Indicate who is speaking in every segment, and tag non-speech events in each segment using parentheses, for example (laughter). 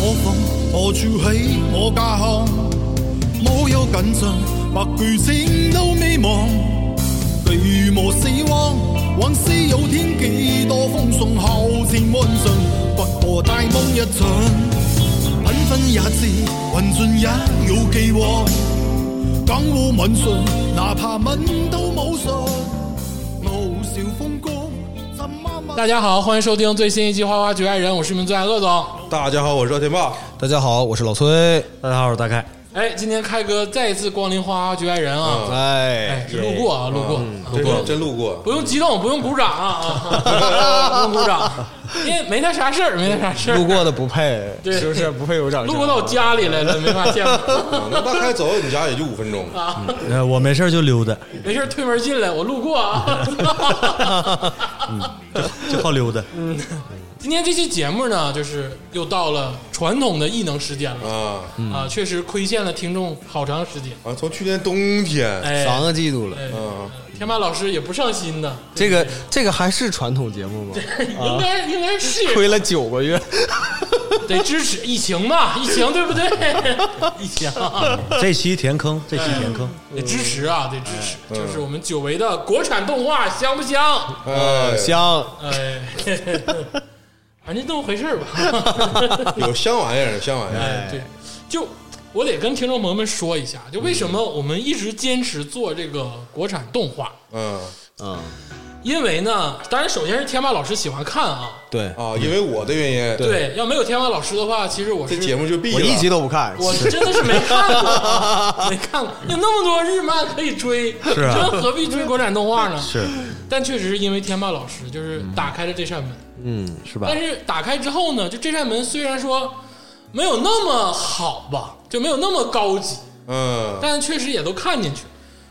Speaker 1: 我住喺我家乡，冇有紧张，白巨星都未忘。地無死亡，往事有天幾多風霜後前安順，不過大夢一場，繽紛也是雲盡也要記往，江湖問訊，哪怕問都冇信，傲笑風光，怎麼問
Speaker 2: 大家好，欢迎收听最新一期《花花局爱人》，我是名最爱鄂总。
Speaker 3: 大家好，我是热天霸。
Speaker 4: 大家好，我是老崔。
Speaker 5: 大家好，我是大开。
Speaker 2: 哎，今天开哥再一次光临《花花局爱人》啊，
Speaker 4: 哎，
Speaker 2: 哎，路过啊，路过，
Speaker 4: 嗯
Speaker 3: 真是真路
Speaker 4: (laughs)
Speaker 3: 过，
Speaker 2: 不用激动，不用鼓掌啊， (laughs) 啊不用鼓掌，因为没他啥事儿，没他啥事儿。
Speaker 4: 路过的不配，
Speaker 2: 对
Speaker 4: 是不是不配有掌声？
Speaker 2: 路过到我家里来了，没发现吗？ (laughs)
Speaker 3: 啊那大概走到你家也就五分钟，
Speaker 4: 啊
Speaker 5: 呃，我没事儿就溜达，
Speaker 2: 没事儿，推门进来，我路过啊。
Speaker 5: 就好溜达。
Speaker 2: (laughs) 今天这期节目呢，就是又到了传统的异能时间了
Speaker 3: 啊
Speaker 2: 啊，确实亏欠了听众好长时间。
Speaker 3: 啊！从去年冬天，
Speaker 2: 哎，
Speaker 4: 三个季度了，
Speaker 2: 哎
Speaker 3: 啊，
Speaker 2: 天霸老师也不上心的，
Speaker 4: 这个这个还是传统节目吗？
Speaker 2: (laughs) 应该应该是
Speaker 4: 亏了九个月，
Speaker 2: 得支持疫情 (laughs) 嘛，疫情对不对？ (laughs) 疫情啊
Speaker 5: (laughs) 这期填坑，这期填坑，
Speaker 2: 得支持啊，得支持，就是我们久违的国产动画，香不香？
Speaker 3: 哎，
Speaker 4: 呃香
Speaker 2: 哎， (laughs) 反正这么回事儿吧。
Speaker 3: 有香玩意儿，香玩意
Speaker 2: (laughs)
Speaker 3: 儿，
Speaker 2: 哎，对，就我得跟听众朋友们说一下，就为什么我们一直坚持做这个国产动画，
Speaker 3: 嗯
Speaker 2: 因为呢，当然首先是天霸老师喜欢看啊，
Speaker 4: 对，
Speaker 3: 啊，因为我的原因，
Speaker 2: 对，要没有天霸老师的话，其实我
Speaker 3: 这
Speaker 2: 是
Speaker 3: 节目就毙了。
Speaker 4: 我一集都不看，
Speaker 2: 我是真的是没看过，没看过，有那么多日漫可以追，
Speaker 5: 是啊
Speaker 2: 这何必追国产动画呢？
Speaker 5: 是
Speaker 2: 但确实是因为天霸老师就是打开了这扇门，
Speaker 5: 嗯是吧
Speaker 2: 但？是打开之后呢，就这扇门虽然说没有那么好吧，就没有那么高级，
Speaker 5: 啊
Speaker 3: 嗯，
Speaker 2: 但确实也都看进去。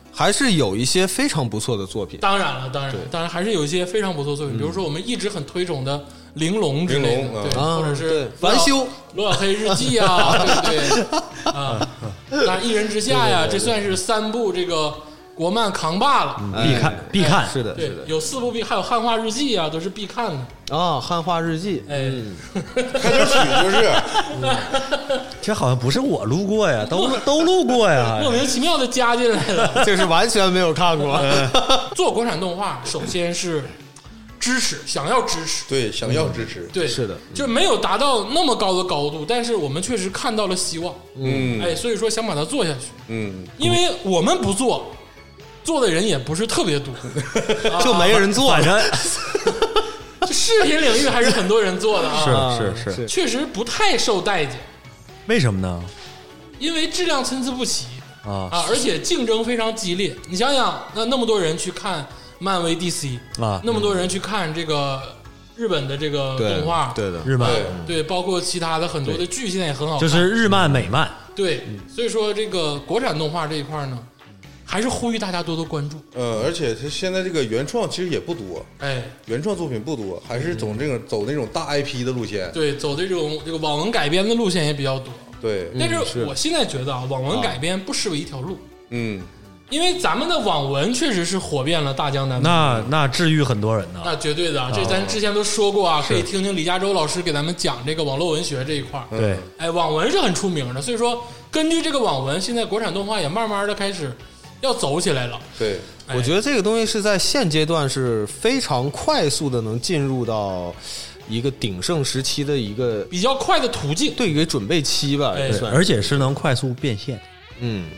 Speaker 4: 还是有一些非常不错的作品。
Speaker 2: 当然了，当然，当然还是有一些非常不错的作品，比如说我们一直很推崇的《玲珑》之类
Speaker 3: 嗯玲珑
Speaker 2: 的，
Speaker 3: 啊
Speaker 2: 对，
Speaker 4: 啊
Speaker 2: 或者是《
Speaker 4: 对完修
Speaker 2: 《罗小黑日记》啊，
Speaker 4: (laughs)
Speaker 2: 对不对？啊，当然《一人之下》呀，这算是三部这个国漫扛把了。
Speaker 5: 哎必看必看，
Speaker 4: 嗯哎是的，
Speaker 2: 对
Speaker 4: 是，的
Speaker 2: 有四部必，还有《汉化日记》啊，都是必看的。
Speaker 4: 啊，《汉化日记》
Speaker 2: 哎，
Speaker 3: 开头曲
Speaker 4: (laughs)
Speaker 3: 就是
Speaker 5: 这好像不是我路过呀，都都路过呀
Speaker 2: 哎莫。名其妙的加进来了。
Speaker 4: (laughs) 就是完全没有看过。
Speaker 5: 哎
Speaker 2: 做国产动画，首先是支持，想要支持，
Speaker 3: 对，想要支持，
Speaker 2: 对，
Speaker 4: 是的，嗯
Speaker 2: 就没有达到那么高的高度，但是我们确实看到了希望。
Speaker 3: 嗯
Speaker 2: 哎，所以说想把它做下去，
Speaker 3: 嗯，
Speaker 2: 因为我们不做，做的人也不是特别
Speaker 4: (laughs)
Speaker 2: 多，
Speaker 4: 就没人做
Speaker 2: (laughs)
Speaker 5: 反正
Speaker 2: 就视频领域还是很多人做的啊，
Speaker 4: 啊
Speaker 5: 是是是，
Speaker 2: 确实不太受待见，
Speaker 5: 为什么呢？
Speaker 2: 因为质量参差不齐
Speaker 5: 啊
Speaker 2: 啊，而且竞争非常激烈。你想想，那那么多人去看漫威、DC，
Speaker 5: 啊，
Speaker 2: 那么
Speaker 4: 嗯
Speaker 2: 多人去看这个日本的这个
Speaker 4: 对
Speaker 2: 动画，
Speaker 4: 对的，
Speaker 5: 日漫
Speaker 3: 对，
Speaker 2: 对包括其他的很多的剧现在也很好看，
Speaker 5: 就是日漫美漫，
Speaker 2: 对，所以说这个国产动画这一块呢，还是呼吁大家多多关注，
Speaker 3: 嗯，而且它现在这个原创其实也不多，
Speaker 2: 哎。
Speaker 3: 原创作品不多，还是走这种走那种大 IP 的路线，
Speaker 2: 对，走这种这个网文改编的路线也比较多。
Speaker 3: 对，
Speaker 2: 但嗯是啊我现在觉得啊，网文改编不失为一条路，
Speaker 3: 嗯，
Speaker 2: 因为咱们的网文确实是火遍了大江南北。
Speaker 5: 那那治愈很多人呢。
Speaker 2: 那绝对的啊，这咱之前都说过啊，可以听听李嘉洲老师给咱们讲这个网络文学这一块儿。
Speaker 5: 对，
Speaker 2: 哎，网文是很出名的，所以说根据这个网文，现在国产动画也慢慢的开始要走起来了。
Speaker 3: 对，
Speaker 4: 我觉得这个东西是在现阶段是非常快速的，能进入到一个鼎盛时期的一个
Speaker 2: 比较快的途径，
Speaker 4: 对一个准备期吧，
Speaker 2: 哎
Speaker 4: 也
Speaker 5: 对
Speaker 4: 算是
Speaker 5: 而且是能快速变现。
Speaker 4: 嗯，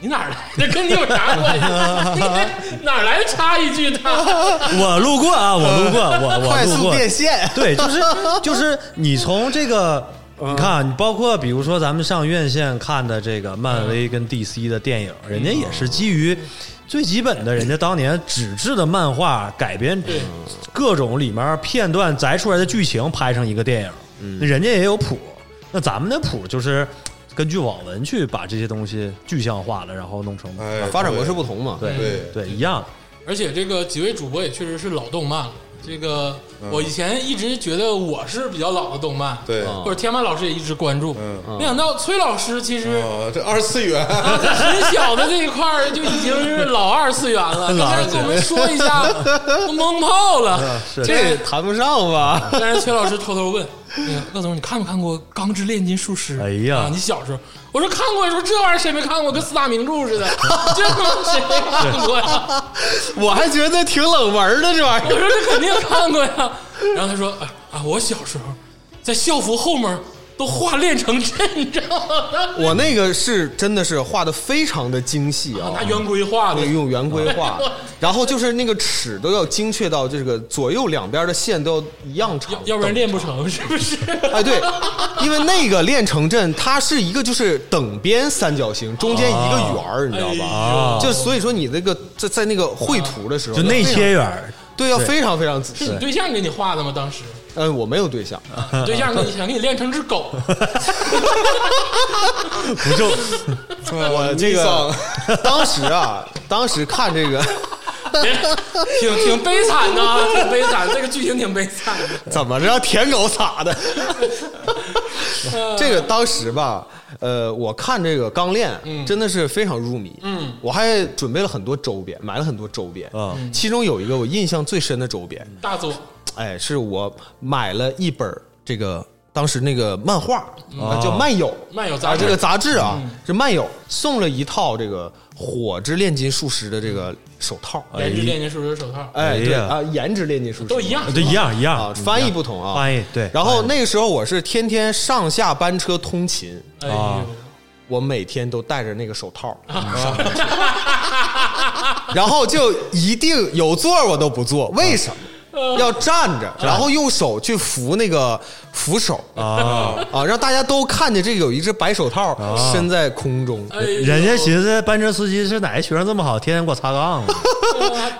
Speaker 2: 你哪儿来的？跟你有啥关系？你哪儿来的 (laughs) 插一句呢？
Speaker 5: 我路过啊，我路过，我我
Speaker 4: 快
Speaker 5: 路
Speaker 4: 速
Speaker 5: 过。
Speaker 4: 变现，
Speaker 5: (laughs) 对，就是就是你从这个，
Speaker 4: 嗯
Speaker 5: 你看啊，你包括比如说咱们上院线看的这个漫威跟 DC 的电影，人家也是基于最基本的，人家当年纸质的漫画改编
Speaker 2: 对
Speaker 5: 各种里面片段摘出来的剧情拍成一个电影，
Speaker 4: 嗯
Speaker 5: 那人家也有谱，那咱们的谱就是根据网文去把这些东西具象化了，然后弄成
Speaker 3: 哎，
Speaker 4: 发展模式不同嘛，
Speaker 5: 对
Speaker 3: 对
Speaker 5: 对一样的。
Speaker 2: 而且这个几位主播也确实是老动漫了。这个我以前一直觉得我是比较老的动漫，
Speaker 3: 嗯对
Speaker 4: 哦
Speaker 2: 或者天马老师也一直关注。
Speaker 3: 嗯
Speaker 2: 没想到崔老师其
Speaker 3: (laughs)
Speaker 2: 实
Speaker 3: 啊，这二次元，
Speaker 2: 在很小的这一块儿就已经是老二次元了。刚才跟我们说一下，都蒙泡了。
Speaker 4: 这也谈不上吧？
Speaker 2: (laughs) 但是崔老师偷偷问，那个鄂总，你看没看过《钢之炼金术师》？
Speaker 5: 哎呀
Speaker 2: 啊你小时候，我说看过，你说这玩意儿谁没看过？跟四大名著似的，这他妈谁没看过呀？
Speaker 4: 我还觉得挺冷门的这玩意
Speaker 2: 我说这肯定看过呀。然后他说啊啊，我小时候在校服后面都画练成阵，你知道吗？
Speaker 4: 儿。我那个是真的是画的非常的精细啊，
Speaker 2: 拿圆规画的
Speaker 4: 对，，用圆规 (laughs) 画，然后就是那个尺都要精确到这个左右两边的线都要一样长
Speaker 2: 要，要不然练不成，是不是？
Speaker 4: 哎，对，因为那个练成阵，它是一个就是等边三角形，中间一个圆儿，你
Speaker 2: 哎
Speaker 4: 知道吧？
Speaker 5: 啊
Speaker 4: 就所以说你那个在在那个绘图的时候，
Speaker 5: 就内切圆儿，
Speaker 4: 对，要非常非常仔
Speaker 2: 是
Speaker 4: 细
Speaker 2: 你。对象给你画的吗？当时
Speaker 4: 嗯，我没有对象，
Speaker 2: 你对象给你想给你练成只狗，
Speaker 5: 不就
Speaker 4: 我这个嗯当时啊，当时看这个
Speaker 2: 别哎挺挺悲惨的啊，挺悲惨，这个剧情挺悲惨的。
Speaker 4: 怎么着让舔狗咋 (laughs) 的？这个当时吧，呃，我看这个《钢炼》真的是非常入迷，嗯，我还准备了很多周边，买了很多周边，
Speaker 5: 啊
Speaker 4: 其中有一个我印象最深的周边，
Speaker 2: 大佐，
Speaker 4: 哎，是我买了一本儿这个当时那个漫画，啊
Speaker 5: 哦
Speaker 4: 叫《漫友》，
Speaker 2: 漫友杂
Speaker 4: 啊，
Speaker 2: 志
Speaker 4: 这个杂志啊，
Speaker 5: 嗯
Speaker 4: 是漫友送了一套这个《火之炼金术师》的这个手套，
Speaker 2: 颜值炼金术师手套
Speaker 4: 哎，
Speaker 5: 哎
Speaker 4: 对
Speaker 5: 呀
Speaker 4: 啊，颜值炼金术师
Speaker 2: 都一样，
Speaker 5: 这一样嗯一
Speaker 4: 啊，
Speaker 5: 样，
Speaker 4: 翻译不同啊，
Speaker 5: 翻译对
Speaker 4: 然后那个时候我是天天上下班车通勤，
Speaker 2: 哎呦
Speaker 5: 啊
Speaker 4: 我每天都戴着那个手套， (laughs) 然后就一定有座儿我都不坐，为什么？
Speaker 2: (laughs)
Speaker 4: 要站
Speaker 2: 啊
Speaker 4: 着，然后用手去扶那个扶手
Speaker 5: 啊，
Speaker 4: 啊，让大家都看见这个有一只白手套伸在空中，
Speaker 2: 啊哎呦
Speaker 5: 人家寻思班车司机是哪个学生这么好，天天给我擦杠啊子，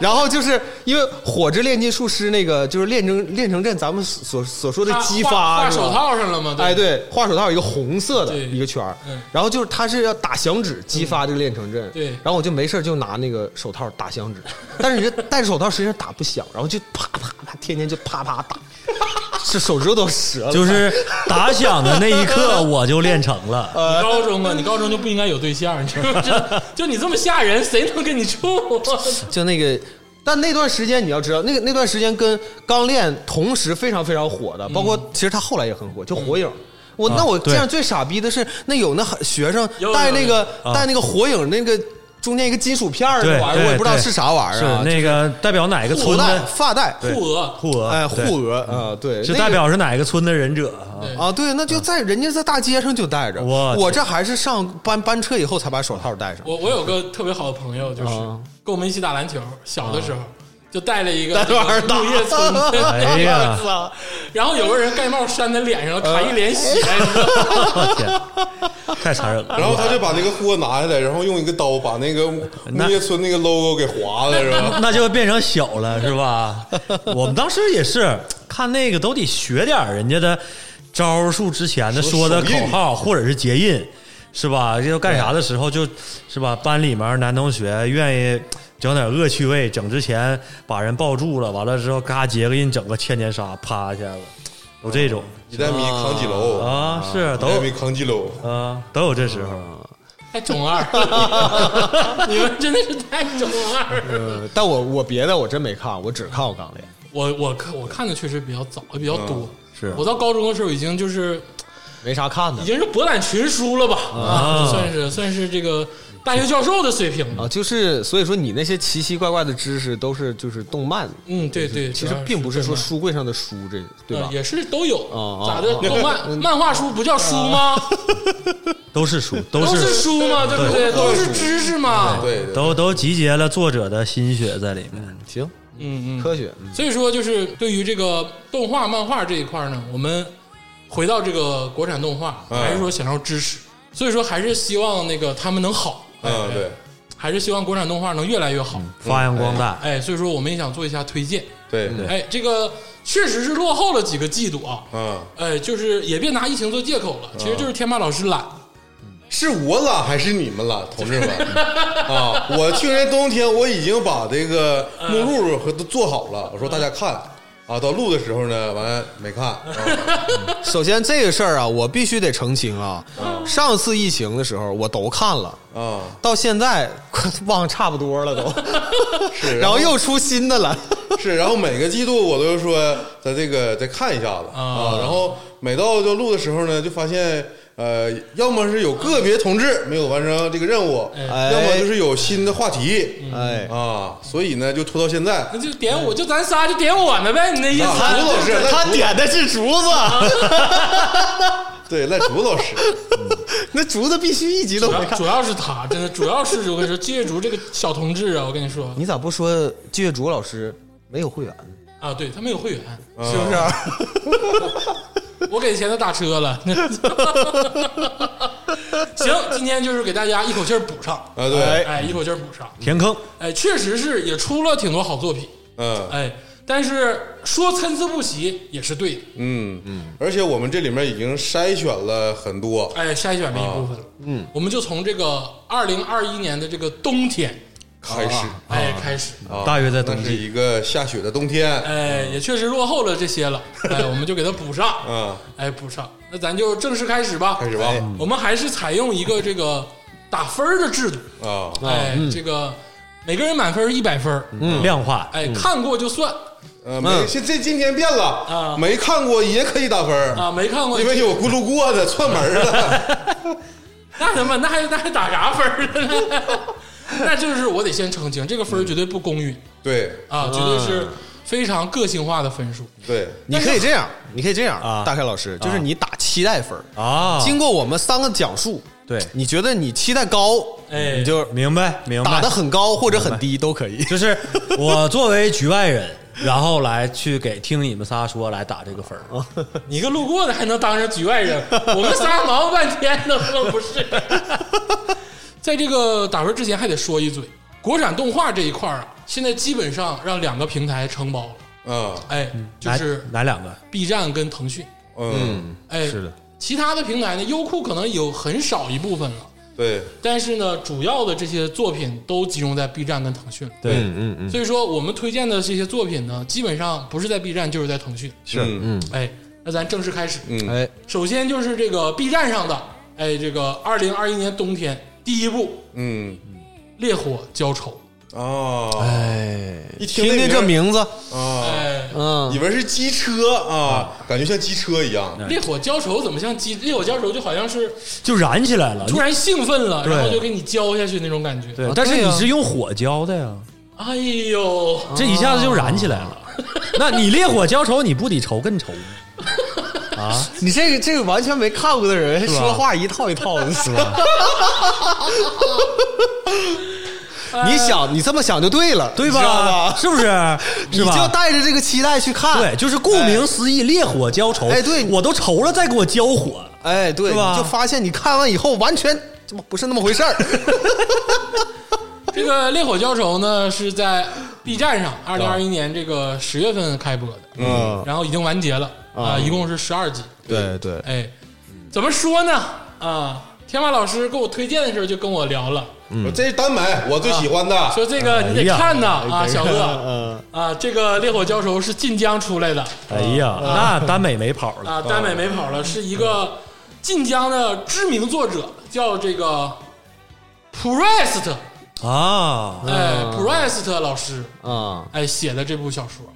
Speaker 4: 然后就是因为火之炼金术师那个就是炼成炼成阵，咱们所所说的
Speaker 2: 他
Speaker 4: 激
Speaker 2: 哎画
Speaker 4: 发
Speaker 2: 画
Speaker 4: 是吧
Speaker 2: 手套上了吗？
Speaker 4: 哎，，对，画手套有一个红色的
Speaker 2: 对
Speaker 4: 一个圈儿
Speaker 2: 嗯，
Speaker 4: 然后就是它是要打响指激发这个练成阵，
Speaker 2: 对
Speaker 4: 然后我就没事儿就拿那个手套
Speaker 2: (laughs)
Speaker 4: 打响指，但是人家戴着手套实际上打不响，然后就啪啪啪，天天就啪啪打，这手指头都折了，
Speaker 5: 就是打响的那一刻我就练成
Speaker 2: (laughs)
Speaker 5: 了。
Speaker 4: 呃
Speaker 2: 你高中啊，你高中就不应该有对象，你知道吗？
Speaker 4: (laughs)
Speaker 2: 就就你这么吓人，谁能跟你处？
Speaker 4: 就那个。但那段时间你要知道，那个那段时间跟《钢炼》同时非常非常火的，包括其实他后来也很火，就《火影》我那我
Speaker 5: 嗯啊对
Speaker 4: 见着最傻逼的是，那有那学生
Speaker 2: 有
Speaker 4: 带
Speaker 2: 有
Speaker 4: 那
Speaker 2: 有
Speaker 4: 个
Speaker 5: 啊
Speaker 4: 带那个火影那个中间一个金属片儿
Speaker 5: 对
Speaker 4: 的玩意儿，
Speaker 5: 对
Speaker 4: 我也不知道
Speaker 5: 对
Speaker 4: 是啥玩意
Speaker 5: 是
Speaker 4: 儿啊。
Speaker 5: 那个代表哪个
Speaker 4: 护
Speaker 5: 村
Speaker 4: 带、
Speaker 5: 的
Speaker 4: 发带，
Speaker 2: 护额，
Speaker 5: 护额？
Speaker 4: 哎，
Speaker 5: 对嗯
Speaker 4: 护额啊，对，
Speaker 5: 是
Speaker 4: 那个
Speaker 5: 代表是哪个村的忍者啊？
Speaker 2: 对
Speaker 4: 啊，对，那就在人家在大街上就戴着，
Speaker 5: 我
Speaker 4: 我这还是上班班车以后才把手套戴上。
Speaker 2: 我我有个特别好的朋友，就是
Speaker 4: 啊
Speaker 2: 跟我们一起打篮球，小的时候就带了一个
Speaker 4: 戴着玩意儿打
Speaker 2: 木叶村
Speaker 4: (laughs)
Speaker 2: 的，
Speaker 5: 哎呀，
Speaker 2: 然后有个人盖帽扇在脸上，卡一脸
Speaker 4: (laughs)
Speaker 2: 血，你知道吗
Speaker 5: 我天，太残忍
Speaker 3: (laughs)
Speaker 5: 了。
Speaker 3: 然后他就把那个货拿下来，然后用一个刀把那个
Speaker 5: (laughs)
Speaker 3: 木叶村那个 logo 给划了，是吧？
Speaker 5: 那就变成小了，是吧？我们当时也是看那个，都得学点儿人家的招数，之前的说的
Speaker 3: 手印
Speaker 5: 口号或者是结印，是吧？要干啥的时候就，是吧？班里面男同学愿意整点恶趣味，整之前把人抱住了，完了之后嘎结个印，整个千年杀，啪一下子，有这种
Speaker 3: 一袋米扛几楼
Speaker 5: 啊，是
Speaker 3: 一
Speaker 5: 都
Speaker 3: 袋米
Speaker 5: 有
Speaker 3: 扛几楼，
Speaker 5: 啊，都有这时候。
Speaker 2: 太哎中二 (laughs) 了，你们真的是太中二了。
Speaker 4: 呃但我我别的我真没看，我只看过钢炼，
Speaker 2: 我我看我看的确实比较早，比较多。
Speaker 5: 是
Speaker 2: 我到高中的时候已经就是
Speaker 4: 没啥看的
Speaker 2: 已经是博览群书了吧？啊，就算是算是这个大学教授的水平了。
Speaker 4: 啊。就是所以说，你那些奇奇怪怪的知识都是就是动漫，
Speaker 2: 嗯，对对，
Speaker 4: 其
Speaker 2: 主
Speaker 4: 实
Speaker 2: 要
Speaker 4: 并不是
Speaker 2: 这
Speaker 4: 说
Speaker 2: 样
Speaker 4: 书柜上的书，这对吧
Speaker 2: 呃？也是都有
Speaker 4: 哦哦
Speaker 2: 咋的？动漫漫画书不叫书吗？
Speaker 5: 都是书，都
Speaker 2: 都是
Speaker 5: 是
Speaker 2: 书吗？对不对？都是知识嘛。
Speaker 3: 对，对
Speaker 5: 都都集结了作者的心血在里面。
Speaker 4: 行，
Speaker 2: 嗯嗯。
Speaker 4: 科学，嗯
Speaker 2: 所以说，就是对于这个动画、漫画这一块呢，我们回到这个国产动画，
Speaker 3: 嗯
Speaker 2: 还是说想要支持，所以说还是希望那个他们能好，
Speaker 3: 嗯，对
Speaker 2: 还是希望国产动画能越来越好。
Speaker 5: 发扬光大，
Speaker 2: 哎，所以说我们也想做一下推荐。
Speaker 3: 对
Speaker 5: 嗯
Speaker 3: 对，
Speaker 2: 哎，这个确实是落后了几个季度啊。
Speaker 3: 嗯，
Speaker 2: 哎，就是也别拿疫情做借口了，其实就是天霸老师懒。
Speaker 3: 是我懒还是你们懒，同志
Speaker 5: (laughs)
Speaker 3: 们啊！我去年冬天我已经把这个
Speaker 5: 嗯
Speaker 3: 目录和都做好了，我说大家看啊，到录的时候呢，完没看啊，
Speaker 4: 首先这个事儿啊，我必须得澄清啊。
Speaker 2: 嗯
Speaker 4: 上次疫情的时候我都看了，
Speaker 3: 啊
Speaker 4: 到现在忘差不多了都，
Speaker 3: 是，
Speaker 4: (laughs) 然后又出新的了。
Speaker 3: (laughs) 是，然后每个季度我都说咱这个再看一下子啊，然后每到就录的时候呢，就发现呃，要么是有个别同志没有完成这个任务，
Speaker 4: 哎
Speaker 3: 要么就是有新的话题
Speaker 2: 嗯
Speaker 4: 哎，
Speaker 3: 啊，所以呢就拖到现在。
Speaker 2: 那就点我，就咱仨就点我们呗，你那意
Speaker 3: 啊
Speaker 2: 思？
Speaker 3: 竹老师，赖
Speaker 4: 他点的是竹子，
Speaker 3: 对赖竹老师，
Speaker 4: (laughs) 那竹子必须一集都
Speaker 2: 主
Speaker 4: 没
Speaker 2: 要
Speaker 4: 看。
Speaker 2: 主要是啊他，真的主要是我跟你说，季月竹这个小同志啊，我跟你说
Speaker 4: 你咋不说季月竹老师没有会员？
Speaker 2: 啊，对他没有会员，
Speaker 4: 是不是？
Speaker 2: 我给钱都打车了。 (laughs) 行，今天就是给大家一口气儿补上，
Speaker 3: 啊，对，
Speaker 4: 哎
Speaker 2: 哎，一口气儿补上，
Speaker 5: 填坑，
Speaker 2: 哎，确实是也出了挺多好作品，
Speaker 3: 嗯
Speaker 2: 哎，但是说参差不齐也是对的，
Speaker 3: 嗯嗯，而且我们这里面已经筛选了很多，
Speaker 2: 哎，筛选了一部分
Speaker 3: 哦
Speaker 2: 了，嗯，我们就从这个二零二一年的这个冬天，
Speaker 3: 开始
Speaker 2: 哎，开始，
Speaker 3: 啊，
Speaker 5: 大约在冬
Speaker 3: 那是
Speaker 5: 季。
Speaker 3: 一个下雪的冬天，
Speaker 2: 哎，也确实落后了这些
Speaker 3: (laughs)
Speaker 2: 了，哎，我们就给它补上，
Speaker 3: 嗯，
Speaker 2: 哎，补上，那咱就正式开始吧，哎
Speaker 3: 开始吧，嗯
Speaker 2: 我们还是采用一个这个打分儿的制度，
Speaker 3: 啊，
Speaker 2: 哎，这个每个人满分一百分儿，
Speaker 3: 嗯
Speaker 5: 嗯量化，
Speaker 2: 哎，看过就算
Speaker 3: 呃，没，现这今天变了
Speaker 2: 啊
Speaker 3: 没看过也可以打分儿
Speaker 2: 啊，，没看过
Speaker 3: 嗯因为有咕噜过的串门儿的，
Speaker 2: 那他妈那还那还打啥分儿呢？ (laughs) 那就是我得先澄清，这个分儿绝对不公允
Speaker 3: 对
Speaker 2: 啊，绝对
Speaker 5: 嗯
Speaker 2: 是非常个性化的分数。
Speaker 3: 对，
Speaker 4: 你可以这样，你可以这样
Speaker 5: 啊
Speaker 4: 大凯老师，就是你打期待分儿
Speaker 5: 啊
Speaker 4: 经过我们三个讲述，
Speaker 5: 对
Speaker 4: 你觉得你期待高，
Speaker 2: 哎
Speaker 4: 你就
Speaker 5: 明白明白，
Speaker 4: 打的很高或者很低都可以。
Speaker 5: 就是我作为局外人，然后来去给听你们仨说来打这个分儿，
Speaker 2: 你一个路过的还能当上局外
Speaker 5: (laughs)
Speaker 2: 人，我们仨忙活半天能不能不是？在这个打分之前还得说一嘴，国产动画这一块儿啊，现在基本上让两个平台承包了，
Speaker 3: 啊，
Speaker 2: 哎，就
Speaker 5: 哪
Speaker 2: 是
Speaker 5: 哪两个？
Speaker 2: B 站跟腾讯，
Speaker 3: 嗯，
Speaker 2: 哎，
Speaker 5: 是的。
Speaker 2: 其他的平台呢，优酷可能有很少一部分了，
Speaker 3: 对，
Speaker 2: 但是呢，主要的这些作品都集中在 B 站跟腾讯。
Speaker 5: 对，
Speaker 4: 嗯嗯，
Speaker 2: 所以说，我们推荐的这些作品呢，基本上不是在 B 站就是在腾讯。
Speaker 3: 是，嗯
Speaker 2: 哎，那咱正式开始。
Speaker 3: 嗯
Speaker 4: 哎，
Speaker 2: 首先就是这个 B 站上的，哎，这个二零二一年冬天第一部《
Speaker 3: 嗯
Speaker 2: 烈火浇愁》。，
Speaker 3: 啊，
Speaker 4: 哎，
Speaker 3: 一
Speaker 4: 听
Speaker 3: 听
Speaker 4: 听这
Speaker 3: 名
Speaker 4: 名字，
Speaker 3: 儿啊
Speaker 2: 哎，
Speaker 4: 嗯
Speaker 3: 以为是机车啊，感觉像机车一样。
Speaker 2: 《烈火浇愁》怎么像激？《烈火浇愁》就好像是
Speaker 5: 就燃起来了。
Speaker 2: 突然兴奋了，
Speaker 5: 对
Speaker 2: 然后就给你浇下去那种感觉。
Speaker 5: 对
Speaker 4: 啊，
Speaker 5: 但是
Speaker 4: 对啊
Speaker 5: 你是用火浇的呀，
Speaker 2: 哎呦，
Speaker 5: 这一下子就燃起来了。那你烈火浇愁，你不得愁更愁吗？
Speaker 4: 你这个这个完全没看过的人说话一套一套的，是吧？ (laughs) 你想，你这么想就哎对了，
Speaker 5: 对
Speaker 4: 你知道吧？
Speaker 5: 是不是？
Speaker 4: 啊你
Speaker 5: 是
Speaker 4: 就
Speaker 5: 吧？
Speaker 4: 带着这个期待去看，
Speaker 5: 对，就是顾名思义，烈火浇愁。
Speaker 4: 哎对
Speaker 5: 我都愁了，再给我浇火。
Speaker 4: 哎，对，
Speaker 5: 是吧
Speaker 4: 你就发现你看完以后完全这不是那么回 (laughs) 事儿，
Speaker 2: 这个《烈火浇愁》呢是在 B 站上，二零二一年这个十月份开播的，
Speaker 4: 嗯，
Speaker 2: 然后已经完结了啊、一共是十二集。
Speaker 4: 对对，
Speaker 2: 哎，怎么说呢？啊，天马老师给我推荐的时候就跟我聊了，
Speaker 3: 我这是单买，我最喜欢的。
Speaker 2: (laughs) 说这
Speaker 4: 哎
Speaker 2: 个你得看呐啊，小乐
Speaker 4: (laughs) 嗯，
Speaker 2: 啊，这个《烈火浇愁》是晋江出来的
Speaker 5: 哎呀，那耽美没跑了。
Speaker 2: 啊，耽美没跑了，是一个晋江的知名作者叫这个 Prest，
Speaker 5: 啊，
Speaker 2: 哎，Prest 老师
Speaker 4: 啊，
Speaker 2: 哎写的这部小说。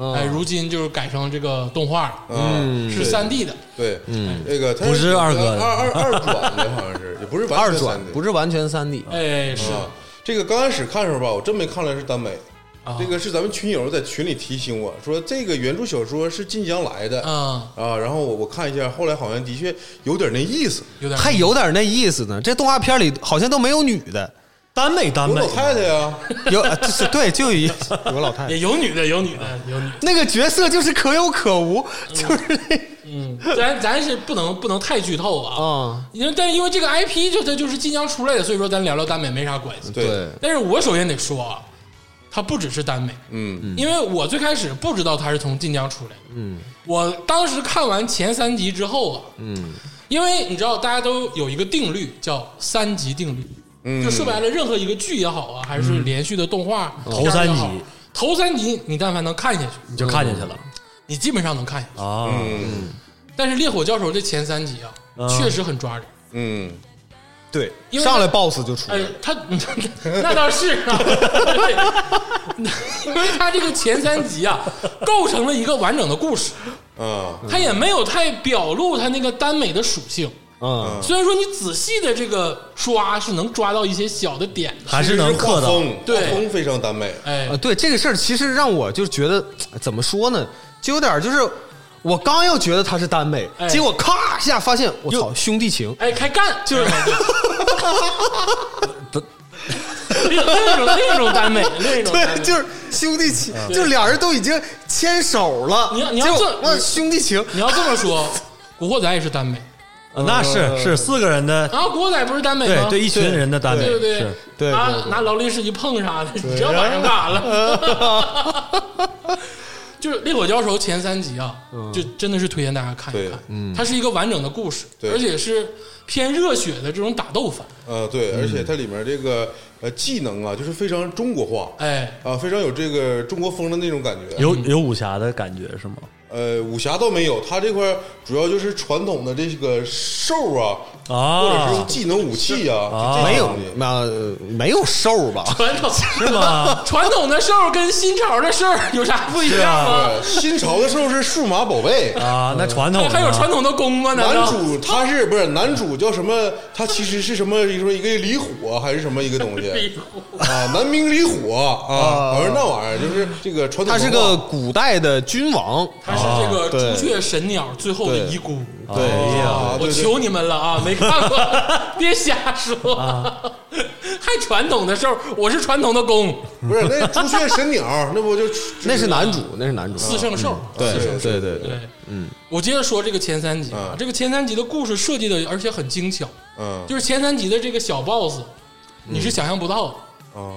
Speaker 2: 哎，
Speaker 4: 嗯，
Speaker 2: 如今就是改成这个动画了，
Speaker 3: 嗯
Speaker 2: 是三 D 的。
Speaker 3: 对，嗯，那个它
Speaker 5: 不是二哥的
Speaker 3: 二二二转的，好像是，也不是完
Speaker 4: 二
Speaker 3: 全
Speaker 4: 转
Speaker 3: 三 D
Speaker 4: 不是完全三 D，
Speaker 2: 哎，是
Speaker 3: 啊。这个刚开始看的时候吧，我真没看出来是耽美。这个是咱们群友在群里提醒我说，这个原著小说是晋江来
Speaker 4: 嗯
Speaker 3: 的
Speaker 2: 啊，
Speaker 3: 啊，然后我我看一下，后来好像的确有点那意思。
Speaker 2: 有点
Speaker 4: 还有点那意思呢。这动画片里好像都没有女
Speaker 2: (laughs)
Speaker 4: 的，
Speaker 5: 耽美耽
Speaker 3: 有
Speaker 5: 美
Speaker 3: 老，太太呀，
Speaker 4: 有啊就是对，就有一有个老太太，嗯
Speaker 2: 也有女的，有女的，有女的。
Speaker 4: 那个角色就是可有可无，就是那
Speaker 2: 嗯，咱咱是不能不能太剧透啊，
Speaker 4: 啊，
Speaker 2: 因为但因为这个 IP 就它就是晋江出来的，所以说咱聊聊耽美没啥关系。
Speaker 3: 对，
Speaker 2: 但是我首先得说啊，它不只是耽美，
Speaker 3: 嗯，
Speaker 2: 因为我最开始不知道它是从晋江出来的。嗯，我当时看完前三集之后啊，嗯，因为你知道大家都有一个定律叫三级定律，嗯，就说白了，任何一个剧也好啊，还是连续的动画、
Speaker 5: 头
Speaker 2: 片儿也
Speaker 5: 三集
Speaker 2: 好，头三集你但凡能看下去，
Speaker 5: 你就看见去了
Speaker 2: 你基本上能看下去。
Speaker 5: 啊。
Speaker 3: 嗯
Speaker 2: 但是《烈火教授》这前三集啊，
Speaker 5: 嗯
Speaker 2: 确实很抓人。
Speaker 3: 嗯
Speaker 4: 对，
Speaker 2: 因为
Speaker 4: 上来 BOSS 就出来
Speaker 2: 哎
Speaker 4: 了。，
Speaker 2: 他 (laughs) 那倒是啊， (laughs) 对因为他这个前三集啊，构成了一个完整的故事，
Speaker 4: 嗯
Speaker 3: 啊，
Speaker 2: 他也没有太表露他那个耽美的属性。
Speaker 4: 嗯，
Speaker 2: 虽然说你仔细的这个刷是能抓到一些小的点的，
Speaker 5: 还是能刻
Speaker 3: 画
Speaker 5: 到。
Speaker 3: 风，
Speaker 2: 对
Speaker 3: 画风非常耽美，
Speaker 2: 哎
Speaker 4: 呃，，对这个事儿，其实让我就觉得哎怎么说呢，就有点儿就是我刚要觉得他是耽美
Speaker 2: 哎，
Speaker 4: 结果咔一下发现，我操，兄弟情，
Speaker 2: 哎，开干就是
Speaker 4: (laughs)
Speaker 2: 另另一种另一种耽美，另一种耽
Speaker 4: 对，
Speaker 2: 美
Speaker 4: 就是兄弟情，就俩人都已经牵手了，
Speaker 2: 嗯你要你要
Speaker 4: 结果
Speaker 2: 这
Speaker 4: 哇兄弟情，
Speaker 2: 你要这么说，《古惑仔》也是耽美
Speaker 5: 那是是四个人的，
Speaker 2: 啊，《古惑仔》不是耽美
Speaker 5: 对
Speaker 2: 吗？
Speaker 5: 对，一群人的单美
Speaker 2: 对不对嗯
Speaker 5: 是。？
Speaker 4: 对
Speaker 2: 拿
Speaker 4: 对对
Speaker 2: 拿劳力士一碰啥的，你知道晚上干啥了？就是《烈火教授》前三集啊，就真的是推荐大家看一
Speaker 3: 对
Speaker 2: 看，它是一个完整的故事，
Speaker 3: 对
Speaker 2: 而且是偏热血的这种打斗番，
Speaker 3: 呃，对，而且它里面这个呃技能啊，就是非常中国化，
Speaker 2: 哎，
Speaker 3: 啊，非常有这个中国风的那种感觉。
Speaker 5: 有有武侠的感觉是吗？
Speaker 3: 呃，武侠倒没有，它这块儿主要就是传统的这个兽啊，或者是
Speaker 5: 啊，
Speaker 3: 技能武器啊，
Speaker 5: 啊
Speaker 4: 没
Speaker 2: 哦
Speaker 4: 有那呃没有瘦吧？
Speaker 2: 传统
Speaker 5: 是
Speaker 2: (laughs)
Speaker 5: 吗？
Speaker 2: 传统的兽跟新潮的兽有啥不一样吗？
Speaker 3: 对新潮的兽是数码宝贝，
Speaker 5: 啊，那传统的呢
Speaker 2: 还有传统的弓吗？难
Speaker 3: 男
Speaker 2: 道？
Speaker 3: 主他是不是男主叫什么？他其实是什么一个一个李虎啊，还是什么一个
Speaker 2: (laughs)
Speaker 3: 东西啊？南明李虎啊，好像那玩意儿就是这个传统文化。
Speaker 4: 他是个古代的君王，哦
Speaker 2: 他是这个
Speaker 4: 对
Speaker 2: 朱雀神鸟最后的遗孤。
Speaker 3: 对
Speaker 5: 哎呀
Speaker 3: 啊，
Speaker 2: 我
Speaker 3: 对对
Speaker 2: 求你们了
Speaker 3: (laughs)
Speaker 2: 啊！没看过，别瞎说，
Speaker 3: 啊
Speaker 2: (laughs) 还传统的兽，我是传统的公，
Speaker 3: 不是那朱雀神鸟，那不就
Speaker 4: 那是男主，那是男主，
Speaker 2: 四圣兽，
Speaker 3: 嗯
Speaker 4: 对
Speaker 2: 四圣兽。
Speaker 4: 对对对
Speaker 2: 对，嗯，我接着说这个前三集啊
Speaker 3: 嗯，
Speaker 2: 这个前三集的故事设计的，而且很精巧，
Speaker 3: 嗯
Speaker 2: 就是前三集的这个小 boss，你是想象不到的。
Speaker 3: 啊，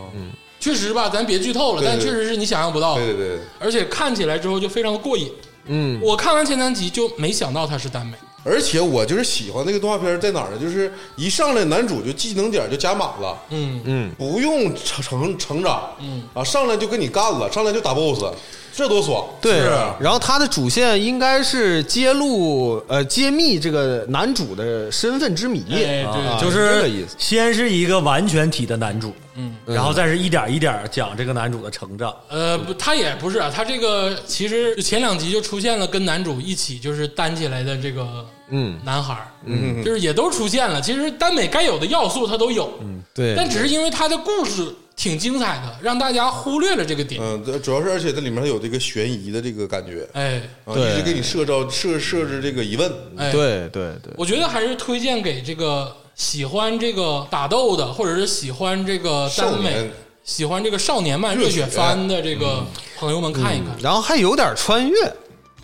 Speaker 2: 确实吧，咱别剧透了，
Speaker 3: 对对
Speaker 2: 但确实是你想象不到的
Speaker 3: 对，对对，
Speaker 2: 而且看起来之后就非常的过瘾。嗯，我看完前三集就没想到它是耽美，
Speaker 3: 而且我就是喜欢那个动画片在哪儿呢？就是一上来男主就技能点就加满了，
Speaker 2: 嗯，
Speaker 3: 不用成成成长，嗯啊，上来就跟你干了，上来就打 BOSS，这多爽！
Speaker 4: 对
Speaker 3: 是不是，
Speaker 2: 啊
Speaker 4: 然后他的主线应该是揭露呃揭秘这个男主的身份之谜，
Speaker 2: 哎对
Speaker 4: 啊
Speaker 5: 就
Speaker 4: 这
Speaker 5: 是
Speaker 4: 个意思。
Speaker 5: 先是一个完全体的男主，嗯，然后再是一点一点讲这个男主的成长，
Speaker 2: 呃，不，他也不是啊，他这个其实前两集就出现了跟男主一起就是单起来的这个嗯男孩嗯，就是也都出现了。其实耽美该有的要素他都有，嗯，
Speaker 4: 对
Speaker 2: 但只是因为他的故事挺精彩的，让大家忽略了这个点。
Speaker 3: 嗯，这主要是而且这里面还有这个悬疑的这个感觉，
Speaker 2: 哎
Speaker 3: 啊，
Speaker 4: 对
Speaker 3: 一直给你设招设设置这个疑问，
Speaker 2: 哎，，
Speaker 4: 对对对，
Speaker 2: 我觉得还是推荐给这个喜欢这个打斗的，或者是喜欢这个
Speaker 3: 少
Speaker 2: 耽美
Speaker 3: 年、
Speaker 2: 喜欢这个少年漫热血番的这个朋友们看一看、
Speaker 4: 然后还有点穿越，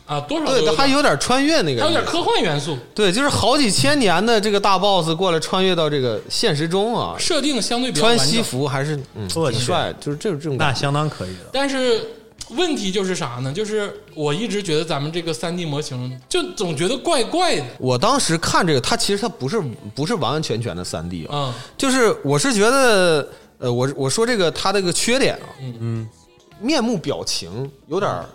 Speaker 2: 啊，多少都
Speaker 4: 对，他
Speaker 2: 有
Speaker 4: 还
Speaker 2: 点
Speaker 4: 有点穿越那个
Speaker 2: 还有
Speaker 4: 意
Speaker 2: 点
Speaker 4: 思，
Speaker 2: 科幻元素。
Speaker 4: 对，就是好几千年的这个大 boss 过来穿越到这个现实中啊，
Speaker 2: 设定相对比较
Speaker 4: 穿
Speaker 2: 完整
Speaker 4: 西服还是嗯
Speaker 5: 我
Speaker 4: 挺
Speaker 5: 去
Speaker 4: 帅，就是这种这种
Speaker 5: 那
Speaker 4: 感觉。
Speaker 5: 相当可以了。
Speaker 2: 但是问题就是啥呢？就是我一直觉得咱们这个三 D 模型就总觉得怪怪的，
Speaker 4: 我当时看这个，它其实它不是不是完完全全的三 D 啊，
Speaker 2: 嗯
Speaker 4: 就是我是觉得，呃，我我说这个他这个缺点啊，嗯，面目表情有点儿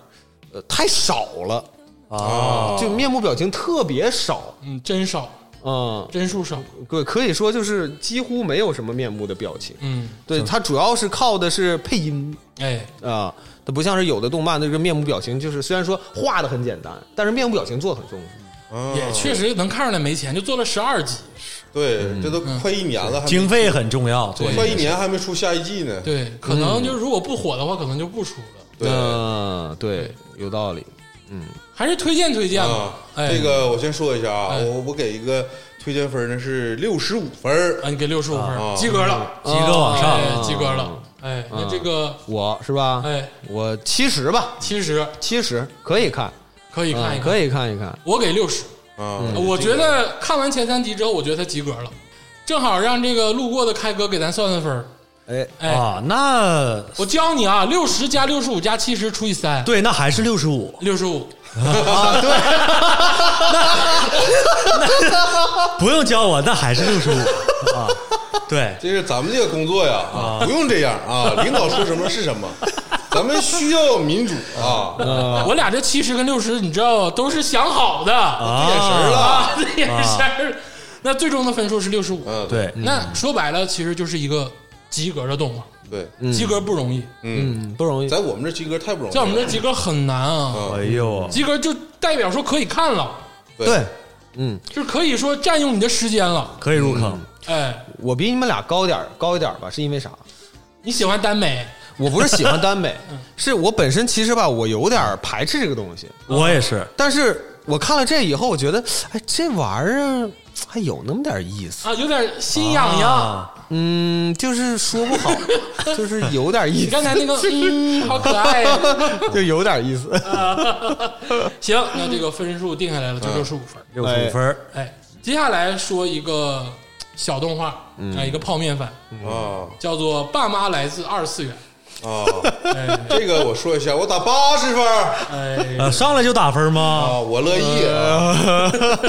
Speaker 4: 呃太少了啊，就面部表情特别少，
Speaker 2: 嗯，真少，
Speaker 4: 嗯，
Speaker 2: 帧数少，
Speaker 4: 对，可以说就是几乎没有什么面部的表情，
Speaker 2: 嗯，
Speaker 4: 对，它主要是靠的是配音
Speaker 2: 哎，
Speaker 4: 啊。它不像是有的动漫，那个面部表情就是虽然说画的很简单，但是面部表情做的很重视。
Speaker 3: 啊
Speaker 2: 也确实能看出来没钱，就做了十二集，
Speaker 3: 对，这都快一年了，还没
Speaker 5: 经费很重要，
Speaker 2: 对
Speaker 3: 快一年还没出下一季呢，
Speaker 2: 对，可能
Speaker 3: 嗯
Speaker 2: 就是如果不火的话，可能就不出了。
Speaker 3: 对
Speaker 4: 嗯，对，有道理。
Speaker 2: 还是推荐推荐吧
Speaker 3: 啊，，
Speaker 2: 哎，
Speaker 3: 这个我先说一下啊，
Speaker 2: 哎
Speaker 3: 我我给一个推荐分呢是六十五分儿
Speaker 2: 啊，你给六十五分儿，
Speaker 3: 啊
Speaker 2: 及格了，
Speaker 5: 及格往上嗯
Speaker 2: 哎，及格了，哎，那这个
Speaker 4: 我是吧？
Speaker 2: 哎，
Speaker 4: 我七十吧，
Speaker 2: 七十
Speaker 4: 七十可以看，
Speaker 2: 可以看一
Speaker 4: 嗯
Speaker 2: 看，
Speaker 4: 可以看一看。
Speaker 2: 我给六十，
Speaker 3: 啊，
Speaker 2: 我觉得看完前三集之后，我觉得他及格了，正好让这个路过的开哥给咱算算分儿。
Speaker 4: 哎，
Speaker 2: 哎，
Speaker 5: 啊，那
Speaker 2: 我教你啊，六十加六十五加七十除以三，
Speaker 5: 对，那还是六十五，
Speaker 2: 六十五。
Speaker 5: 不用教我，那还是六十五啊。对，
Speaker 3: 这是咱们这个工作呀，啊，不用这样
Speaker 2: (laughs)
Speaker 3: 啊，领导说什么是什么，咱们需要民主啊，
Speaker 2: 我俩这七十跟六十，你知道都是想好的，
Speaker 5: 啊
Speaker 3: 眼神儿了，
Speaker 2: 啊，这也是。那最终的分数是六十五。
Speaker 3: 嗯，
Speaker 5: 对，
Speaker 2: 那说白了，其实就是一个及格的动画，
Speaker 3: 对，
Speaker 2: 及格不容易，
Speaker 4: 嗯，不容易。
Speaker 3: 在我们这及格太不容易了，
Speaker 2: 在我们这及格很难啊。
Speaker 5: 哎呦，
Speaker 2: 及格就代表说可以看了，
Speaker 3: 啊
Speaker 5: 对，
Speaker 2: 就是可以说占用你的时间了。
Speaker 5: 可以入坑。
Speaker 2: 哎，
Speaker 4: 我比你们俩高点儿高一点儿吧，是因为啥？
Speaker 2: 你喜欢耽美，
Speaker 4: 我不是喜欢
Speaker 2: (laughs)
Speaker 4: 耽美，
Speaker 2: 嗯
Speaker 4: 是我本身其实吧，我有点儿排斥这个东西。
Speaker 5: 我也是，
Speaker 4: 但是我看了这以后，我觉得，哎，这玩意儿啊还有那么点意思。
Speaker 2: 啊，有点心痒痒。
Speaker 5: 啊
Speaker 4: 嗯，就是说
Speaker 2: (laughs)
Speaker 4: 不好，就是有点意
Speaker 2: 你
Speaker 4: 思，
Speaker 2: 刚才
Speaker 4: (laughs)
Speaker 2: 那个，嗯，好可爱呀、
Speaker 4: 就有点意思。
Speaker 2: 行，那这个分数定下来了，就六十五分。
Speaker 5: 六十五分儿，
Speaker 2: 哎，接下来说一个小动画，啊、
Speaker 4: 嗯
Speaker 2: 一个泡面番，
Speaker 3: 啊
Speaker 2: 叫做《爸妈来自二次元
Speaker 3: 啊，》。
Speaker 2: 哎
Speaker 3: 这个我说一下，我打八十分儿
Speaker 2: 哎，
Speaker 5: 呃，上来就打分吗？
Speaker 3: 啊，我乐意
Speaker 2: 嗯
Speaker 3: 啊，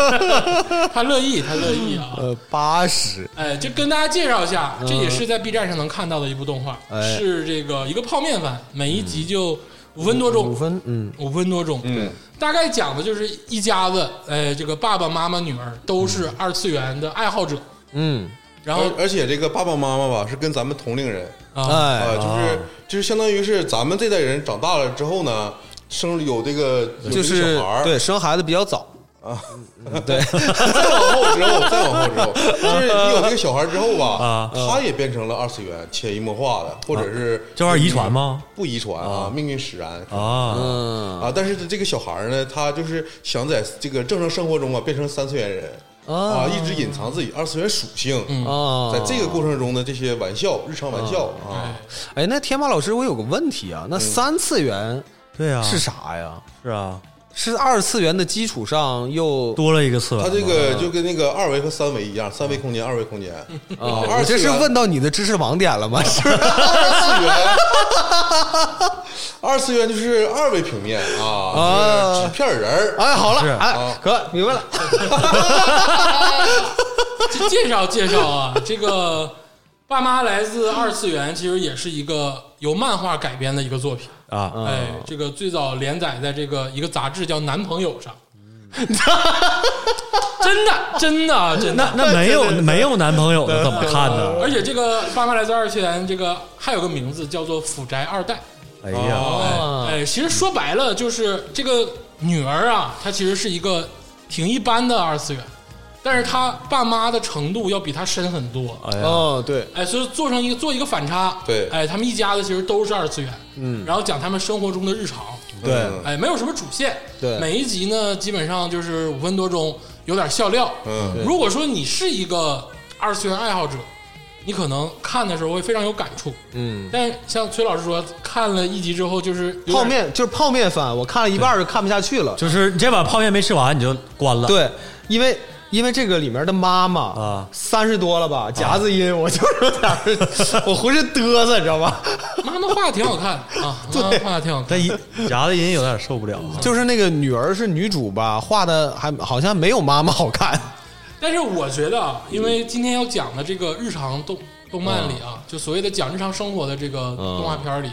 Speaker 2: 他乐意，他乐意啊。
Speaker 4: 呃，八十，
Speaker 2: 哎，就跟大家介绍一下，这也是在 B 站上能看到的一部动画，
Speaker 4: 嗯哎嗯
Speaker 2: 是这个一个泡面番，每一集就五分多钟，
Speaker 4: 五分，嗯，
Speaker 2: 五分多钟，嗯，大概讲的就是一家子，哎，这个爸爸妈妈、女儿都是二次元的爱好者，
Speaker 4: 嗯，
Speaker 2: 然后
Speaker 3: 而而且这个爸爸妈妈吧是跟咱们同龄人
Speaker 2: 啊，
Speaker 4: 哎，
Speaker 3: 啊，
Speaker 5: 哦
Speaker 3: 就是就是相当于是咱们这代人长大了之后呢，生有这个有这
Speaker 4: 就
Speaker 3: 个
Speaker 4: 是
Speaker 3: 小孩儿，
Speaker 4: 对生孩子比较早啊， (laughs) 对，
Speaker 3: 再往后之后，再往后之后，就是
Speaker 5: (laughs)
Speaker 3: 你有这个小孩之后吧
Speaker 5: 啊，
Speaker 3: 他也变成了二次元，潜移默化的，或者是
Speaker 5: 这玩意儿遗传吗？
Speaker 3: 不遗传啊，命运使然
Speaker 5: 啊，
Speaker 4: 嗯
Speaker 3: 啊。但是这个小孩儿呢，他就是想在这个正常生活中啊，变成三次元人
Speaker 5: 哦
Speaker 3: 啊，一直隐藏自己二次元属性。
Speaker 5: 嗯
Speaker 4: 啊，
Speaker 3: 在这个过程中的这些玩笑，日常玩笑
Speaker 5: 哦
Speaker 3: 啊，
Speaker 4: 哎，那天马老师，我有个问题啊，
Speaker 3: 嗯
Speaker 4: 那三次元
Speaker 5: 对啊，
Speaker 4: 是啥呀？
Speaker 5: 是啊，
Speaker 4: 是二次元的基础上又
Speaker 5: 多了一个次
Speaker 3: 他
Speaker 5: 元。
Speaker 3: 啊这个就跟那个二维和三维一样，三维空间、二维空间
Speaker 4: 啊，
Speaker 3: 啊，
Speaker 4: 我
Speaker 3: 二
Speaker 4: 这
Speaker 3: 次
Speaker 4: 是
Speaker 3: 元
Speaker 4: 问到你的知识网点了吗？ (laughs) 是不是
Speaker 3: 二次元， (laughs) 二次元就是二维平面啊，就是纸片人儿
Speaker 4: 哎，好了
Speaker 5: 是，
Speaker 4: 哎
Speaker 3: 啊，
Speaker 4: 哥明白了，
Speaker 2: 这介绍介绍啊，这个《爸妈来自二次元》其实也是一个由漫画改编的一个作品，
Speaker 5: 啊，
Speaker 2: 哎，这个最早连载在这个一个杂志叫《男朋友》上，真的真的啊真的，
Speaker 5: 那没有没有男朋友的怎么看呢？
Speaker 2: 而且这个《爸妈来自二次元》这个还有个名字叫做《腐宅二代》。
Speaker 5: 哎呀，
Speaker 3: 哦
Speaker 4: 啊
Speaker 2: 哎，其实说白了就是这个女儿啊，她其实是一个挺一般的二次元，但是她爸妈的程度要比她深很多。
Speaker 5: 哎呀，
Speaker 4: 哦，对，
Speaker 2: 哎，所以做成一个做一个反差，
Speaker 3: 对
Speaker 2: 哎，他们一家子其实都是二次元，嗯，然后讲他们生活中的日常，
Speaker 4: 对
Speaker 3: 嗯
Speaker 2: 哎，没有什么主线，
Speaker 4: 对
Speaker 2: 每一集呢基本上就是五分多钟，有点笑料，
Speaker 3: 嗯，
Speaker 2: 如果说你是一个二次元爱好者，你可能看的时候会非常有感触，
Speaker 4: 嗯，
Speaker 2: 但是像崔老师说，看了一集之后就是有点
Speaker 4: 泡面就是泡面番，我看了一半儿就看不下去了。
Speaker 5: 就是你这碗泡面没吃完你就关了。
Speaker 4: 对，因为因为这个里面的妈妈
Speaker 5: 啊
Speaker 4: 三十多了吧，夹子音，我就是有点儿， (laughs) 我浑身嘚瑟，你知道吧？
Speaker 2: 妈妈画的挺好看啊，妈妈画的挺好看。
Speaker 5: 但一夹的人有点受不了。
Speaker 4: 就是那个女儿是女主吧，画的还好像没有妈妈好看。
Speaker 2: 但是我觉得啊，因为今天要讲的这个日常动动漫里
Speaker 3: 嗯
Speaker 2: 啊，就所谓的讲日常生活的这个动画片儿里，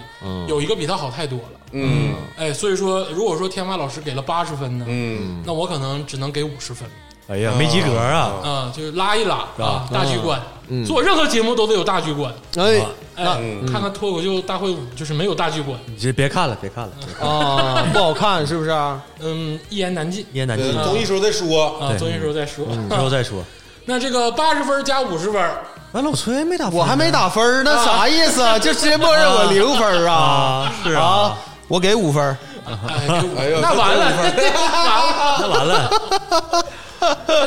Speaker 2: 有一个比它好太多了。
Speaker 3: 嗯
Speaker 2: 哎，所以说，如果说天发老师给了八十分呢，
Speaker 3: 嗯，
Speaker 2: 那我可能只能给五十分
Speaker 5: 哎呀，没及格
Speaker 4: 哦
Speaker 5: 啊！
Speaker 3: 嗯
Speaker 2: 啊，就是拉一拉啊
Speaker 5: 啊，
Speaker 2: 大局观。做任何节目都得有大局观。
Speaker 4: 哎
Speaker 2: 哎，
Speaker 3: 嗯
Speaker 2: 看看脱口秀大会五，就是没有大局观，
Speaker 5: 你这别看了，别看了，别看了
Speaker 4: 啊，不好看是不啊是？
Speaker 2: 嗯，一言难尽
Speaker 5: 一言难尽。
Speaker 3: 呃综艺时候再说，
Speaker 2: 啊。
Speaker 5: 对
Speaker 2: 综艺时候再说。
Speaker 5: 之
Speaker 3: 嗯
Speaker 5: 后再说。
Speaker 2: (laughs) 那这个八十分加五十分，
Speaker 5: 完，老崔没打分呢，
Speaker 4: 我还没打分儿 (laughs) 呢，啥意思啊？就直接默认我零分儿啊
Speaker 5: 啊？是啊
Speaker 4: 啊，我给五分儿。
Speaker 2: 哎，给五
Speaker 3: (laughs) 哎呀
Speaker 2: (laughs) 那完了，
Speaker 3: 这
Speaker 2: 完了。
Speaker 5: 那完了。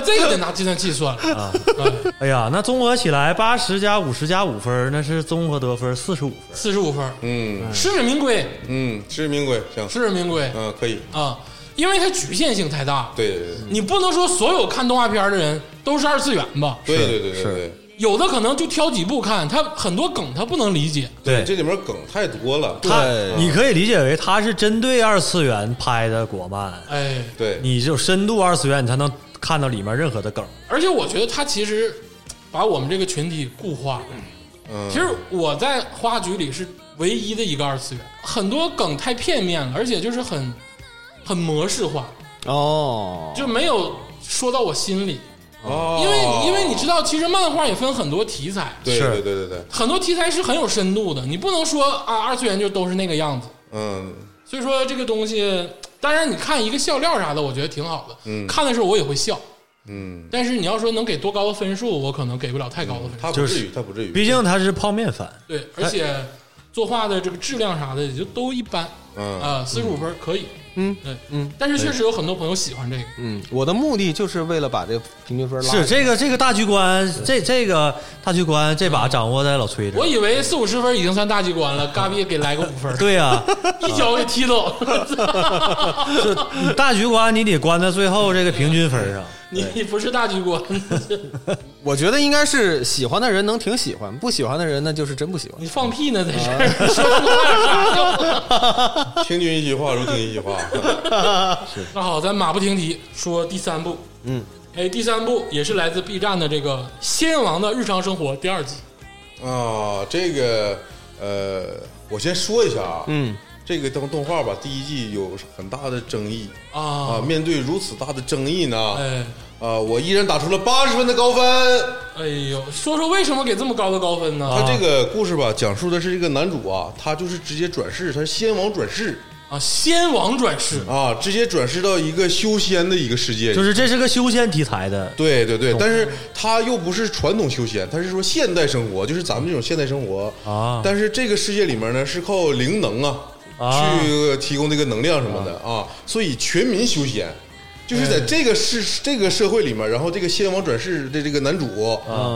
Speaker 2: 这个得拿计算器算了啊！
Speaker 5: 哎呀，那综合起来八十加五十加五分儿，那是综合得分四十五分。
Speaker 2: 四十五分，
Speaker 3: 嗯
Speaker 2: 实至名归，
Speaker 3: 嗯，实至名归，行，
Speaker 2: 实至名归
Speaker 3: 嗯，可以，
Speaker 2: 啊！因为它局限性太大，
Speaker 3: 对对
Speaker 2: 你不能说所有看动画片的人都是二次元吧？
Speaker 3: 对对对对对对
Speaker 2: 有的可能就挑几部看，他很多梗他不能理解，
Speaker 3: 对，这里面梗太多了，
Speaker 5: 他
Speaker 4: 对
Speaker 5: 你可以理解为他是针对二次元拍的国漫，
Speaker 2: 哎，
Speaker 3: 对，
Speaker 5: 你只有深度二次元，你才能看到里面任何的梗。
Speaker 2: 而且我觉得他其实把我们这个群体固化了。
Speaker 3: 嗯
Speaker 2: 其实我在花局里是唯一的一个二次元，很多梗太片面了，而且就是很很模式化，
Speaker 4: 哦，
Speaker 2: 就没有说到我心里。
Speaker 3: 哦，
Speaker 2: 因为因为你知道，其实漫画也分很多题材，
Speaker 3: 对
Speaker 5: 是
Speaker 3: 对对对对，
Speaker 2: 很多题材是很有深度的，你不能说啊二次元就都是那个样子。
Speaker 3: 嗯
Speaker 2: 所以说这个东西，当然你看一个笑料啥的，我觉得挺好的。
Speaker 3: 嗯
Speaker 2: 看的时候我也会笑，
Speaker 3: 嗯，
Speaker 2: 但是你要说能给多高的分数，我可能给不了太高的分数。
Speaker 3: 他不至于，他不至于，
Speaker 5: 毕竟他是泡面番，
Speaker 2: 对，而且作画的这个质量啥的也就都一般
Speaker 3: 嗯
Speaker 2: 啊，四十五分可以。
Speaker 4: 嗯
Speaker 2: 对，嗯，但是确实有很多朋友喜欢这个。
Speaker 4: 嗯，我的目的就是为了把这平均分拉。
Speaker 5: 是这个这个大局观，这这个大局观这把掌握在老崔这
Speaker 2: 我
Speaker 5: 儿。
Speaker 2: 以为四五十分已经算大局观了，嘎逼给来个五
Speaker 5: (laughs)
Speaker 2: 分，
Speaker 5: 对呀、
Speaker 2: 一脚给踢走。
Speaker 5: 你大局观你得关到最后这个平均分上。
Speaker 2: 你你不是大局观，
Speaker 4: 我觉得应该是喜欢的人能挺喜欢，不喜欢的人那就是真不喜欢。
Speaker 2: 你放屁呢在这儿，说出话啥呀？
Speaker 3: 听君一席话，如听一席话，
Speaker 2: 那好，咱马不停蹄说第三部，嗯，哎，第三部也是来自 B 站的这个《仙王的日常生活》第二季，
Speaker 3: 啊，这个呃，我先说一下啊，嗯，这个动动画吧，第一季有很大的争议
Speaker 2: 啊
Speaker 3: 啊，面对如此大的争议呢，
Speaker 2: 哎
Speaker 3: 啊，我依然打出了八十分的高分。
Speaker 2: 哎呦，说说为什么给这么高的高分呢？
Speaker 3: 他这个故事吧，讲述的是这个男主啊，他就是直接转世，他是仙王转世
Speaker 2: 啊，仙王转世，
Speaker 3: 啊，直接转世到一个修仙的一个世界里，
Speaker 5: 就是这是个修仙题材的，
Speaker 3: 对对对，但是他又不是传统修仙，他是说现代生活，就是咱们这种现代生活
Speaker 5: 啊
Speaker 3: 但是这个世界里面呢，是靠灵能啊，
Speaker 5: 啊
Speaker 3: 去提供这个能量什么的啊，哎所以全民修仙。就是在这个世、这个社会里面，然后这个仙王转世的这个男主、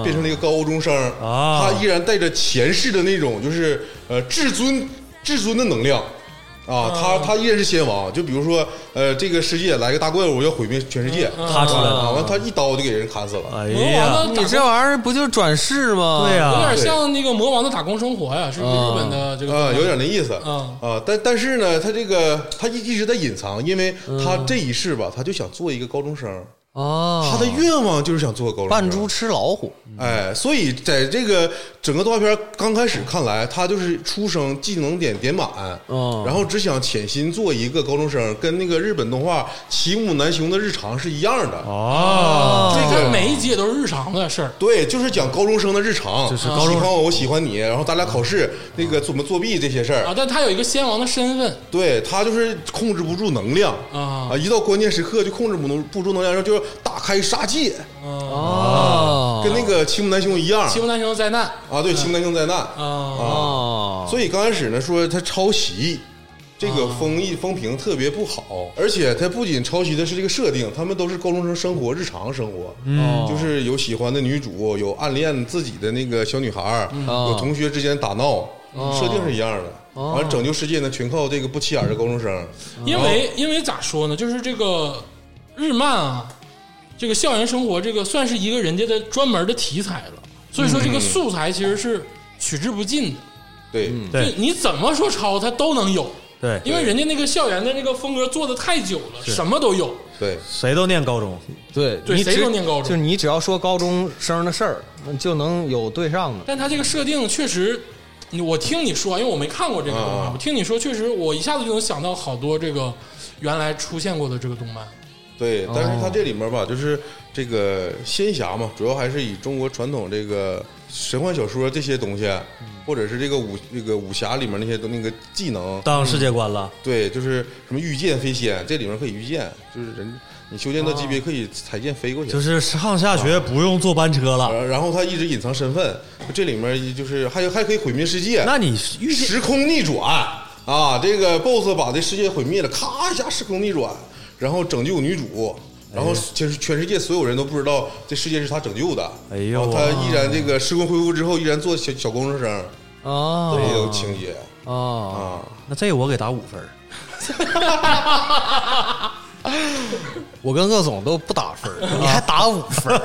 Speaker 3: 变成了一个高中生
Speaker 5: 啊
Speaker 3: 他依然带着前世的那种就是呃至尊至尊的能量啊，他他依然是仙王。就比如说呃这个世界来个大怪物要毁灭全世界，
Speaker 5: 他出来
Speaker 3: 啊，
Speaker 5: 了。
Speaker 3: 完他一刀就给人砍死了。
Speaker 5: 嗯哎
Speaker 2: 魔
Speaker 5: 呀，
Speaker 2: 王的
Speaker 4: 你这玩意儿不就是转世吗？
Speaker 5: 对呀、
Speaker 2: 啊有点像那个魔王的打工生活呀，是日本的这个
Speaker 3: 啊、有点那意思
Speaker 2: 嗯
Speaker 3: 啊，但但是呢，他这个他一一直在隐藏，因为他
Speaker 5: 嗯
Speaker 3: 这一世吧，他就想做一个高中生，
Speaker 5: 啊
Speaker 4: 哦，
Speaker 3: 他的愿望就是想做个高中生。
Speaker 4: 扮猪吃老虎，
Speaker 3: 哎，所以在这个整个动画片刚开始看来，他就是出生技能点点满，
Speaker 5: 嗯
Speaker 4: 哦
Speaker 3: 然后只想潜心做一个高中生，跟那个日本动画《骑木南雄的日常》是一样的。
Speaker 5: 哦，
Speaker 2: 这
Speaker 3: 这个
Speaker 2: 个每一集也都是日常的事儿，
Speaker 3: 对，就是讲高中生的日常，
Speaker 5: 就是高中嗯
Speaker 3: 喜欢我，我喜欢你，然后咱俩考试，那个怎么作弊这些事儿
Speaker 2: 啊，，但他有一个仙王的身份
Speaker 3: 对他就是控制不住能量
Speaker 2: 啊
Speaker 3: 一到关键时刻就控制不能不住能量，然后就是大开杀戒，
Speaker 2: 啊，
Speaker 4: 哦
Speaker 3: 跟那个骑木南雄一样
Speaker 2: 欺负男生灾难
Speaker 3: 啊，对，骑木南雄灾难
Speaker 2: 啊，
Speaker 3: 啊，
Speaker 4: 哦，
Speaker 3: 所以刚开始呢说他抄袭。这个
Speaker 2: 啊
Speaker 3: 风译风评特别不好，而且他不仅抄袭的是这个设定，他们都是高中生生活日常生活，
Speaker 4: 嗯
Speaker 3: 就是有喜欢的女主，有暗恋自己的那个小女孩儿，
Speaker 2: 嗯
Speaker 3: 有同学之间打闹，设定是一样的。
Speaker 2: 哦
Speaker 3: 完了拯救世界呢，全靠这个不起眼的高中生，
Speaker 5: 嗯
Speaker 2: 因
Speaker 5: 哦
Speaker 2: 为因为咋说呢，就是这个日漫啊，这个校园生活这个算是一个人家的专门的题材了，所以说这个素材其实是取之不尽的，
Speaker 3: 对，
Speaker 5: 对
Speaker 2: 就你怎么说抄它都能有，
Speaker 5: 对，
Speaker 2: 因为人家那个校园的那个风格做的太久了，什么都有，
Speaker 3: 对，
Speaker 5: 谁都念高中，
Speaker 4: 对，
Speaker 2: 对
Speaker 4: 你
Speaker 2: 谁
Speaker 4: 只
Speaker 2: 都念高中
Speaker 4: 就是你只要说高中生的事儿，就能有对上的。
Speaker 2: 但它这个设定确实。我听你说，因为我没看过这个动漫，
Speaker 3: 啊
Speaker 2: 我听你说，确实我一下子就能想到好多这个原来出现过的这个动漫。
Speaker 3: 对，但
Speaker 5: 哦
Speaker 3: 是它这里面吧，就是这个仙侠嘛，主要还是以中国传统这个神幻小说这些东西，啊
Speaker 5: 嗯
Speaker 3: 或者是这个武这个武侠里面那些东那个技能，
Speaker 5: 当世界观
Speaker 2: 嗯
Speaker 5: 了。
Speaker 3: 对，就是什么御剑飞仙，这里面可以御剑，就是人你修炼到级别可以踩剑飞过去，
Speaker 5: 哦就是上下学不用坐班车了，
Speaker 3: 然然后他一直隐藏身份，这里面就是还有还可以毁灭世界，
Speaker 5: 那你遇见
Speaker 3: (laughs) 时空逆转啊！这个 BOSS 把这世界毁灭了，咔一下时空逆转，然后拯救女主，然后全全世界所有人都不知道这世界是他拯救的。
Speaker 5: 哎呦
Speaker 3: 然后他依然这个时空恢复之后，依然做小小高中生，
Speaker 4: 哦
Speaker 3: 这也有哎情节啊。
Speaker 4: 哦，
Speaker 5: 那这个我给打五分儿，
Speaker 4: 我跟鄂总都不打分儿，你还打五分儿，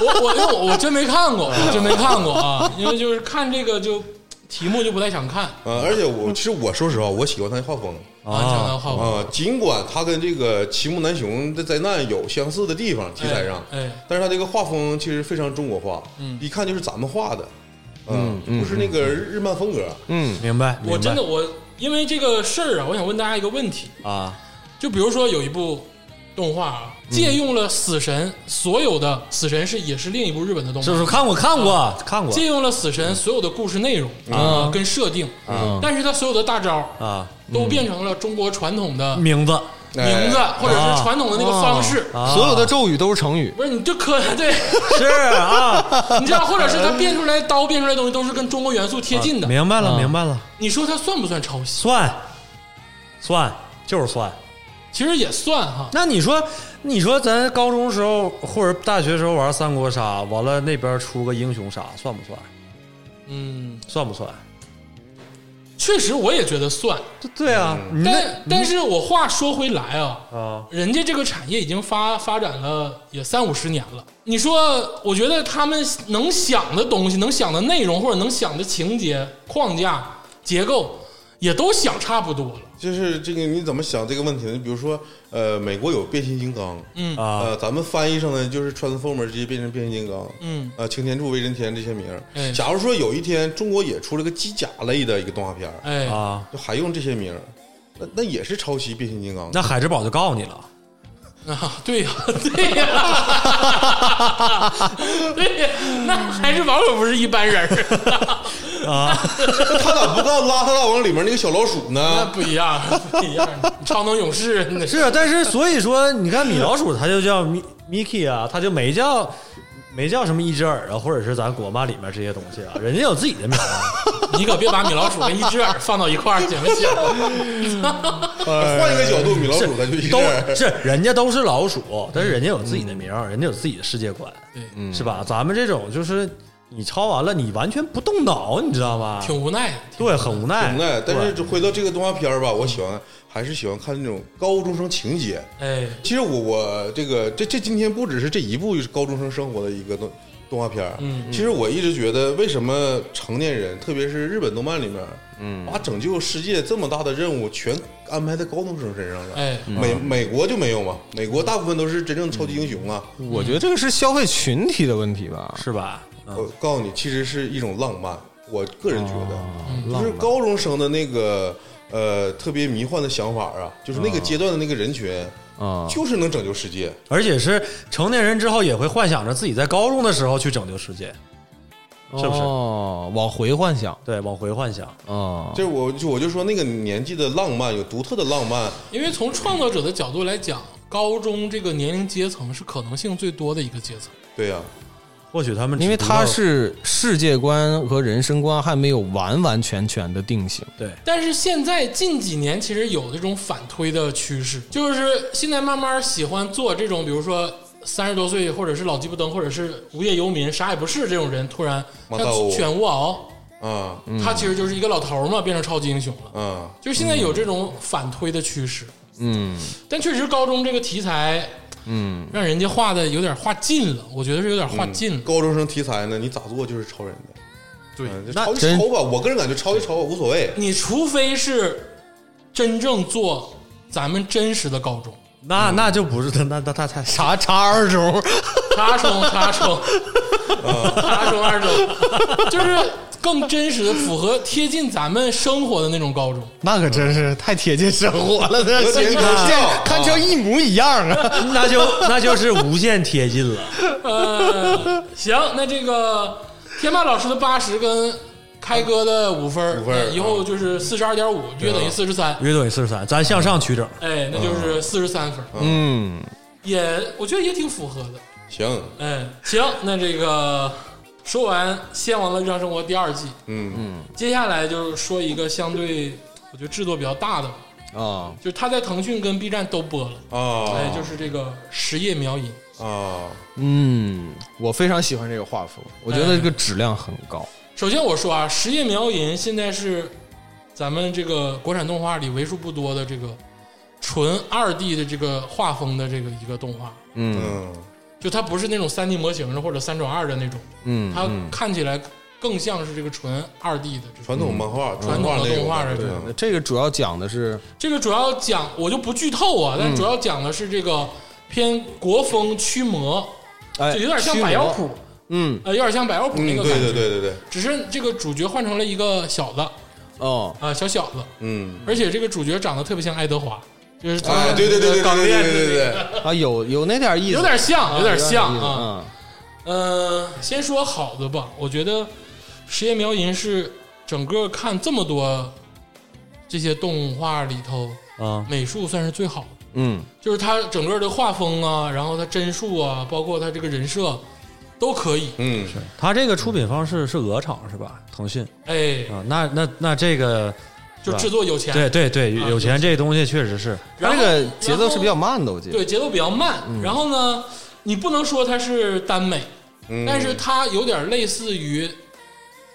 Speaker 2: 我我因为我我真没看过，我真没看过啊，因为就是看这个就题目就不太想看啊，
Speaker 3: 啊，而且我其实我说实话，我喜欢他的画风
Speaker 2: 讲的
Speaker 5: 哦
Speaker 2: 好
Speaker 3: 啊，尽管他跟这个《齐木南雄的灾难》有相似的地方，题材上，
Speaker 2: 哎哎
Speaker 3: 但是他这个画风其实非常中国化，嗯，一看就是咱们画的，嗯，不是那个日漫风格，
Speaker 5: 明白？
Speaker 2: 嗯我真的
Speaker 5: 明
Speaker 2: 我因为这个事儿啊，我想问大家一个问题，
Speaker 5: 白啊，
Speaker 2: 就比如说有一部动画啊，
Speaker 5: 嗯
Speaker 2: 借用了《死神》所有的《死神》是也是另一部日本的动画，
Speaker 5: 是不是看过看过看过
Speaker 2: 借用了死神所有的故事内容啊、跟设定，但是他所有的大招
Speaker 5: 啊？
Speaker 2: 都变成了中国传统的
Speaker 5: 名字
Speaker 3: 哎
Speaker 2: 名字，或者是传统的那个方式。
Speaker 5: 哎啊
Speaker 4: 所有的咒语都是成语，
Speaker 2: 不是你这可对，
Speaker 5: 是 (laughs) 啊，
Speaker 2: (laughs) 你知道，或者是他变出来刀变出来的东西都是跟中国元素贴近的。
Speaker 5: 明白了
Speaker 4: 啊
Speaker 5: 明白了，
Speaker 2: 你说他算不算抄袭？
Speaker 5: 嗯算算就是算。
Speaker 2: 其实也算哈。
Speaker 5: 那你说，你说咱高中时候或者大学时候玩三国杀，完了那边出个英雄杀，算不算？
Speaker 2: 嗯，
Speaker 5: 算不算？
Speaker 2: 确实我也觉得算，
Speaker 5: 对对啊，你那
Speaker 2: 但但是我话说回来啊，
Speaker 5: 啊，
Speaker 2: 人家这个产业已经发发展了也三五十年了。你说，我觉得他们能想的东西、能想的内容或者能想的情节、框架、结构，也都想差不多了。
Speaker 3: 就是这个，你怎么想这个问题呢？比如说，呃，美国有变形金刚，
Speaker 2: 嗯
Speaker 5: 啊
Speaker 3: 呃，咱们翻译上呢就是 Transformer 直接变成变形金刚，
Speaker 2: 嗯，
Speaker 3: 呃，擎天柱、威震天这些名儿
Speaker 2: 哎
Speaker 3: 假如说有一天中国也出了个机甲类的一个动画片儿，
Speaker 2: 哎，
Speaker 5: 啊，
Speaker 3: 就还用这些名儿，那那也是抄袭变形金刚的。
Speaker 5: 那海之宝就告你了。
Speaker 2: 啊， (laughs) 对呀、对
Speaker 5: (laughs)
Speaker 2: 呀、对呀、那还是网友不是一般人儿，
Speaker 3: 他咋不告邋遢大王里面那个小老鼠
Speaker 2: 那
Speaker 3: 呢？
Speaker 2: 不一样，不一样，超能勇士那
Speaker 5: 是，啊，但是所以说，你看米老鼠，它就叫米 Mickey 啊，它就没叫没叫什么一只耳啊，或者是咱国漫里面这些东西啊，人家有自己的名儿。
Speaker 2: 你可别把米老鼠跟一只耳放到一块儿，行不行？
Speaker 3: 换一个角度，米老
Speaker 5: 是
Speaker 3: 鼠他 (laughs) 就一个人
Speaker 5: 都是人家都是老鼠，但是人家有自己的
Speaker 3: 嗯
Speaker 5: 名儿，人家有自己的世界观，
Speaker 2: 对
Speaker 5: 是吧？咱们这种就是你抄完了，你完全不动脑，你知道吗？
Speaker 2: 挺无奈的。
Speaker 5: 对，很无奈，
Speaker 3: 无奈。但是
Speaker 5: 对
Speaker 3: 就回到这个动画片儿吧，我喜欢还是喜欢看那种高中生情节。
Speaker 2: 哎，
Speaker 3: 其实我我这个这这今天不只是这一部高中生生活的一个动动画片儿，
Speaker 2: 嗯
Speaker 3: 其实我一直觉得为什么成年人，特别是日本动漫里面，嗯，把拯救世界这么大的任务全安排在高中生身上了，
Speaker 2: 哎
Speaker 3: 美美国就没有嘛，美国大部分都是真正的超级英雄啊，
Speaker 4: 我觉得这个是消费群体的问题吧。
Speaker 5: 是吧？
Speaker 3: 我呃告诉你，其实是一种浪漫。我个人觉
Speaker 2: 嗯
Speaker 3: 得，就是高中生的那个呃特别迷幻的想法啊，就是那个阶段的那个人群，
Speaker 4: 啊，
Speaker 3: 就是能拯救世界。
Speaker 5: 而且是成年人之后也会幻想着自己在高中的时候去拯救世界，是不是
Speaker 4: 哦，往回幻想
Speaker 5: 对，往回幻想。
Speaker 4: 啊，
Speaker 3: 就是我就我就说那个年纪的浪漫，有独特的浪漫。
Speaker 2: 因为从创作者的角度来讲，高中这个年龄阶层是可能性最多的一个阶层。
Speaker 3: 对呀、
Speaker 5: 或许他们只
Speaker 4: 因为
Speaker 5: 不知道
Speaker 4: 它是世界观和人生观还没有完完全全的定型。
Speaker 5: 对
Speaker 2: 但是现在近几年其实有这种反推的趋势，就是现在慢慢喜欢做这种，比如说三十多岁或者是老鸡巴灯，或者是无业游民，啥也不是这种人，突然
Speaker 3: 马
Speaker 2: 像
Speaker 3: 大欧
Speaker 2: 犬无敖，
Speaker 3: 啊，嗯
Speaker 2: 他其实就是一个老头儿嘛，变成超级英雄了。
Speaker 3: 啊，
Speaker 2: 就是现在有这种反推的趋势，
Speaker 4: 嗯
Speaker 2: 但确实高中这个题材
Speaker 4: 嗯，
Speaker 2: 让人家画的有点画近了，我觉得是有点画近了。
Speaker 3: 高中生题材呢，你咋做就是超人的。
Speaker 2: 对
Speaker 3: 嗯就
Speaker 4: 那
Speaker 3: 抄一
Speaker 4: 真
Speaker 3: 抄吧，我个人感觉抄一抄吧无所谓。
Speaker 2: 你除非是真正做咱们真实的高中，
Speaker 5: 那那就不是他，那那他他
Speaker 4: 查查二中，
Speaker 2: 插
Speaker 4: (laughs)
Speaker 2: 充插充，插充二
Speaker 4: (laughs)
Speaker 2: 中，就是更真实的符合贴近咱们生活的那种高中。
Speaker 4: 那可真是呃太贴近生活了，这
Speaker 3: 有点搞笑啊
Speaker 4: 看成一模一样啊！
Speaker 5: (laughs) 那就那就是无限贴近了。
Speaker 2: 呃，行，那这个天霸老师的八十跟开哥的五分儿，
Speaker 3: 五分儿嗯
Speaker 2: 那以后就是四十二点五，约等于四十三。
Speaker 5: 约等于四十三，咱向上取整。
Speaker 2: 哎，那就是四十三分儿，
Speaker 4: 嗯，
Speaker 2: 也我觉得也挺符合的。
Speaker 3: 行，
Speaker 2: 哎，行，那这个说完《仙王的日常生活》第二季，
Speaker 3: 嗯，
Speaker 2: 接下来就是说一个相对我觉得制作比较大的吧。
Speaker 4: 啊，
Speaker 2: 就是他在腾讯跟 B 站都播了，哎，
Speaker 3: 啊，
Speaker 2: 就是这个《十夜苗银》，
Speaker 3: 啊，
Speaker 4: 嗯，我非常喜欢这个画风，我觉得这个质量很高。
Speaker 2: 首先我说啊，《十夜苗银》现在是咱们这个国产动画里为数不多的这个纯二 D 的这个画风的这个一个动画，
Speaker 4: 嗯
Speaker 3: 嗯，
Speaker 2: 就它不是那种三 D 模型的或者三转二的那种，
Speaker 4: 嗯，
Speaker 2: 它
Speaker 4: 嗯
Speaker 2: 看起来更像是这个纯二 D 的这种。
Speaker 3: 传统漫画，
Speaker 2: 传统
Speaker 3: 画
Speaker 2: 的
Speaker 3: 那
Speaker 2: 动画
Speaker 3: 种
Speaker 2: 是
Speaker 3: 的，
Speaker 4: 这个主要讲的是
Speaker 2: 这个主要讲我就不剧透
Speaker 3: 嗯
Speaker 2: 啊，但主要讲的是这个偏国风驱魔，
Speaker 4: 哎，
Speaker 2: 就有点像
Speaker 4: 驱
Speaker 2: 百妖
Speaker 4: 魔，
Speaker 2: 谱，
Speaker 4: 嗯
Speaker 2: 呃，有点像百妖谱
Speaker 3: 嗯，
Speaker 2: 那
Speaker 3: 对
Speaker 2: 个感
Speaker 3: 对
Speaker 2: 觉。
Speaker 3: 对对对，
Speaker 2: 只是这个主角换成了一个小子，
Speaker 4: 哦，
Speaker 2: 啊，小小子，
Speaker 3: 嗯，
Speaker 2: 而且这个主角长得特别像爱德华，就是
Speaker 3: 哎，对对对对对
Speaker 2: 港
Speaker 3: 对
Speaker 2: 恋
Speaker 3: 对对对，哎
Speaker 4: 啊，有有那点意思，
Speaker 2: 有点像，有点像
Speaker 4: 意思
Speaker 2: 啊。
Speaker 4: 嗯
Speaker 2: 呃，先说好的吧，我觉得《实验苗银》是整个看这么多这些动画里头，
Speaker 5: 啊，
Speaker 2: 美术算是最好的。
Speaker 4: 嗯，
Speaker 2: 就是它整个的画风啊，然后它帧数啊，包括它这个人设都可以。
Speaker 3: 嗯，
Speaker 5: 他这个出品方式是鹅厂是吧？腾讯
Speaker 2: 哎，
Speaker 5: 啊，那那那这个
Speaker 2: 就制作有钱，
Speaker 5: 对对对，
Speaker 2: 啊
Speaker 5: 有钱这东西确实是
Speaker 4: 他
Speaker 2: 然
Speaker 4: 这
Speaker 2: 后
Speaker 4: 个节奏是比较
Speaker 2: 然后
Speaker 4: 嗯慢的，我记得。
Speaker 2: 对节奏比较慢。然后呢，你不能说它是耽美，
Speaker 3: 嗯
Speaker 2: 但是它有点类似于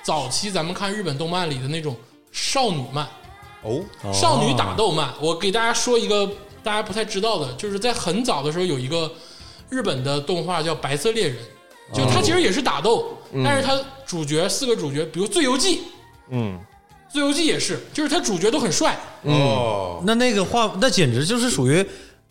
Speaker 2: 早期咱们看日本动漫里的那种少女漫。
Speaker 3: 哦，
Speaker 2: 少女打斗漫，我给大家说一个大家不太知道的，就是在很早的时候有一个日本的动画叫《白色猎人》，就它其实也是打斗，但是它主角四个主角，比如《醉游记》，
Speaker 4: 嗯，
Speaker 2: 《醉游记》也是，就是它主角都很帅，
Speaker 3: 哦，
Speaker 5: 那那个画，那简直就是属于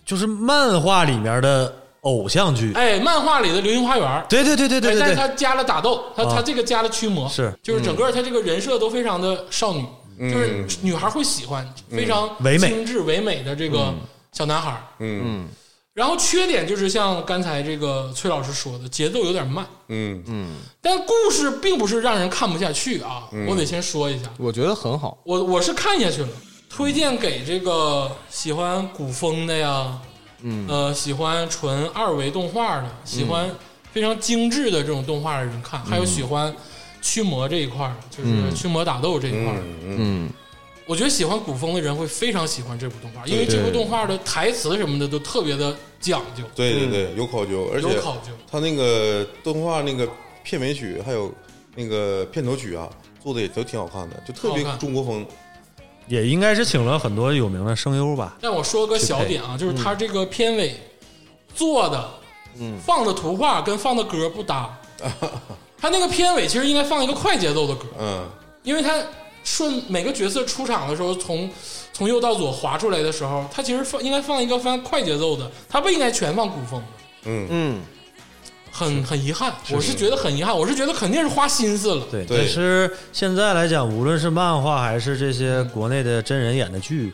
Speaker 5: 就是漫画里面的偶像剧。
Speaker 2: 哎，漫画里的《流星花园》。
Speaker 5: 对对对对对
Speaker 2: 哎但
Speaker 5: 对
Speaker 2: 是
Speaker 5: 对，
Speaker 2: 它加了打斗，它它这个加了驱魔，
Speaker 5: 是
Speaker 2: 就是整个它这个人设都非常的少女，就是女孩会喜欢，非常
Speaker 5: 嗯唯美
Speaker 2: 精致唯美的这个小男孩儿。
Speaker 3: 嗯
Speaker 2: 然后缺点就是像刚才这个崔老师说的，节奏有点慢，
Speaker 3: 嗯嗯
Speaker 2: 但故事并不是让人看不下去啊。我得先说一下，
Speaker 4: 我觉得很好。
Speaker 2: 我我是看下去了，推荐给这个喜欢古风的呀，嗯，呃，喜欢纯二维动画的，喜欢非常精致的这种动画的人看，还有喜欢驱魔这一块儿的，就是驱魔打斗这一块儿的。
Speaker 3: 嗯
Speaker 4: 嗯，
Speaker 2: 我觉得喜欢古风的人会非常喜欢这部动画，因为这部
Speaker 4: 对
Speaker 2: 动画的台词什么的都特别的讲究，
Speaker 3: 对对对，有考究，而且
Speaker 2: 嗯有考究。
Speaker 3: 他那个动画那个片尾曲还有那个片头曲啊，做的也都挺好看的，就特别
Speaker 2: 好看
Speaker 3: 中国风。
Speaker 5: 也应该是请了很多有名的声优吧？
Speaker 2: 但我说个小点啊，就是
Speaker 5: 嗯
Speaker 2: 它这个片尾做的，嗯，放的图画跟放的歌不
Speaker 5: (laughs)
Speaker 2: 搭。它那个片尾其实应该放一个快节奏的歌，
Speaker 3: 嗯
Speaker 2: 因为它顺每个角色出场的时候，从从右到左滑出来的时候，它其实放应该放一个放快节奏的，它不应该全放古风的。
Speaker 3: 嗯
Speaker 4: 嗯，
Speaker 2: 很很遗憾，我是觉得很遗憾，我是觉得肯定是花心思了。
Speaker 5: 对，
Speaker 3: 对
Speaker 5: 但是现在来讲，无论是漫画还是这些国内的真人演的剧，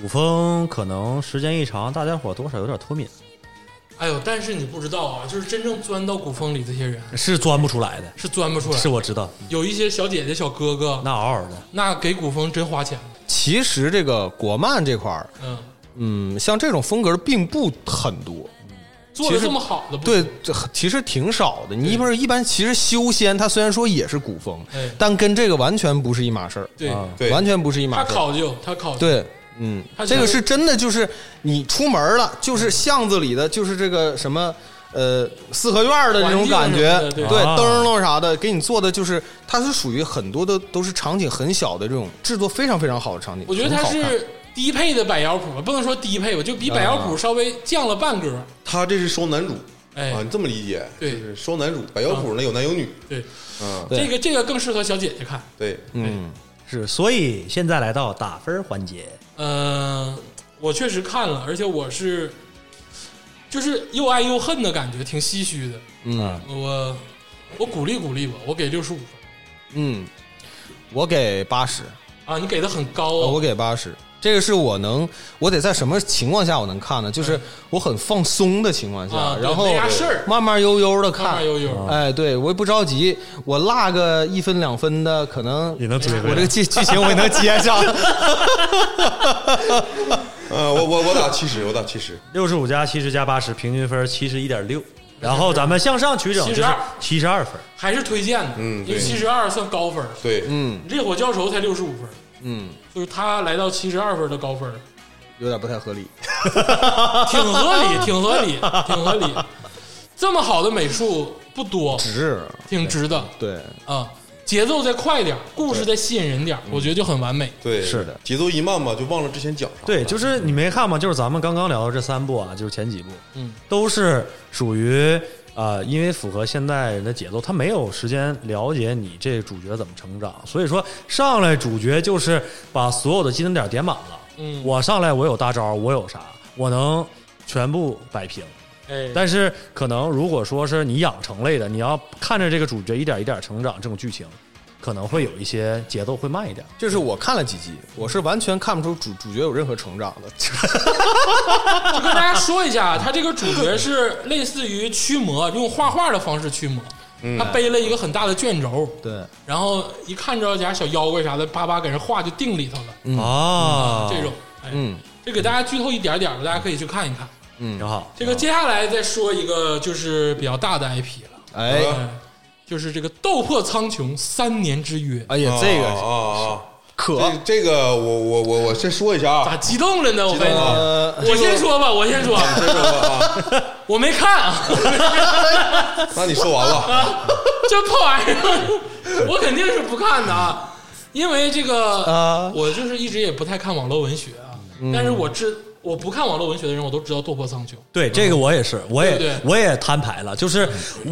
Speaker 5: 古风可能时间一长，大家伙多少有点脱敏，
Speaker 2: 哎呦，但是你不知道啊，就是真正钻到古风里这些人
Speaker 5: 是钻不出来的。
Speaker 2: 是钻不出来，
Speaker 5: 是我知道，
Speaker 2: 有一些小姐姐、小哥哥，
Speaker 5: 那嗷嗷的，
Speaker 2: 那给古风真花钱了。
Speaker 4: 其实这个国漫这块儿，
Speaker 2: 嗯，
Speaker 4: 嗯，像这种风格并不很多，
Speaker 2: 做的这么好的，不
Speaker 4: 对，这其实挺少的。你一般一般，其实修仙它虽然说也是古风
Speaker 2: 哎，
Speaker 4: 但跟这个完全不是一码事儿，
Speaker 2: 对，
Speaker 5: 啊
Speaker 3: 对
Speaker 4: 完全不是一
Speaker 2: 他
Speaker 4: 码事儿。
Speaker 2: 考究，他考究，
Speaker 4: 对，嗯
Speaker 2: 它，
Speaker 4: 这个
Speaker 2: 其实
Speaker 4: 是真的，就是你出门了，就是巷子里的，就是这个什么。呃，四合院儿的那种感觉
Speaker 2: 环境什么的，对
Speaker 5: 啊
Speaker 4: 灯笼啥的，给你做的就是，它是属于很多的都是场景很小的这种制作非常非常好的场景。
Speaker 2: 我觉得他
Speaker 4: 很好看啊
Speaker 2: 是低配的百妖谱吧，不能说低配吧，就比百妖谱稍微降了半格。
Speaker 3: 他这是双男主
Speaker 2: 哎
Speaker 3: 啊，你这么理解？
Speaker 2: 对啊
Speaker 3: 就是双男主，百妖谱呢有男有女。
Speaker 2: 对，
Speaker 3: 嗯，
Speaker 4: 对
Speaker 2: 这个这个更适合小姐姐看。
Speaker 3: 对，
Speaker 4: 嗯，
Speaker 5: 是，所以现在来到打分环节，
Speaker 2: 呃，我确实看了，而且我是就是又爱又恨的感觉，挺唏嘘的。
Speaker 4: 嗯
Speaker 2: 我我鼓励鼓励吧，我给六十五分
Speaker 4: 嗯，我给八十，
Speaker 2: 啊，你给的很高
Speaker 4: 我
Speaker 2: 哦。
Speaker 4: 给八十。这个是我能，我得在什么情况下我能看呢？就是我很放松的情况下，
Speaker 2: 嗯啊对
Speaker 4: 然后
Speaker 2: 没啥事儿啊
Speaker 4: 慢慢悠悠的看，
Speaker 2: 慢慢悠悠
Speaker 4: 哎，对我也不着急，我落个一分两分的，可能
Speaker 5: 也能追回来
Speaker 4: 我这个剧剧情我也能接
Speaker 5: (laughs)
Speaker 4: 上。
Speaker 3: 呃，我我我打七十，我打七十。
Speaker 5: 六十五加七十加八十，平均分七十一点六，然后咱们向上取整就是七十二分，
Speaker 2: 还是推荐的，
Speaker 3: 嗯
Speaker 2: 因为
Speaker 3: 对
Speaker 2: 七十二算高分儿。
Speaker 3: 对，
Speaker 4: 嗯
Speaker 2: 你这火教授才六十五分儿，
Speaker 4: 嗯，
Speaker 2: 就是他来到七十二分儿的高分儿。
Speaker 4: 有点不太合理。
Speaker 2: 挺合理，挺合理，挺合理。这么好的美术不多，
Speaker 4: 值，
Speaker 5: 啊
Speaker 2: 挺值的
Speaker 4: 对，
Speaker 2: 啊！节奏再快点儿，故事再吸引人点儿，我觉得就很完美。
Speaker 3: 对，
Speaker 4: 是的，
Speaker 3: 节奏一慢吧，就忘了之前讲啥。
Speaker 5: 对，就是你没看吗？就是咱们刚刚聊的这三部啊，就是前几部，
Speaker 2: 嗯，
Speaker 5: 都是属于啊、呃因为符合现代人的节奏，他没有时间了解你这主角怎么成长，所以说上来主角就是把所有的技能点点满了。
Speaker 2: 嗯
Speaker 5: 我上来我有大招，我有啥，我能全部摆平。
Speaker 4: 嗯
Speaker 2: 哎，
Speaker 5: 但是可能如果说是你养成类的，你要看着这个主角一点一点成长，这种剧情可能会有一些节奏会慢一点。
Speaker 4: 就是我看了几集，我是完全看不出主主角有任何成长的。
Speaker 5: (laughs)
Speaker 2: 就跟大家说一下，啊他这个主角是类似于驱魔，用画画的方式驱魔。他背了一个很大的卷轴，
Speaker 4: 嗯对，
Speaker 2: 然后一看着点小妖怪啥的，叭叭给人画就定里头了，
Speaker 5: 哦，
Speaker 2: 这种。哎，
Speaker 4: 嗯，
Speaker 2: 这给大家剧透一点点吧，大家可以去看一看。
Speaker 5: 挺嗯好。
Speaker 2: 这个接下来再说一个就是比较大的 IP 了，
Speaker 4: 哎，
Speaker 2: 哎，就是这个《斗破苍穹三年之约》
Speaker 4: 哎呀，这
Speaker 3: 啊
Speaker 5: 哦
Speaker 4: 个
Speaker 3: 啊啊！
Speaker 4: 可
Speaker 3: 这这个我我我我先说一下
Speaker 2: 咋
Speaker 3: 啊，
Speaker 2: 激动了呢？我跟你
Speaker 3: 激动
Speaker 2: 说，
Speaker 5: 哦
Speaker 4: 呃，
Speaker 2: 我先说吧，我先说，
Speaker 3: 这个啊，
Speaker 2: 我没看啊，
Speaker 3: 那你说完了，
Speaker 2: (laughs) 这破玩意儿，我肯定是不看的啊，因为这个
Speaker 4: 啊，
Speaker 2: 我就是一直也不太看网络文学啊，但是我知我不看网络文学的人，我都知道《斗破苍穹》。
Speaker 5: 对，这个我也是，我也
Speaker 2: 对不对
Speaker 5: 我也摊牌了，就是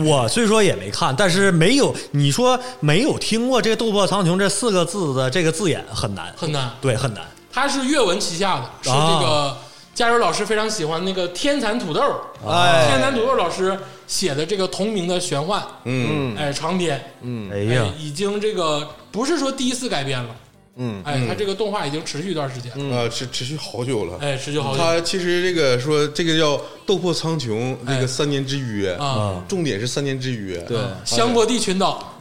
Speaker 5: 我虽说也没看，但是没有你说没有听过这个“斗破苍穹”这四个字的这个字眼很难，
Speaker 2: 很难
Speaker 5: 对，很难。
Speaker 2: 它是阅文旗下的，是
Speaker 5: 啊
Speaker 2: 这个加州老师非常喜欢那个天蚕土豆，
Speaker 4: 哎
Speaker 2: 天蚕土豆老师写的这个同名的玄幻，
Speaker 3: 嗯，
Speaker 2: 哎，长篇，
Speaker 5: 哎
Speaker 2: 哎，已经这个不是说第一次改编了，
Speaker 4: 嗯，
Speaker 2: 哎，它这个动画已经持续一段时间了，
Speaker 3: 啊，持持续好久了。
Speaker 2: 哎，持续好久
Speaker 3: 嗯他其实这个说这个叫斗破苍穹，这
Speaker 2: 哎
Speaker 3: 个三年之约
Speaker 2: 啊，
Speaker 3: 重点是三年之约。对
Speaker 2: 香波地群岛，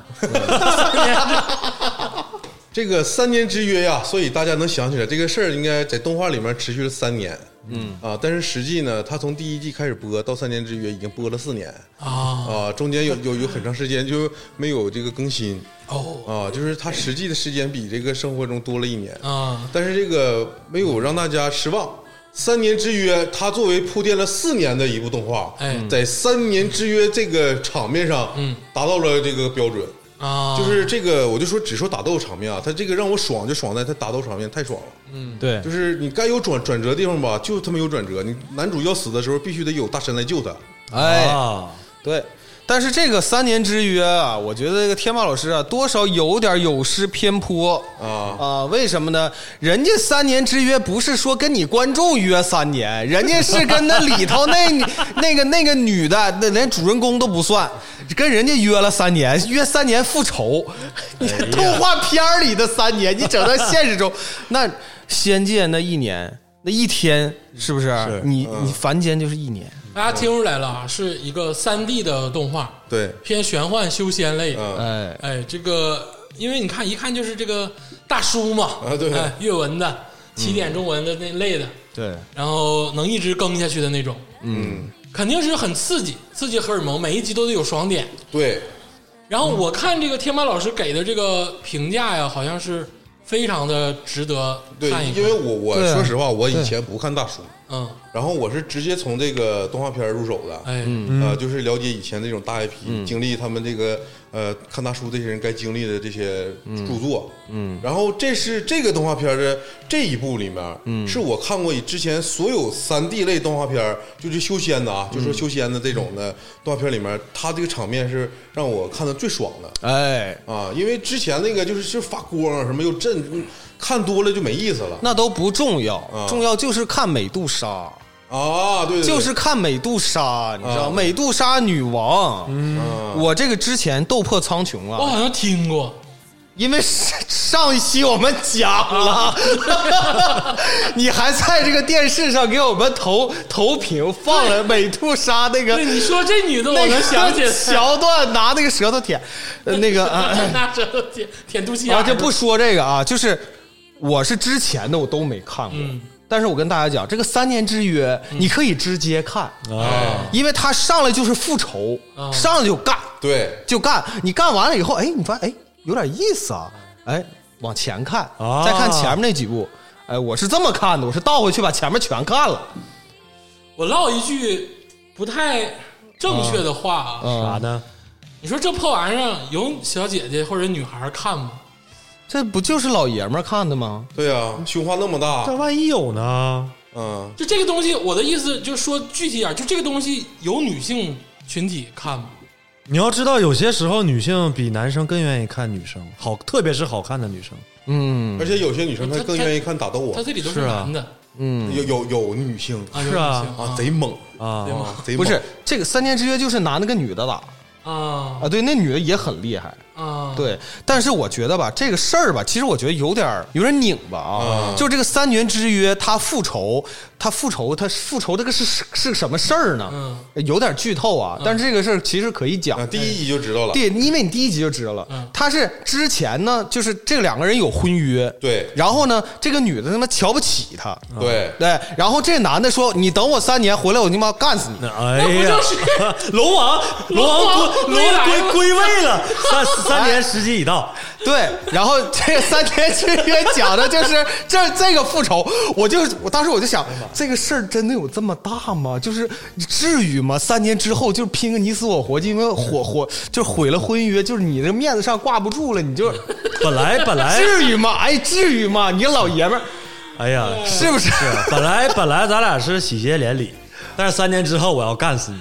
Speaker 3: 这个三年之约呀，所以大家能想起来这个事儿，应该在动画里面持续了三年。嗯啊，但是实际呢，他从第一季开始播到三年之约已经播了四年
Speaker 2: 啊
Speaker 3: 啊，中间有有有很长时间就没有这个更新
Speaker 2: 哦
Speaker 3: 啊，就是他实际的时间比这个生活中多了一年。
Speaker 2: 啊，
Speaker 3: 但是这个没有让大家失望。三年之约，它作为铺垫了四年的一部动画，
Speaker 2: 哎
Speaker 3: 在三年之约这个场面上，
Speaker 2: 嗯，
Speaker 3: 达到了这个标准。
Speaker 2: 啊，
Speaker 3: 就是这个，我就说只说打斗场面啊，它这个让我爽就爽在它打斗场面太爽了。
Speaker 2: 嗯
Speaker 5: 对
Speaker 3: 就是你该有转转折的地方吧，就他妈有转折。你男主要死的时候，必须得有大神来救他。
Speaker 4: 哎，
Speaker 5: 啊，
Speaker 4: 对。但是这个三年之约啊，我觉得这个天霸老师啊，多少有点有失偏颇
Speaker 3: 啊
Speaker 4: 啊！为什么呢？人家三年之约不是说跟你观众约三年，人家是跟那里头那那个那个女的，那连主人公都不算，跟人家约了三年，约三年复仇。你这 (laughs) 动画片儿里的三年，你整到现实 (laughs) 中，那仙界那一年那一天是不是？嗯你你凡间就是一年。
Speaker 2: 大家听出来了啊，是一个三 D 的动画，
Speaker 3: 对，
Speaker 2: 偏玄幻修仙类的。
Speaker 3: 嗯
Speaker 4: 哎，
Speaker 2: 哎，这个因为你看一看就是这个大叔嘛，
Speaker 3: 啊对
Speaker 2: 哎，阅文的起点中文的那类的，
Speaker 4: 对，
Speaker 2: 然后能一直更下去的那种，嗯，肯定是很刺激，刺激荷尔蒙，每一集都得有爽点。
Speaker 3: 对，
Speaker 2: 然后我看这个天马老师给的这个评价呀，好像是非常的值得
Speaker 3: 对
Speaker 2: 看一，看，
Speaker 3: 因为我我
Speaker 4: 对啊
Speaker 3: 说实话，我以前不看大叔，
Speaker 2: 嗯，
Speaker 3: 然后我是直接从这个动画片入手的。
Speaker 2: 哎，
Speaker 3: 呃，就是了解以前这种大 IP，、经历他们这个呃看大叔这些人该经历的这些著作，嗯，然后这是这个动画片的这一部里面，嗯，是我看过以之前所有三 D 类动画片儿，就是修仙的啊，就说修仙的这种的动画片里面，它这个场面是让我看的最爽的，
Speaker 4: 哎，
Speaker 3: 啊，因为之前那个就是是发光啊什么又震，看多了就没意思了
Speaker 4: 那都不重要
Speaker 2: 嗯
Speaker 3: 啊，
Speaker 4: 重要就是看美杜莎，
Speaker 3: 啊，对对对
Speaker 4: 就是看美杜莎，你知道
Speaker 2: 嗯
Speaker 3: 啊
Speaker 4: 美杜莎女王。
Speaker 3: 啊
Speaker 4: 我这个之前斗破苍穹
Speaker 2: 我
Speaker 4: 啊，
Speaker 2: 好像听过，
Speaker 4: 因为上上一期我们讲了，
Speaker 2: (laughs)
Speaker 4: 你还在这个电视上给我们投投屏放了美杜莎那个
Speaker 2: 对，你说这女的，我
Speaker 4: 那
Speaker 2: 能
Speaker 4: 个
Speaker 2: 想起来，
Speaker 4: 桥段，拿那个舌头舔，呃那个
Speaker 2: (laughs)
Speaker 4: 啊。
Speaker 2: 拿舌头舔舔肚脐眼
Speaker 4: 啊，
Speaker 2: 儿，
Speaker 4: 就不说这个啊，就是我是之前的我都没看过，
Speaker 2: 嗯
Speaker 4: 但是我跟大家讲，这个三年之约、你可以直接看，
Speaker 5: 啊，
Speaker 4: 因为他上来就是复仇，
Speaker 2: 啊
Speaker 4: 上来就干
Speaker 3: 对。
Speaker 4: 就干，你干完了以后，哎，你发现哎有点意思啊，哎，往前看，
Speaker 5: 啊
Speaker 4: 再看前面那几部，哎，我是这么看的，我是倒回去把前面全看了，
Speaker 2: 我唠一句不太正确的话啊，
Speaker 5: 啥呢？
Speaker 2: 你说这破玩意儿有小姐姐或者女孩儿看吗？
Speaker 4: 这不就是老爷们儿看的吗？
Speaker 3: 对啊，胸花那么大
Speaker 5: 这，万一有呢？
Speaker 3: 嗯，
Speaker 2: 就这个东西，我的意思就是说具体点儿，就这个东西有女性群体看吗？
Speaker 5: 你要知道，有些时候女性比男生更愿意看女生好，特别是好看的女生。
Speaker 4: 嗯
Speaker 3: 而且有些女生她
Speaker 2: 她
Speaker 3: 更愿意看打斗
Speaker 2: 他
Speaker 3: 啊，
Speaker 2: 这里都
Speaker 5: 是啊
Speaker 2: 男的
Speaker 4: 嗯，
Speaker 3: 有有有女性
Speaker 2: 啊，
Speaker 5: 是啊
Speaker 2: 有女性
Speaker 3: 啊，贼猛
Speaker 5: 啊
Speaker 2: 对，吗？
Speaker 3: 啊，贼猛
Speaker 4: 不是这个三年之约就是拿那个女的打
Speaker 2: 啊
Speaker 4: 啊，对，那女的也很厉害。
Speaker 2: 啊啊
Speaker 4: 对，但是我觉得吧，这个事儿吧，其实我觉得有点儿有点拧巴
Speaker 2: 嗯
Speaker 4: 啊。就这个三年之约，他复仇，他复仇，他复仇这个是是是什么事儿呢？
Speaker 2: 嗯
Speaker 4: 有点剧透啊，但是这个事儿其实可以讲
Speaker 3: 啊，。第一集就知道了，
Speaker 4: 对，因为你第一集就知道了
Speaker 2: 嗯，
Speaker 4: 他是之前呢，就是这两个人有婚约，
Speaker 3: 对
Speaker 4: 然后呢，这个女的他妈瞧不起他，
Speaker 2: 嗯
Speaker 3: 对，
Speaker 4: 对，然后这男的说：“你等我三年回来，我他妈
Speaker 2: 嗯
Speaker 4: 干死你。
Speaker 5: 哎
Speaker 2: 那不
Speaker 5: 呀
Speaker 2: 就是，
Speaker 5: (laughs) 龙王，龙
Speaker 2: 龙
Speaker 5: 王
Speaker 2: 王
Speaker 5: 归龙王
Speaker 2: 归来
Speaker 5: 归
Speaker 2: 了
Speaker 5: 归位了，三三年时机已到，”
Speaker 4: 对，然后这个三年之约讲的就是这这个复仇。我就我当时我就想，这个事儿真的有这么大吗？就是至于吗？三年之后就拼个你死我活，就因为火火就毁了婚约，就是你这面子上挂不住了，你就
Speaker 2: 嗯
Speaker 5: 本来本来，
Speaker 4: 至于吗？哎，至于吗？你个老爷们儿
Speaker 5: 哎呀，啊
Speaker 4: 是不是？
Speaker 5: 本来本来咱俩是喜结连理，但是三年之后我要干死你。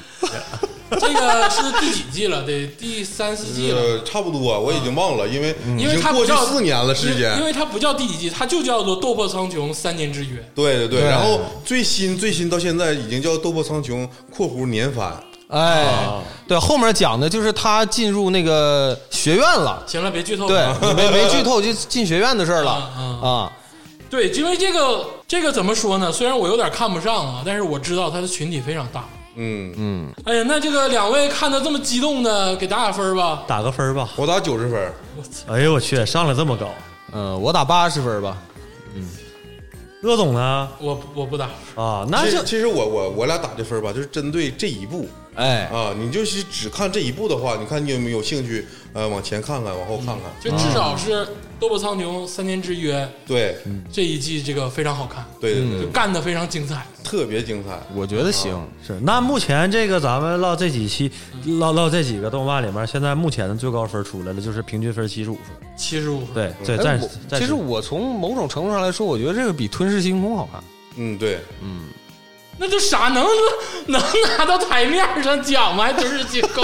Speaker 2: 这个是第几季了？得第三四季了。
Speaker 3: 呃，差不多，我已经忘了，因为已
Speaker 2: 嗯因为
Speaker 3: 经
Speaker 2: 它
Speaker 3: 过
Speaker 2: 不
Speaker 3: 去
Speaker 2: 叫
Speaker 3: 四年了时间
Speaker 2: 因为因。为它不叫第几季，它就叫做《斗破苍穹三年之约》。
Speaker 3: 对对对，然后最新最新到现在已经叫《斗破苍穹》（括弧年番
Speaker 4: 哎，对，后面讲的就是他进入那个学院了。
Speaker 2: 行了，别啊剧透
Speaker 4: 对
Speaker 2: 了。，
Speaker 4: 你没没剧透就进学院的事儿了
Speaker 2: 嗯
Speaker 4: 啊。
Speaker 2: 对因为这个这个怎么说呢？虽然我有点看不上啊，但是我知道它的群体非常大。）。
Speaker 3: 嗯，
Speaker 2: 哎呀，那这个两位看的这么激动的，给打打分吧。
Speaker 5: 打个分儿吧。
Speaker 3: 我打九十分，
Speaker 5: 哎呦我去，上来这么高。
Speaker 4: 嗯，我打八十分吧。
Speaker 5: 乐总呢？
Speaker 2: 我我不打，
Speaker 5: 啊，那
Speaker 3: 其
Speaker 5: 就
Speaker 3: 实其实我我我俩打的分吧，就是针对这一部
Speaker 4: 哎，
Speaker 3: 啊，你就是只看这一部的话，你看你有没有兴趣？呃，往前看看，往后看看。
Speaker 2: 就至少是《斗破苍穹三年之约》
Speaker 3: 对
Speaker 2: 这一季这个非常好看，
Speaker 3: 对对对，
Speaker 2: 干得非常精彩。
Speaker 3: 特别精彩。
Speaker 4: 我觉得行。
Speaker 5: 是那目前这个咱们唠这几期唠唠这几个动漫里面，现在目前的最高分出来了，就是平均分七十五分。
Speaker 2: 七十五分，
Speaker 5: 对对，
Speaker 4: 哎
Speaker 5: 暂
Speaker 4: 我
Speaker 5: 时暂
Speaker 4: 其
Speaker 5: 时
Speaker 4: 实我从某种程度上来说，我觉得这个比《吞噬星空》好看。
Speaker 3: 嗯，对，
Speaker 2: 那这啥能能拿到台面上讲吗？还真是结构，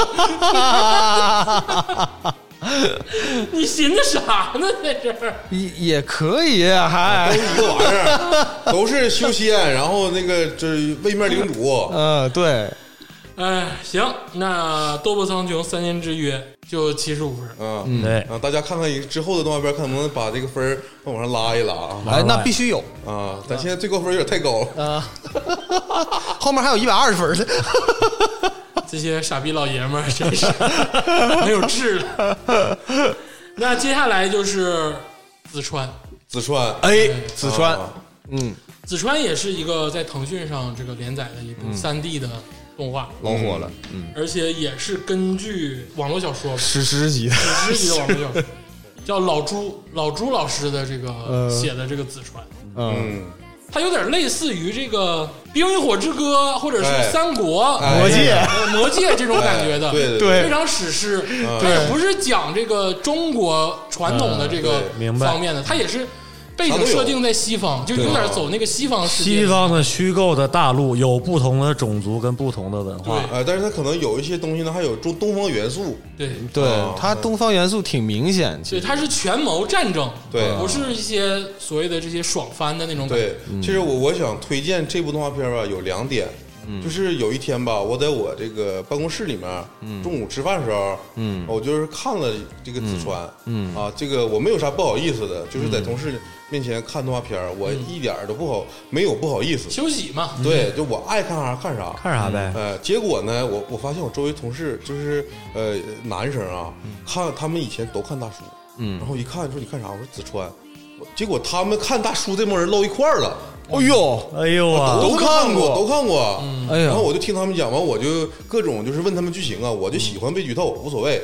Speaker 2: (laughs) 你寻思啥呢？在这儿，
Speaker 4: 也也可以，啊
Speaker 5: (laughs)
Speaker 4: 还
Speaker 3: 都一个玩意儿，都是修仙，然后那个这位面领主，啊
Speaker 4: 嗯，对，
Speaker 2: 哎，行，那《斗破苍穹三年之约》就七十五分，
Speaker 3: 嗯，
Speaker 5: 对
Speaker 3: 啊，大家看看之后的动画片，看能不能把这个分儿往上拉一拉啊
Speaker 4: 哎，那必须有
Speaker 3: 啊！咱现在最高分有点太高了，
Speaker 2: 嗯
Speaker 4: 啊。后面还有一百二十分的，
Speaker 2: 这些傻逼老爷们儿真
Speaker 3: (laughs)
Speaker 2: 是没有治了。那接下来就是子川，
Speaker 3: 子川，
Speaker 4: (laughs) 哎，
Speaker 5: 哦
Speaker 4: 紫川，
Speaker 3: 啊
Speaker 4: 嗯，
Speaker 2: 子川也是一个在腾讯上这个连载的一部
Speaker 3: 嗯
Speaker 2: 三 D 的动画，
Speaker 4: 老火了，
Speaker 2: 而且也是根据网络小说
Speaker 3: (laughs)
Speaker 2: 吧
Speaker 4: 史诗级的，
Speaker 2: 知名的网络小说，叫老朱老朱老师的这个写的这个《紫川》，
Speaker 4: 嗯，
Speaker 3: 呃嗯，
Speaker 2: 它有点类似于这个《冰与火之歌》或者是
Speaker 3: 哎
Speaker 2: 《三国》
Speaker 3: 哎
Speaker 4: 魔戒
Speaker 2: 呃魔戒》这种感觉的，
Speaker 3: 哎对嗯
Speaker 4: 对
Speaker 2: 非常史诗。它也不是讲这个中国传统的这个
Speaker 3: 嗯
Speaker 5: 对明白
Speaker 2: 方面的，它也是背景设定在西方，就有
Speaker 3: 啊
Speaker 2: 点走那个西方世界。
Speaker 5: 西方的虚构的大陆有不同的种族跟不同的文化
Speaker 2: 对。
Speaker 3: 啊，但是它可能有一些东西呢，还有中东方元素，
Speaker 2: 对，
Speaker 4: 对
Speaker 3: 哦，
Speaker 4: 它东方元素挺明显，
Speaker 2: 所
Speaker 4: 其
Speaker 2: 以
Speaker 4: 实
Speaker 2: 它是权谋战争，
Speaker 3: 对啊
Speaker 2: 不是一些所谓的这些爽翻的那种感觉。
Speaker 3: 对，嗯其实我我想推荐这部动画片吧，有两点，就是有一天吧，我在我这个办公室里面，中午吃饭的时候，我就是看了这个紫川，啊，这个我没有啥不好意思的，就是在同事面前看动画片，我一点儿都不好，没有不好意思，
Speaker 2: 休息嘛，
Speaker 3: 对，就我爱看啥看啥，
Speaker 5: 看啥呗？
Speaker 3: 呃，结果呢，我我发现我周围同事就是呃男生啊，看他们以前都看大叔，嗯，然后一看说你看啥？我说紫川，我结果他们看大叔这帮人唠一块儿了，
Speaker 4: 哎呦，
Speaker 5: 哎呦啊，
Speaker 3: 都看
Speaker 4: 过
Speaker 3: 都看过，嗯
Speaker 4: 哎呀
Speaker 3: 然后我就听他们讲完，我就各种就是问他们剧情啊，我就喜欢被剧透，无所谓。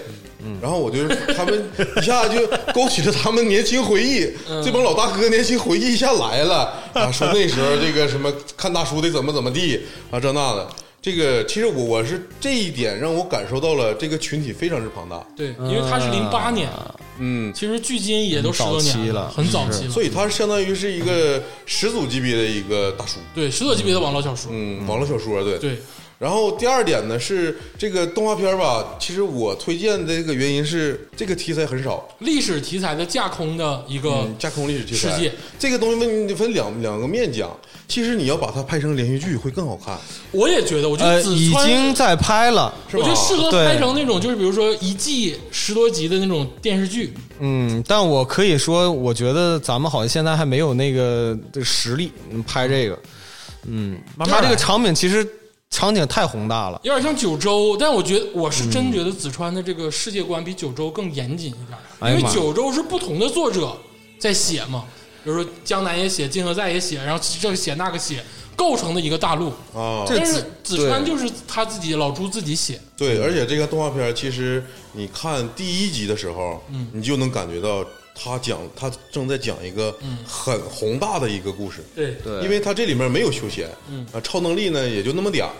Speaker 3: 然后我就他们一下就勾起了他们年轻回忆，这帮老大哥年轻回忆一下来了啊，说那时候这个什么看大叔的怎么怎么地啊，这那的。这个其实我我是这一点让我感受到了这个群体非常之庞大，
Speaker 2: 对，
Speaker 4: 嗯
Speaker 2: 因为它是零八年，
Speaker 3: 嗯，
Speaker 2: 其实距今也都十多
Speaker 4: 很早期
Speaker 2: 年
Speaker 4: 了
Speaker 2: 很早期了。
Speaker 3: 所以他相当于是一个始祖级别的一个大叔，嗯
Speaker 2: 对，始祖级别的网络小说，
Speaker 3: 嗯，网络小说对，
Speaker 2: 对，
Speaker 3: 然后第二点呢是这个动画片吧，其实我推荐的这个原因是这个题材很少，
Speaker 2: 历史题材的架空的一个
Speaker 3: 架空历史题材
Speaker 2: 世界
Speaker 3: 这个东西分你分两两个面讲，其实你要把它拍成连续剧会更好看，
Speaker 2: 我也觉得，我觉
Speaker 4: 呃，
Speaker 2: 得紫
Speaker 4: 已
Speaker 2: 川，
Speaker 4: 经在拍了，
Speaker 3: 是
Speaker 2: 我
Speaker 3: 吧？
Speaker 2: 觉得适合
Speaker 4: 对
Speaker 2: 拍成那种就是比如说一季十多集的那种电视剧。
Speaker 4: 嗯，但我可以说，我觉得咱们好像现在还没有那个实力嗯拍这个。嗯，
Speaker 5: 慢慢
Speaker 4: 他这
Speaker 5: 来
Speaker 4: 个场景其实场景太宏大了。
Speaker 2: 有点像九州，但我觉得我是真觉得紫川的这个世界观比九州更严谨一点，
Speaker 4: 哎
Speaker 2: 因
Speaker 4: 呀
Speaker 2: 为
Speaker 4: 妈
Speaker 2: 九州是不同的作者在写嘛，比如说江南也写，金河在也写，然后这个写那个写，构成的一个大陆。
Speaker 3: 啊，
Speaker 4: 这
Speaker 2: 但是
Speaker 4: 紫
Speaker 2: 紫川
Speaker 4: 对
Speaker 2: 就是他自己老朱自己写，
Speaker 3: 对，而且这个动画片儿其实你看第一集的时候，
Speaker 2: 嗯
Speaker 3: 你就能感觉到他讲他正在讲一个
Speaker 2: 嗯
Speaker 3: 很宏大的一个故事，
Speaker 2: 对
Speaker 3: 因为他这里面没有休闲，
Speaker 2: 嗯
Speaker 3: 啊，超能力呢也就那么点儿，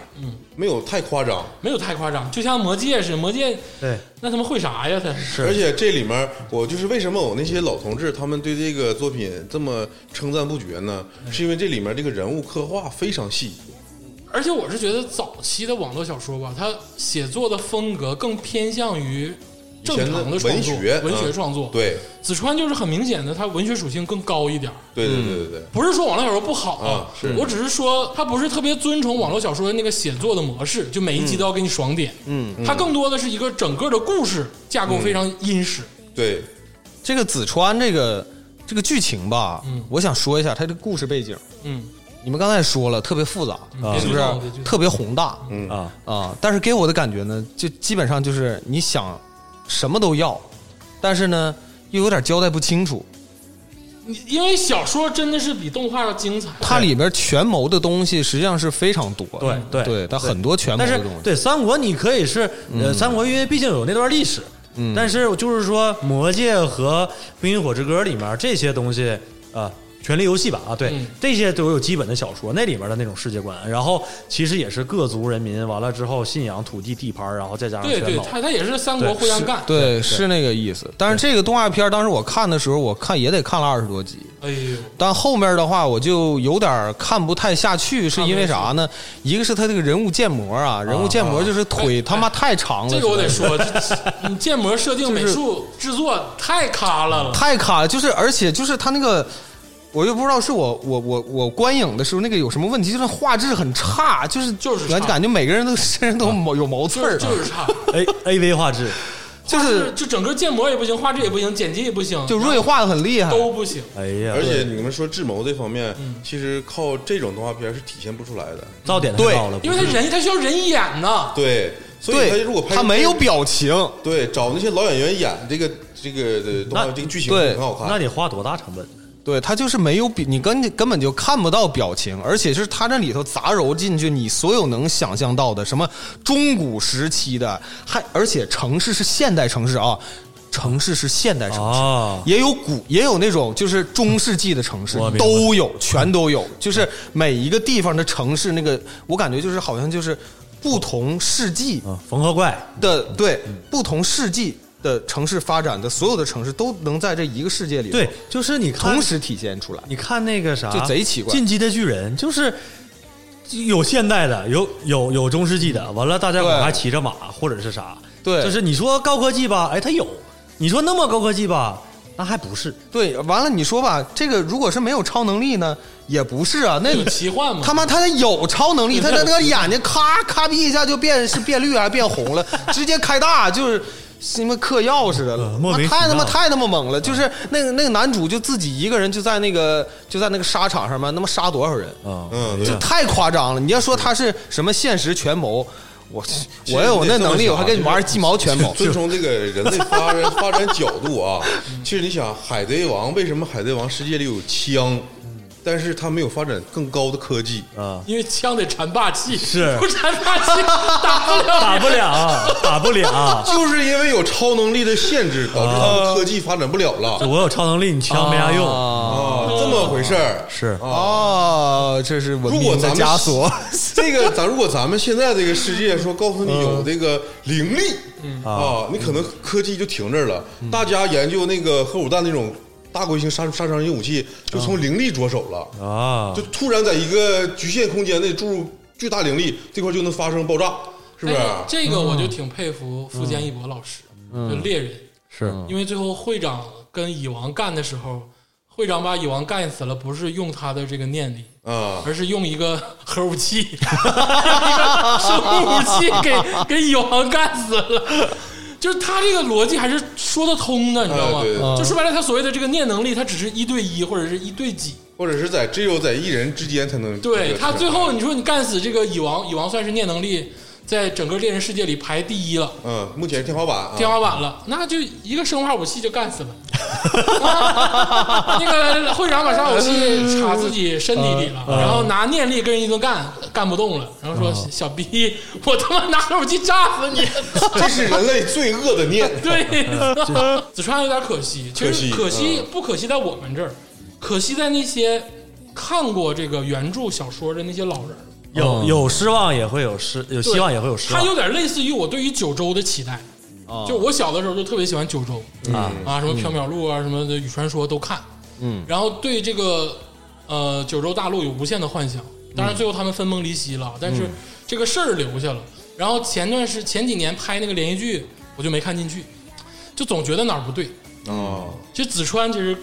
Speaker 3: 没有太夸张，
Speaker 2: 没有太夸张，就像魔戒似的，魔戒
Speaker 5: 对，
Speaker 2: 那他妈会啥呀？他是
Speaker 3: 而且这里面我就是为什么我那些老同志他们对这个作品这么称赞不绝呢？
Speaker 4: 嗯
Speaker 3: 是因为这里面这个人物刻画非常细，
Speaker 2: 而且我是觉得早期的网络小说吧，它写作的风格更偏向于正常
Speaker 3: 以前的
Speaker 2: 创
Speaker 3: 文
Speaker 2: 作、
Speaker 3: 学
Speaker 2: 文学
Speaker 3: 嗯
Speaker 2: 创作。，
Speaker 3: 对，
Speaker 2: 紫川就是很明显的，它文学属性更高一点儿。
Speaker 3: 对
Speaker 4: 嗯
Speaker 3: 对对对对，
Speaker 2: 不是说网络小说不好
Speaker 3: 啊是
Speaker 2: 我只是说它不是特别遵从网络小说的那个写作的模式，就每一集都要给你爽点。嗯，它更多的是一个整个的故事架构非常殷实。
Speaker 3: 对，
Speaker 4: 这个紫川这个这个剧情吧，我想说一下他这个故事背景。
Speaker 2: 嗯，
Speaker 4: 你们刚才也说了，特别复杂，
Speaker 2: 别
Speaker 4: 是
Speaker 2: 剧
Speaker 4: 不是
Speaker 2: 透别剧？透
Speaker 4: 特别宏大，
Speaker 5: 啊，
Speaker 4: 啊，但是给我的感觉呢，就基本上就是你想什么都要，但是呢又有点交代不清楚。
Speaker 3: 嗯
Speaker 2: 你因为小说真的是比动画要精彩。
Speaker 4: 它里边权谋的东西实际上是非常多的，
Speaker 5: 对对
Speaker 4: 对，它很多权谋
Speaker 5: 但
Speaker 4: 的
Speaker 5: 是
Speaker 4: 东西。嗯
Speaker 5: 对三国，你可以是呃，三国因为毕竟有那段历史，但是就是说《魔戒》和《冰与火之歌》里面这些东西啊。权力游戏吧，啊，对，
Speaker 2: 嗯
Speaker 5: 这些都有基本的小说，那里面的那种世界观，然后其实也是各族人民完了之后信仰、土地、地盘，然后再加上
Speaker 2: 对
Speaker 5: 权
Speaker 2: 对，
Speaker 5: 谋，
Speaker 2: 它它也是三国
Speaker 5: 对
Speaker 2: 互相干。
Speaker 4: 对，是那个意思。但是这个动画片当时我看的时候，我看也得看了二十多集，
Speaker 2: 哎呦，
Speaker 4: 但后面的话我就有点看不太下去，是因为啥呢？一个是他这个人物建模啊，人物建模就是腿他妈太长了，
Speaker 2: 哎这个我得说，这你建模设定、
Speaker 4: 就是
Speaker 2: 美术制作太咖了了。
Speaker 4: 太卡了，就是而且就是他那个，我又不知道是我我我我观影的时候那个有什么问题，就是画质很差，就是
Speaker 2: 就是差
Speaker 4: 感感觉每个人都身上都毛 (laughs) 有毛刺
Speaker 2: 就是
Speaker 4: 儿，
Speaker 2: 就是差，
Speaker 5: A 哎 A V 画质，
Speaker 4: 就
Speaker 2: 画质
Speaker 4: 是
Speaker 2: 就整个建模也不行，画质也不行，剪辑也不行，
Speaker 4: 就锐化的很厉害。
Speaker 2: 都不行。
Speaker 5: 哎
Speaker 4: 嗯
Speaker 5: 呀，
Speaker 3: 而且你们说智谋这方面，其实靠这种动画片是体现不出来的。
Speaker 5: 噪点太高了，
Speaker 2: 因为他人他需要人眼呐，
Speaker 3: 对，所以他
Speaker 4: 啊对
Speaker 3: 如果，拍
Speaker 4: 他没有表情，
Speaker 3: 对找那些老演员演这个这个的动画
Speaker 5: 那
Speaker 3: 这个剧情
Speaker 4: 对
Speaker 3: 很好
Speaker 5: 那
Speaker 3: 看。
Speaker 5: 得花多大成本？
Speaker 4: 对他就是没有比你根根本就看不到表情，而且是他这里头杂糅进去你所有能想象到的，什么中古时期的，还而且城市是现代城市啊，城市是现代城市，
Speaker 5: 啊
Speaker 4: 也有古，也有那种就是中世纪的城市
Speaker 5: 我明白
Speaker 4: 都有，全都有。就是每一个地方的城市，那个我感觉就是好像就是不同世纪
Speaker 5: 啊，缝合怪，
Speaker 4: 的，对，不同世纪的城市发展的所有的城市都能在这一个世界里头
Speaker 5: 对，就是你看
Speaker 4: 同时体现出来。
Speaker 5: 你看那个啥，
Speaker 4: 就贼奇怪
Speaker 5: 进击的巨人》就是有现代的，有有有中世纪的，完了大家伙
Speaker 4: 对
Speaker 5: 还骑着马或者是啥，
Speaker 4: 嗯对
Speaker 5: 就是你说高科技吧，哎，它有；你说那么高科技吧，那还不是。
Speaker 4: 对，完了你说吧，这个如果是没有超能力呢，也不是啊，那
Speaker 2: 有奇幻嘛？
Speaker 4: 他妈，他得有超能力，他的那个眼睛咔咔哔一下就变是变绿还是变
Speaker 2: (laughs)
Speaker 4: 红了，直接开大就是。什么嗑药似的了
Speaker 5: 嗯，莫名其妙啊
Speaker 4: 太他妈太他妈猛了！就是那个那个男主就自己一个人就在那个就在那个沙场上面，他妈杀多少人，
Speaker 5: 啊、
Speaker 3: 嗯，对
Speaker 4: 这太夸张了！你要说他是什么现实权谋，我我要有那能力，我还跟你玩鸡毛权
Speaker 3: (laughs)
Speaker 4: 谋。
Speaker 3: 遵从这个人类发展发展角度
Speaker 5: (laughs)
Speaker 3: 啊，其实你想，《海贼王》为什么《海贼王》世界里有枪，但是它没有发展更高的科技？
Speaker 5: 啊，
Speaker 2: 因为枪得缠霸气，
Speaker 5: 是
Speaker 2: 不缠霸气打不了。哎
Speaker 5: 打不
Speaker 4: (laughs)
Speaker 5: 了，打不了。
Speaker 3: 就是因为有超能力的限制，导致他
Speaker 5: 啊
Speaker 3: 们科技发展不了了
Speaker 5: 我有超能力，你枪没啥用。
Speaker 3: 啊，这么回事儿。
Speaker 5: (laughs)
Speaker 3: 啊
Speaker 5: 是
Speaker 4: 哦，这是文
Speaker 3: 如果
Speaker 4: 明的
Speaker 3: 咱们
Speaker 4: 枷锁。 (laughs)
Speaker 3: 这个咱如果咱们现在这个世界说告诉你有这个灵力，
Speaker 5: 嗯
Speaker 3: 啊，你可能科技就停这儿了。大家研究那个核武弹那种大规模杀杀伤性武器，就从灵力着手了，
Speaker 5: 啊
Speaker 3: 就，突然在一个局限空间内注入巨大灵力，这块就能发生爆炸，是不是？
Speaker 2: 哎这个我就挺佩服富坚义博老师，就猎人，
Speaker 6: 是
Speaker 2: 因为最后会长跟蚁王干的时候，会长把蚁王干死了，不是用他的这个念力。
Speaker 3: 啊，
Speaker 2: 而是用一个 (laughs) 核武器，一个生物武器给 (laughs) 给蚁王干死了。就是他这个逻辑还是说得通的，你知道吗？
Speaker 3: 哎对对
Speaker 2: 就说白了，他所谓的这个念能力，他只是一对一或者是一对几。
Speaker 3: 或者是在只有在一人之间才能
Speaker 2: 对
Speaker 3: 这个
Speaker 2: 他最后你说你干死这个蚁王，蚁王算是念能力在整个猎人世界里排第一了，
Speaker 3: 嗯，目前是天花板啊，
Speaker 2: 天花板了，那就一个生化武器就干死了。 (laughs) 啊那个会长把生化武器插自己身体里
Speaker 3: 嗯
Speaker 2: 了，然后拿念力跟人一顿干，干不动了，然后说：“小逼， (laughs) 我他妈拿核武器炸死
Speaker 3: (laughs)
Speaker 2: 你。
Speaker 3: 这是人类罪恶的念！”
Speaker 2: (laughs) 对，子川有点可惜，其实
Speaker 3: 可惜嗯
Speaker 2: 可惜不可惜在我们这儿，可惜在那些看过这个原著小说的那些老人。
Speaker 4: 嗯
Speaker 5: 有有失望也会有失，有
Speaker 2: 对啊
Speaker 5: 希望也会有失
Speaker 2: 它
Speaker 5: 望
Speaker 2: 有。点类似于我对于九州的期待。就我小的时候就特别喜欢九州啊啊，什么缥缈录啊，什么的雨传说都看，嗯，然后对这个呃九州大陆有无限的幻想。当然最后他们分崩离析了，但是这个事儿留下了。然后前段时前几年拍那个连续剧，我就没看进去，就总觉得哪儿不对。
Speaker 3: 啊，
Speaker 2: 就子川其实，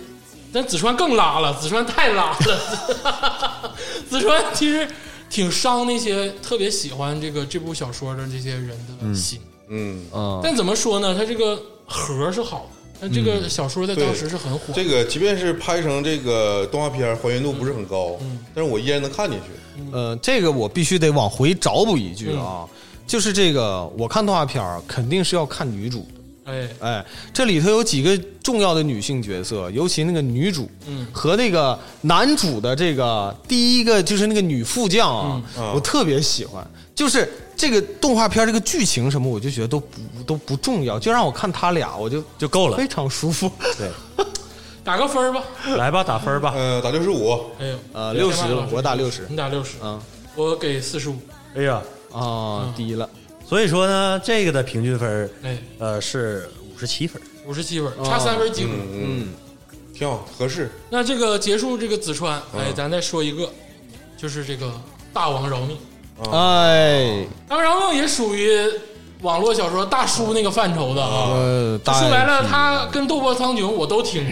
Speaker 2: 但子川更拉了，子川太拉了。 (laughs) 子川其实挺伤那些特别喜欢这个这部小说的这些人的心。
Speaker 3: 嗯，
Speaker 6: 嗯，
Speaker 2: 但怎么说呢？他这个核是好的，但这个小说在当时是很火。
Speaker 3: 这个即便是拍成这个动画片儿，还原度不是很高，
Speaker 2: 嗯
Speaker 3: 但是我依然能看进去。
Speaker 4: 呃，这个我必须得往回找补一句啊，就是这个我看动画片儿肯定是要看女主的，
Speaker 2: 哎，
Speaker 4: 哎，这里头有几个重要的女性角色，尤其那个女主，
Speaker 2: 嗯
Speaker 4: 和那个男主的这个第一个就是那个女副将啊，
Speaker 3: 嗯
Speaker 4: 我特别喜欢，就是这个动画片儿这个剧情什么，我就觉得都不都不重要，就让我看他俩，我就
Speaker 5: 就够
Speaker 4: (laughs)
Speaker 5: 了
Speaker 4: 非常舒服，对，
Speaker 2: 打个分儿吧。
Speaker 5: 来吧，打分儿吧。
Speaker 3: 嗯，打六十五，
Speaker 2: 哎呦，
Speaker 4: (laughs) 呃，
Speaker 2: 别
Speaker 4: 六
Speaker 2: 太
Speaker 4: 十
Speaker 2: 慢
Speaker 4: 了，我打六十
Speaker 2: 你打六十，
Speaker 4: 嗯，
Speaker 2: 我给四十五。
Speaker 5: 哎呀，
Speaker 4: 啊，低了，
Speaker 5: 所以说呢，这个的平均分儿
Speaker 2: 哎，
Speaker 5: 呃是五十七分儿。
Speaker 2: 五十七分，
Speaker 4: 哦
Speaker 2: 差三分及格。
Speaker 3: 嗯嗯，挺好，合适。
Speaker 2: 那这个结束这个子川，哎，咱再说一个，就是这个大王饶命。
Speaker 4: 哎，
Speaker 2: 大王饶命也属于网络小说大叔那个范畴的啊。
Speaker 4: 呃，
Speaker 2: 就
Speaker 4: 大
Speaker 2: 说白了，他跟《斗破苍穹》我都听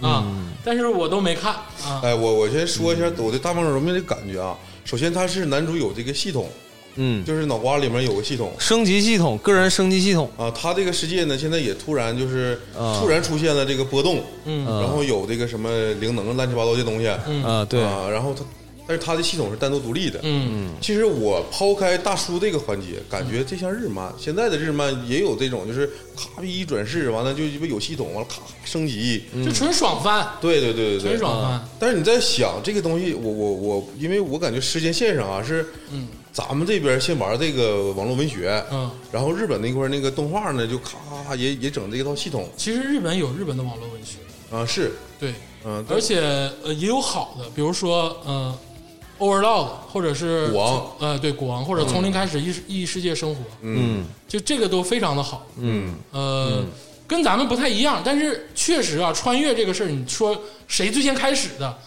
Speaker 2: 过啊，但是我都没看啊。
Speaker 3: 哎，我我先说一下我对《大梦荣命》的感觉啊。首先，它是男主有这个系统，
Speaker 4: 嗯，
Speaker 3: 就是脑瓜里面有个系统
Speaker 4: 升级系统，个人升级系统，
Speaker 3: 啊。他这个世界呢，现在也突然就是
Speaker 4: 啊
Speaker 3: 突然出现了这个波动，
Speaker 2: 嗯
Speaker 3: 然后有这个什么灵能啊乱七八糟这东西，
Speaker 2: 嗯
Speaker 4: 啊，对，
Speaker 3: 啊，然后他，但是他的系统是单独独立的，
Speaker 2: 嗯，
Speaker 3: 其实我抛开大叔这个环节，感觉这像日漫，现在的日漫也有这种，就是咔一转世，完了就鸡巴有系统，完了咔升级。
Speaker 2: 就纯爽翻，
Speaker 3: 对对对对
Speaker 2: 纯
Speaker 3: 对。
Speaker 2: 爽啊翻。
Speaker 3: 但是你在想这个东西，我我我，因为我感觉时间线上啊是，
Speaker 2: 嗯，
Speaker 3: 咱们这边先玩这个网络文学，
Speaker 2: 嗯，
Speaker 3: 然后日本那块儿那个动画呢，就咔也也整这一套系统
Speaker 2: 其实日本有日本的网络文学，
Speaker 3: 啊，是，
Speaker 2: 对，
Speaker 3: 嗯，
Speaker 2: 而且呃也有好的，比如说嗯。Overlord，或者是
Speaker 3: 古王
Speaker 2: 呃，对，古王或者从零开始异世异世界生活，
Speaker 3: 嗯
Speaker 2: 就这个都非常的好。
Speaker 3: 嗯，
Speaker 2: 呃，跟咱们不太一样，但是确实啊，穿越这个事儿，你说谁最先开始的，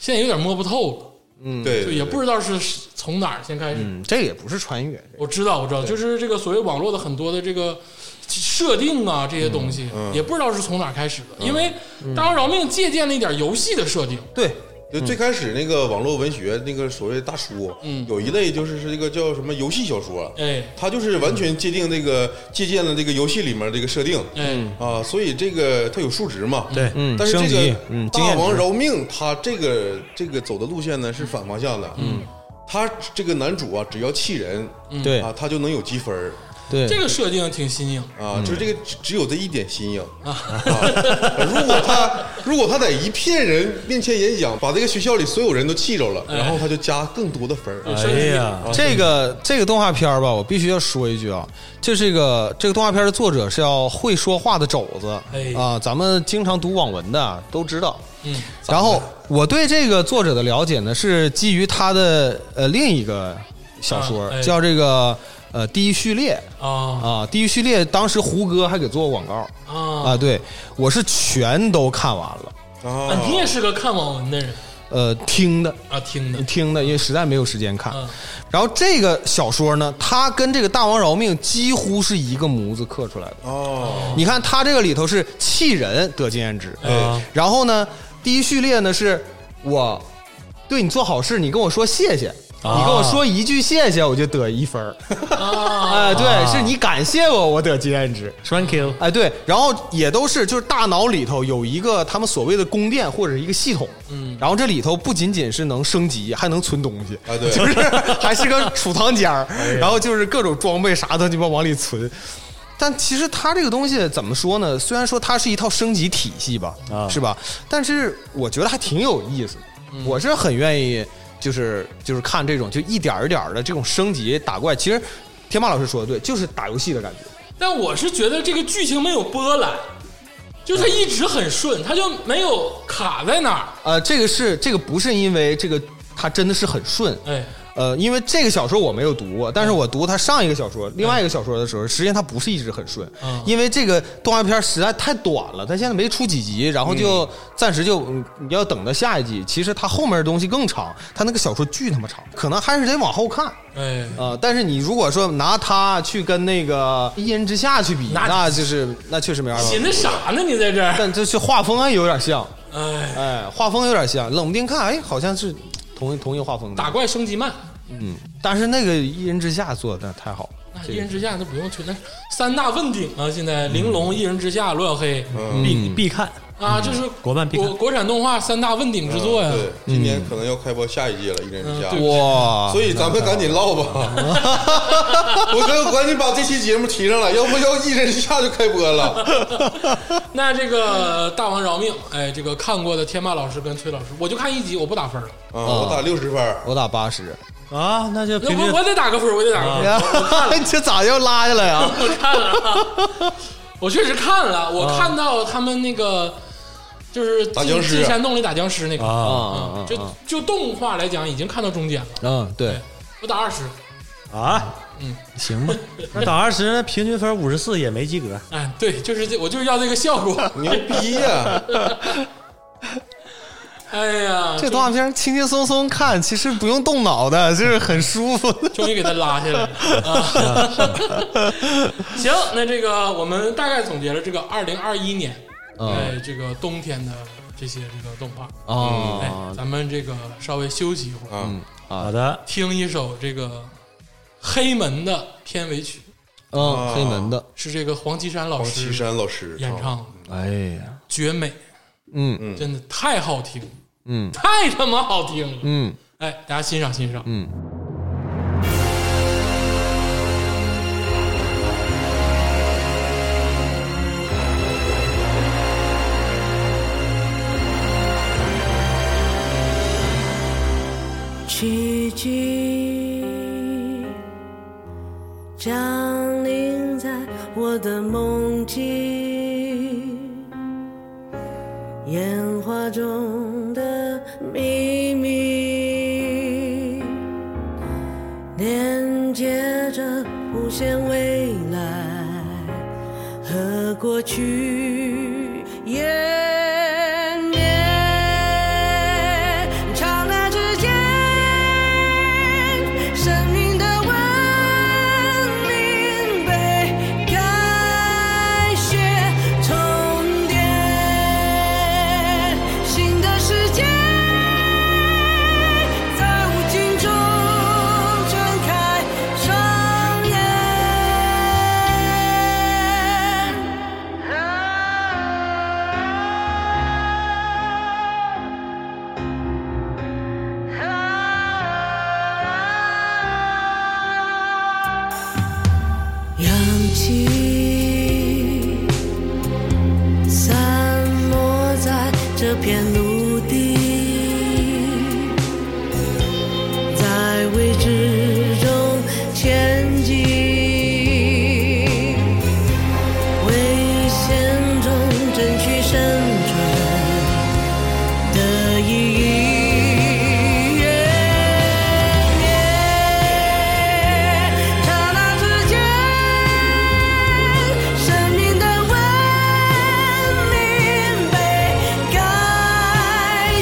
Speaker 2: 现在有点摸不透了，
Speaker 3: 对，
Speaker 2: 就
Speaker 3: 对
Speaker 2: 也不知道是从哪儿先开始。
Speaker 4: 嗯，这也不是穿越，
Speaker 2: 我知道，我知道，就是这个所谓网络的很多的这个设定啊，这些
Speaker 3: 嗯
Speaker 2: 东西、也不知道是从哪儿开始的，因为《大王饶命》借鉴了一点游戏的设定，
Speaker 4: 对，
Speaker 3: 就最开始那个网络文学那个所谓大叔，
Speaker 2: 嗯
Speaker 3: 有一类就是是这个叫什么游戏小说，
Speaker 2: 哎
Speaker 3: 它就是完全界定这个借鉴了这个游戏里面这个设定
Speaker 2: 哎，
Speaker 3: 啊，所以这个它有数值嘛，
Speaker 5: 对，
Speaker 4: 嗯
Speaker 3: 但是这
Speaker 4: 升级
Speaker 3: 个
Speaker 4: 嗯
Speaker 2: 啊
Speaker 4: 经
Speaker 3: 大
Speaker 4: 验值
Speaker 3: 王饶命，他这个这个走的路线呢是反方向的，嗯，他这个男主啊，只要气人
Speaker 4: 嗯对
Speaker 3: 啊，他就能有积分儿
Speaker 4: 对，
Speaker 2: 这个设定挺新颖。
Speaker 3: 啊，
Speaker 4: 嗯
Speaker 3: 就是这个只只有这一点新颖啊。如果他如果他在一片人面前演讲，把这个学校里所有人都气着了，
Speaker 4: 哎
Speaker 3: 然后他就加更多的分
Speaker 4: 嗯
Speaker 3: 儿。
Speaker 5: 哎呀，
Speaker 4: 这个这个动画片儿吧，我必须要说一句啊，这是一个这个动画片儿的作者是要会说话的肘子、
Speaker 2: 哎
Speaker 4: 啊，咱们经常读网文的都知道。
Speaker 2: 嗯，
Speaker 4: 然后我对这个作者的了解呢，是基于他的呃另一个小说，
Speaker 2: 啊哎
Speaker 4: 叫这个呃《第一序列》
Speaker 2: 啊
Speaker 4: 啊，《第一序列》当时胡歌还给做过广告
Speaker 2: 啊
Speaker 4: 啊，对我是全都看完了。
Speaker 3: 啊
Speaker 2: 啊！你也是个看网文的人，
Speaker 4: 呃听的，
Speaker 2: 啊，听的，
Speaker 4: 听的，因为实在没有时间看
Speaker 2: 嗯。
Speaker 4: 然后这个小说呢，它跟这个《大王饶命》几乎是一个模子刻出来的。
Speaker 3: 哦，
Speaker 4: 你看它这个里头是气人得经验值，
Speaker 2: 嗯
Speaker 5: 啊
Speaker 4: 然后呢，第一序列呢是我对你做好事，你跟我说谢谢。
Speaker 5: 啊
Speaker 4: 你跟我说一句谢谢，我就得一分儿。
Speaker 2: 啊
Speaker 4: (laughs) 哎，对，是你感谢我，我得经验值。
Speaker 5: ，Thank you，
Speaker 4: 哎，对，然后也都是就是大脑里头有一个他们所谓的宫殿或者一个系统，嗯，然后这里头不仅仅是能升级，还能存东西， (laughs)
Speaker 3: 啊对
Speaker 4: 就是还是个储藏间儿，然后就是各种装备啥的鸡巴往里存。但其实它这个东西怎么说呢？虽然说它是一套升级体系吧，
Speaker 5: 啊
Speaker 4: 是吧？但是我觉得还挺有意思的，我是很愿意，就是就是看这种就一点儿一点儿的这种升级打怪。其实天霸老师说的对，就是打游戏的感觉。
Speaker 2: 但我是觉得这个剧情没有波澜，就是它一直很顺，它就没有卡在哪儿。
Speaker 4: 呃，这个是这个不是因为这个它真的是很顺，
Speaker 2: 哎，
Speaker 4: 呃，因为这个小说我没有读过，
Speaker 2: 嗯
Speaker 4: 但是我读它上一个小说、另外一个小说的时候，实际上它不是一直很顺，
Speaker 2: 嗯
Speaker 4: 因为这个动画片实在太短了，它现在没出几集，然后就暂时就嗯你要等到下一季。其实它后面的东西更长，它那个小说巨他妈长，可能还是得往后看。
Speaker 2: 哎，
Speaker 4: 呃，但是你如果说拿它去跟那个《一人之下》去比，
Speaker 2: 那
Speaker 4: 那就是那确实没法比
Speaker 2: 寻。思啥呢？你在这儿？
Speaker 4: 但这是画风还有点像，
Speaker 2: 哎，
Speaker 4: 哎，画风有点像，冷不丁看，哎，好像是同一同一画风的。
Speaker 2: 打怪升级慢，
Speaker 4: 嗯，但是那个一人之下做的那太好了，
Speaker 2: 那
Speaker 4: 这
Speaker 2: 一
Speaker 4: 个嗯
Speaker 2: 人之下那不用去，那三大问鼎啊！现在玲珑、一人之下、罗小黑
Speaker 5: 必必看，
Speaker 2: 啊，这是
Speaker 5: 国漫必看
Speaker 2: 国国产动画三大问鼎之作
Speaker 4: 嗯
Speaker 2: 呀。
Speaker 3: 啊对，今年可能要开播下一季了，一人之下。
Speaker 2: 嗯对
Speaker 4: 哇，
Speaker 3: 所以咱们赶紧唠吧， (laughs) 我赶赶紧把这期节目提上来，要不要一人之下就开播了？
Speaker 2: 那这个《大王饶命》，哎，这个看过的天霸老师跟崔老师，我就看一集，我不打分了。
Speaker 3: 啊，我打六十分儿，
Speaker 4: 我打八十，
Speaker 5: 啊，那就
Speaker 2: 那
Speaker 5: 平均
Speaker 2: 我我得打个分，我得打
Speaker 4: 啊
Speaker 2: 个分。
Speaker 4: (laughs) 你这咋又拉下来啊？
Speaker 2: 我看了啊， (laughs) 我确实看了，我看到他们那个就是
Speaker 3: 打僵尸
Speaker 2: 金山洞里打僵尸那个，
Speaker 5: 啊
Speaker 4: 啊
Speaker 2: 就就动画来讲，已经看到中间了。
Speaker 4: 嗯，对，
Speaker 2: 我打二十，
Speaker 5: 啊，
Speaker 4: 行吧，
Speaker 5: 那打二十，那平均分五十四也没及格。
Speaker 2: 哎，对，就是这，我就是要这个效果。
Speaker 3: 牛逼呀！
Speaker 2: 哎呀，
Speaker 4: (laughs) 这动画片轻轻松松看，其实不用动脑袋， (laughs) 就是很舒服。
Speaker 2: 终于给他拉下
Speaker 4: (laughs)
Speaker 2: 来了啊！行，那这个我们大概总结了这个二零二一年，
Speaker 4: 嗯
Speaker 2: 哎，这个冬天的这些这个动画，哎
Speaker 4: 啊，
Speaker 2: 咱们这个稍微休息一会儿，
Speaker 3: 啊，
Speaker 5: 好的，
Speaker 2: 听一首这个黑门的片尾曲，
Speaker 4: 嗯，黑门的，
Speaker 2: 是这个黄绮珊老
Speaker 3: 王岐
Speaker 2: 师
Speaker 3: 山老师啊
Speaker 2: 演唱的，
Speaker 4: 哎呀，
Speaker 2: 绝美，
Speaker 4: 嗯
Speaker 2: 真的太好听，
Speaker 4: 嗯
Speaker 2: 太他妈好听了，
Speaker 4: 嗯，
Speaker 2: 哎，大家欣赏欣赏，
Speaker 4: 嗯。
Speaker 6: 曲句降临在我的梦境，烟花中的秘密，连接着无限未来和过去。延绵刹那之间，生命的文明被改写，重叠新的世界。在无尽中睁开双眼。氧气散落在这片陆地，在未知中前进，危险中争取生存的意义。刹那之间，生命的文明被改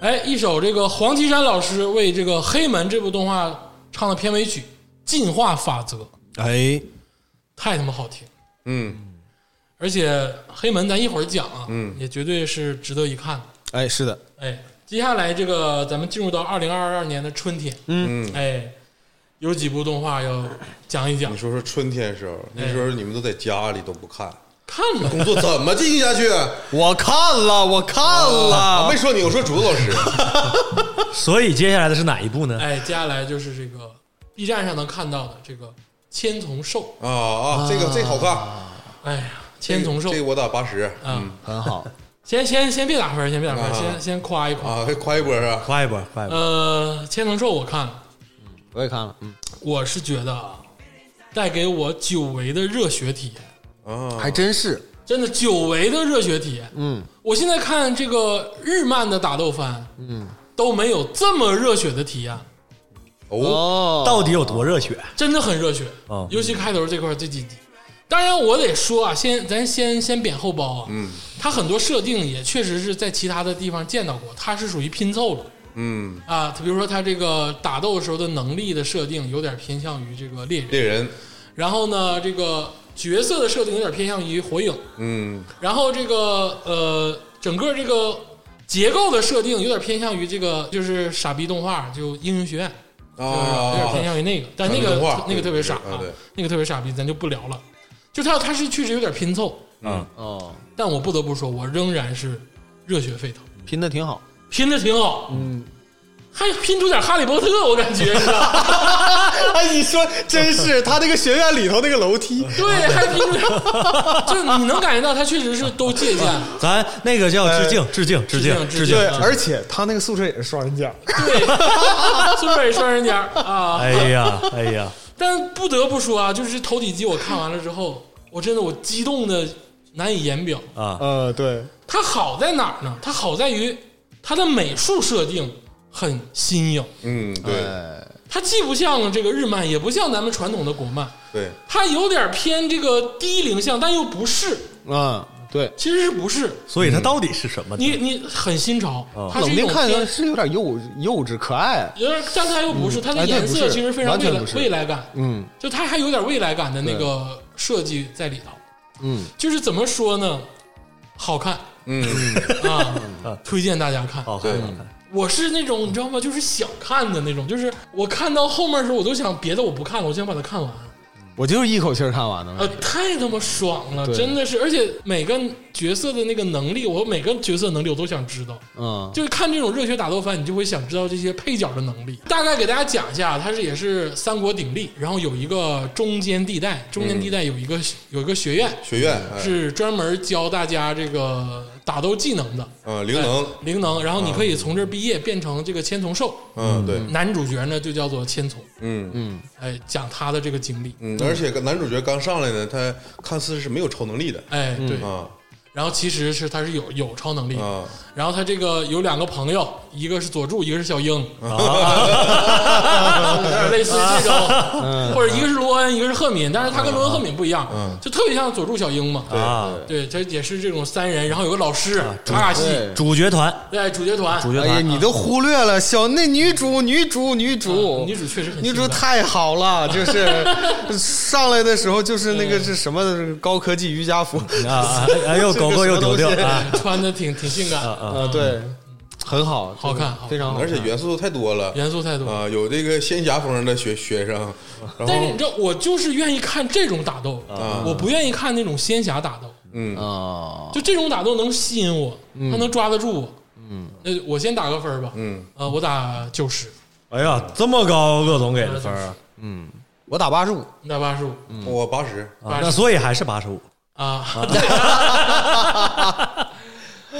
Speaker 2: 哎，一首这个黄绮珊老师为这个《黑门》这部动画唱的片尾曲《进化法则》，
Speaker 5: 哎，
Speaker 2: 太他妈好听！
Speaker 3: 嗯，
Speaker 2: 而且《黑门》咱一会儿讲啊，嗯，也绝对是值得一看的。
Speaker 4: 哎，是的，
Speaker 2: 哎，接下来这个咱们进入到二零二二年的春天，嗯，哎，有几部动画要讲一讲
Speaker 3: 你，说说春天时候，
Speaker 2: 哎
Speaker 3: 那时候你们都在家里都不看，
Speaker 2: 看了
Speaker 3: 工作怎么进行下去？
Speaker 4: 我看了，我看
Speaker 3: (laughs) 啊
Speaker 4: 了
Speaker 3: 没，说你，我说竹子老师，
Speaker 5: 所以接下来的是哪一部呢？
Speaker 2: 哎，接下来就是这个 B 站上能看到的这个《千丛寿
Speaker 3: 啊啊，这个这好看，》。
Speaker 2: 哎呀，《千丛寿
Speaker 3: 这》个我打八十
Speaker 2: 啊，
Speaker 4: 很好。
Speaker 2: 先先先别打分，先别打分，
Speaker 3: 啊
Speaker 2: 先先夸一夸。
Speaker 3: 啊，还夸一波是吧？
Speaker 5: 快一波，快一波！
Speaker 2: 呃，《千层兽》我看了，
Speaker 4: 我也看了，嗯，
Speaker 2: 我是觉得啊，带给我久违的热血体验，
Speaker 3: 啊，
Speaker 4: 还真是，
Speaker 2: 真的久违的热血体验。
Speaker 4: 嗯，
Speaker 2: 我现在看这个日漫的打斗番，嗯，都没有这么热血的体验，
Speaker 3: 哦，
Speaker 4: 哦，
Speaker 5: 到底有多热血？啊
Speaker 2: 真的很热血。
Speaker 5: 哦
Speaker 2: 尤其开头这块儿这几集。当然，我得说啊，先咱先先贬后褒啊，嗯，它很多设定也确实是在其他的地方见到过，它是属于拼凑的，
Speaker 3: 嗯，
Speaker 2: 啊，比如说他这个打斗的时候的能力的设定有点偏向于这个猎人，
Speaker 3: 猎人，
Speaker 2: 然后呢，这个角色的设定有点偏向于火影，
Speaker 3: 嗯
Speaker 2: 然后这个呃，整个这个结构的设定有点偏向于这个就是傻逼动画，就英雄学院，就是有点
Speaker 3: 啊，
Speaker 2: 偏向于那个，但那
Speaker 3: 傻逼
Speaker 2: 个
Speaker 3: 动画
Speaker 2: 那个特别傻
Speaker 3: 对对对啊对
Speaker 2: 那个特别傻逼，咱就不聊了。就他他是确实有点拼凑，
Speaker 3: 嗯
Speaker 4: 哦，
Speaker 2: 但我不得不说，我仍然是热血沸腾。
Speaker 4: 拼的挺好，
Speaker 2: 拼的挺好，嗯，还拼出点哈利波特，我感觉，你知道吗
Speaker 4: 哎， (laughs) 你说真是，他那个学院里头那个楼梯，
Speaker 2: 对，还拼出点，就是你能感觉到他确实是都借鉴，
Speaker 5: 咱那个叫致敬，致敬，致
Speaker 2: 敬
Speaker 5: 敬，
Speaker 2: 致敬对。
Speaker 5: 致敬致敬
Speaker 4: 而且他那个宿舍也是双人 (laughs) 间，
Speaker 2: (laughs) 对，苏北双人间儿啊，
Speaker 5: 哎呀，哎呀，
Speaker 2: 但不得不说啊，就是头几集我看完了之后，我真的我激动的难以言表。
Speaker 5: 啊，
Speaker 4: 呃，对，
Speaker 2: 它好在哪儿呢？它好在于它的美术设定很新颖，
Speaker 3: 嗯，对
Speaker 4: 哎，
Speaker 2: 它既不像这个日漫，也不像咱们传统的国漫，
Speaker 3: 对，
Speaker 2: 它有点偏这个低龄向，但又不是，
Speaker 4: 嗯，对，
Speaker 2: 其实是不是？
Speaker 5: 所以它到底是什么呢？
Speaker 2: 你你很新潮，它是
Speaker 4: 冷
Speaker 2: 一
Speaker 4: 静
Speaker 2: 种
Speaker 4: 看
Speaker 2: 偏，
Speaker 4: 是有点幼幼稚可爱，
Speaker 2: 有点，但它又不是，它的
Speaker 4: 哎对
Speaker 2: 颜
Speaker 4: 不
Speaker 2: 色
Speaker 4: 是
Speaker 2: 其实非常
Speaker 4: 完
Speaker 2: 未
Speaker 4: 全
Speaker 2: 来
Speaker 4: 不是
Speaker 2: 未来感，
Speaker 4: 嗯
Speaker 2: 就它还有点未来感的那个设计在里头。
Speaker 4: 嗯，
Speaker 2: 就是怎么说呢，好看
Speaker 3: 嗯，
Speaker 2: 啊，推荐大家看。
Speaker 5: 好看
Speaker 3: 对，
Speaker 5: 好看
Speaker 2: 我是那种你知道吗？就是想看的那种，就是我看到后面的时候，我都想别的我不看了，我就想把它看完。
Speaker 4: 我就是一口气儿看完的嘛
Speaker 2: 呃，，太他妈爽了，
Speaker 4: 对
Speaker 2: 真的是！而且每个角色的那个能力，我每个角色能力我都想知道。
Speaker 4: 嗯，
Speaker 2: 就是看这种热血打斗番，你就会想知道这些配角的能力。大概给大家讲一下，它是也是三国鼎立，然后有一个中间地带，中间地带有一个、有一个学院，
Speaker 3: 学院，哎
Speaker 2: 是专门教大家这个打斗技能的。
Speaker 3: 啊，灵能，
Speaker 2: 灵能，然后你可以从这儿毕业变成这个千丛兽，
Speaker 3: 嗯，对，
Speaker 2: 男主角呢就叫做千丛，
Speaker 3: 嗯嗯
Speaker 2: 哎，讲他的这个经历，
Speaker 3: 嗯，而且男主角刚上来呢，他看似是没有超能力的
Speaker 2: 哎，对，
Speaker 3: 啊
Speaker 2: 然后其实是他是有有超能力的，
Speaker 3: 啊，
Speaker 2: 然后他这个有两个朋友，一个是佐助，一个是小樱，有点 (laughs) 类似于这
Speaker 5: 嗯
Speaker 2: 种，或者一个是罗恩，一个是赫敏，但是他跟罗恩赫敏不一样，就特别像佐助小樱嘛。
Speaker 5: 啊，
Speaker 2: 对，这也是这种三人，然后有个老师卡卡西，
Speaker 4: 对
Speaker 5: 主角团，啊
Speaker 2: 对，主角团，
Speaker 5: 主角
Speaker 4: 哎呀，
Speaker 5: 团，
Speaker 4: 你都忽略了小那女主，女主，女主，
Speaker 2: 啊女主确实很
Speaker 4: 女
Speaker 2: 性
Speaker 4: 主
Speaker 2: 感
Speaker 4: 太
Speaker 2: (laughs)
Speaker 4: 好了，就是上来的时候就是那个是什么高科技瑜伽服
Speaker 2: 嗯
Speaker 5: 啊，哎哎呦，狗狗又丢丢
Speaker 4: 这个什么东西
Speaker 5: 啊，
Speaker 2: (laughs) 穿的挺挺性感的，
Speaker 5: 啊
Speaker 4: 啊，对，很好，
Speaker 2: 好看好看
Speaker 4: 非常好看，
Speaker 3: 而且元素太多了
Speaker 2: 元素太多了。
Speaker 3: 啊，有这个仙侠风的学学生，然
Speaker 2: 但是你
Speaker 3: 后
Speaker 2: 知道，我就是愿意看这种打斗，我不愿意看那种仙侠打斗。
Speaker 4: 啊，
Speaker 2: 就这种打斗能吸引我，他能抓得住我。嗯，那我先打个分儿吧。嗯，呃，我打九十，
Speaker 5: 哎呀，这么高，鄂总给的分儿啊，
Speaker 4: 我打八十五，
Speaker 2: 你打八十五，
Speaker 3: 我八十，
Speaker 2: 八
Speaker 5: 那
Speaker 2: 十
Speaker 5: 所以还是八十五，
Speaker 2: 啊，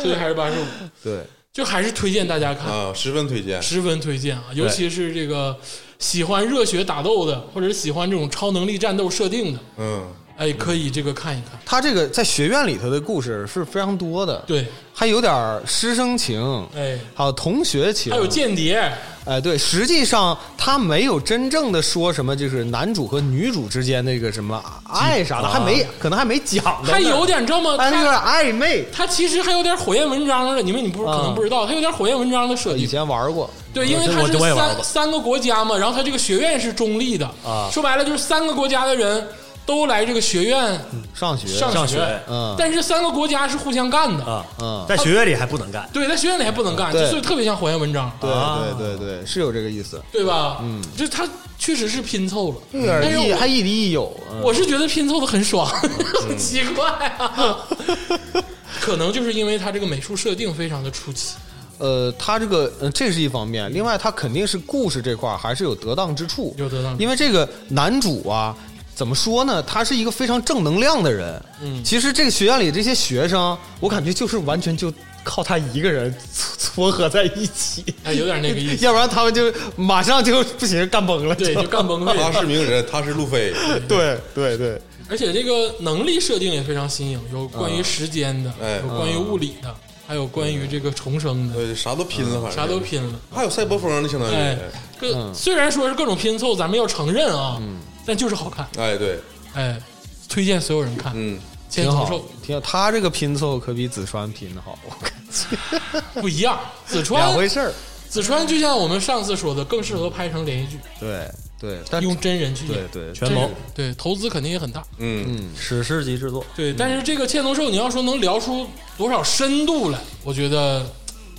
Speaker 2: 所以还是八十五，
Speaker 4: 对，
Speaker 2: 就还是推荐大家看，
Speaker 3: 啊，十分推荐，
Speaker 2: 十分推荐啊！尤其是这个喜欢热血打斗的，或者喜欢这种超能力战斗设定的，
Speaker 3: 嗯，
Speaker 2: 哎，可以这个看一看。
Speaker 4: 他这个在学院里头的故事是非常多的，
Speaker 2: 对，
Speaker 4: 还有点儿师生情，
Speaker 2: 哎
Speaker 4: 还有同学情，
Speaker 2: 还有间谍，
Speaker 4: 哎，对，实际上他没有真正的说什么，就是男主和女主之间那个什么爱啥的，还没可能还没讲到
Speaker 2: 啊
Speaker 4: 那儿，
Speaker 2: 还有点这么
Speaker 4: 嗯但是有
Speaker 2: 他
Speaker 4: 点暧昧。
Speaker 2: 他其实还有点火焰文章的，你们你不可能不知道，他有点火焰文章的设
Speaker 4: 以
Speaker 2: 计。
Speaker 4: 前玩过，
Speaker 2: 对，因为它
Speaker 5: 我
Speaker 2: 是
Speaker 5: 这我也玩
Speaker 2: 三
Speaker 5: 过
Speaker 2: 三个国家嘛，然后它这个学院是中立的啊，说白了就是三个国家的人都来这个学院
Speaker 4: 上学，
Speaker 2: 上
Speaker 5: 上学
Speaker 4: 嗯
Speaker 2: 但是三个国家是互相干的，
Speaker 5: 啊，
Speaker 4: 嗯
Speaker 5: 在学院里还不能干，
Speaker 2: 对，在学院里还不能干，
Speaker 4: 对
Speaker 2: 就所以特别像火焰文章，
Speaker 4: 对
Speaker 5: 啊
Speaker 4: 对对对，是有这个意思，
Speaker 2: 对吧？嗯，就它确实是拼凑了，
Speaker 4: 有点
Speaker 2: 嗯但是
Speaker 4: 亦
Speaker 2: 我
Speaker 4: 还亦敌亦友，嗯
Speaker 2: 我是觉得拼凑的很爽，
Speaker 5: 嗯
Speaker 2: (laughs) 很奇怪啊，可能就是因为它这个美术设定非常的出奇，
Speaker 4: 呃，他这个呃这是一方面，另外他肯定是故事这块儿还是有得当之处，
Speaker 2: 有得当之处
Speaker 4: 因为这个男主啊，怎么说呢？他是一个非常正能量的人。嗯，其实这个学院里这些学生，我感觉就是完全就靠他一个人 (laughs) 撮撮合在一起，
Speaker 2: 哎，有点那个意
Speaker 5: (laughs)
Speaker 2: 思，
Speaker 4: 要不然他们就马上就不行干崩了。
Speaker 2: 对，
Speaker 4: 就
Speaker 2: 就干崩溃了
Speaker 3: 他。是名人，他是路飞，
Speaker 4: (laughs) 对对对，
Speaker 2: 而且这个能力设定也非常新颖，有关于时间的，
Speaker 3: 哎
Speaker 2: 有关于
Speaker 4: 嗯
Speaker 2: 物理的，还有关于这个重生的，
Speaker 3: 呃，啥都拼了，反正
Speaker 2: 啥都，拼了。
Speaker 3: 还有赛博风呢，相当于，
Speaker 2: 哎，
Speaker 4: 嗯
Speaker 2: 各虽然说是各种拼凑，咱们要承认啊，但就是好看。
Speaker 3: 哎，对，
Speaker 2: 哎，推荐所有人看《
Speaker 3: 嗯，
Speaker 2: 千
Speaker 4: 挺
Speaker 2: 层
Speaker 4: 好
Speaker 2: 兽，》，
Speaker 4: 挺好。他这个拼凑可比子川拼的好，我感觉
Speaker 2: 不一样。子
Speaker 4: 两
Speaker 2: 川
Speaker 4: 回，事儿。
Speaker 2: 子川就像我们上次说的，更适合拍成连续剧，
Speaker 4: 对对，但
Speaker 2: 用真人去
Speaker 4: 对
Speaker 2: 演。
Speaker 4: 对
Speaker 5: 全谋，
Speaker 2: 对，投资肯定也很大。
Speaker 3: 嗯，
Speaker 5: 史诗级制作，
Speaker 2: 对，但是这个《千层兽》，你要说能聊出多少深度来，我觉得，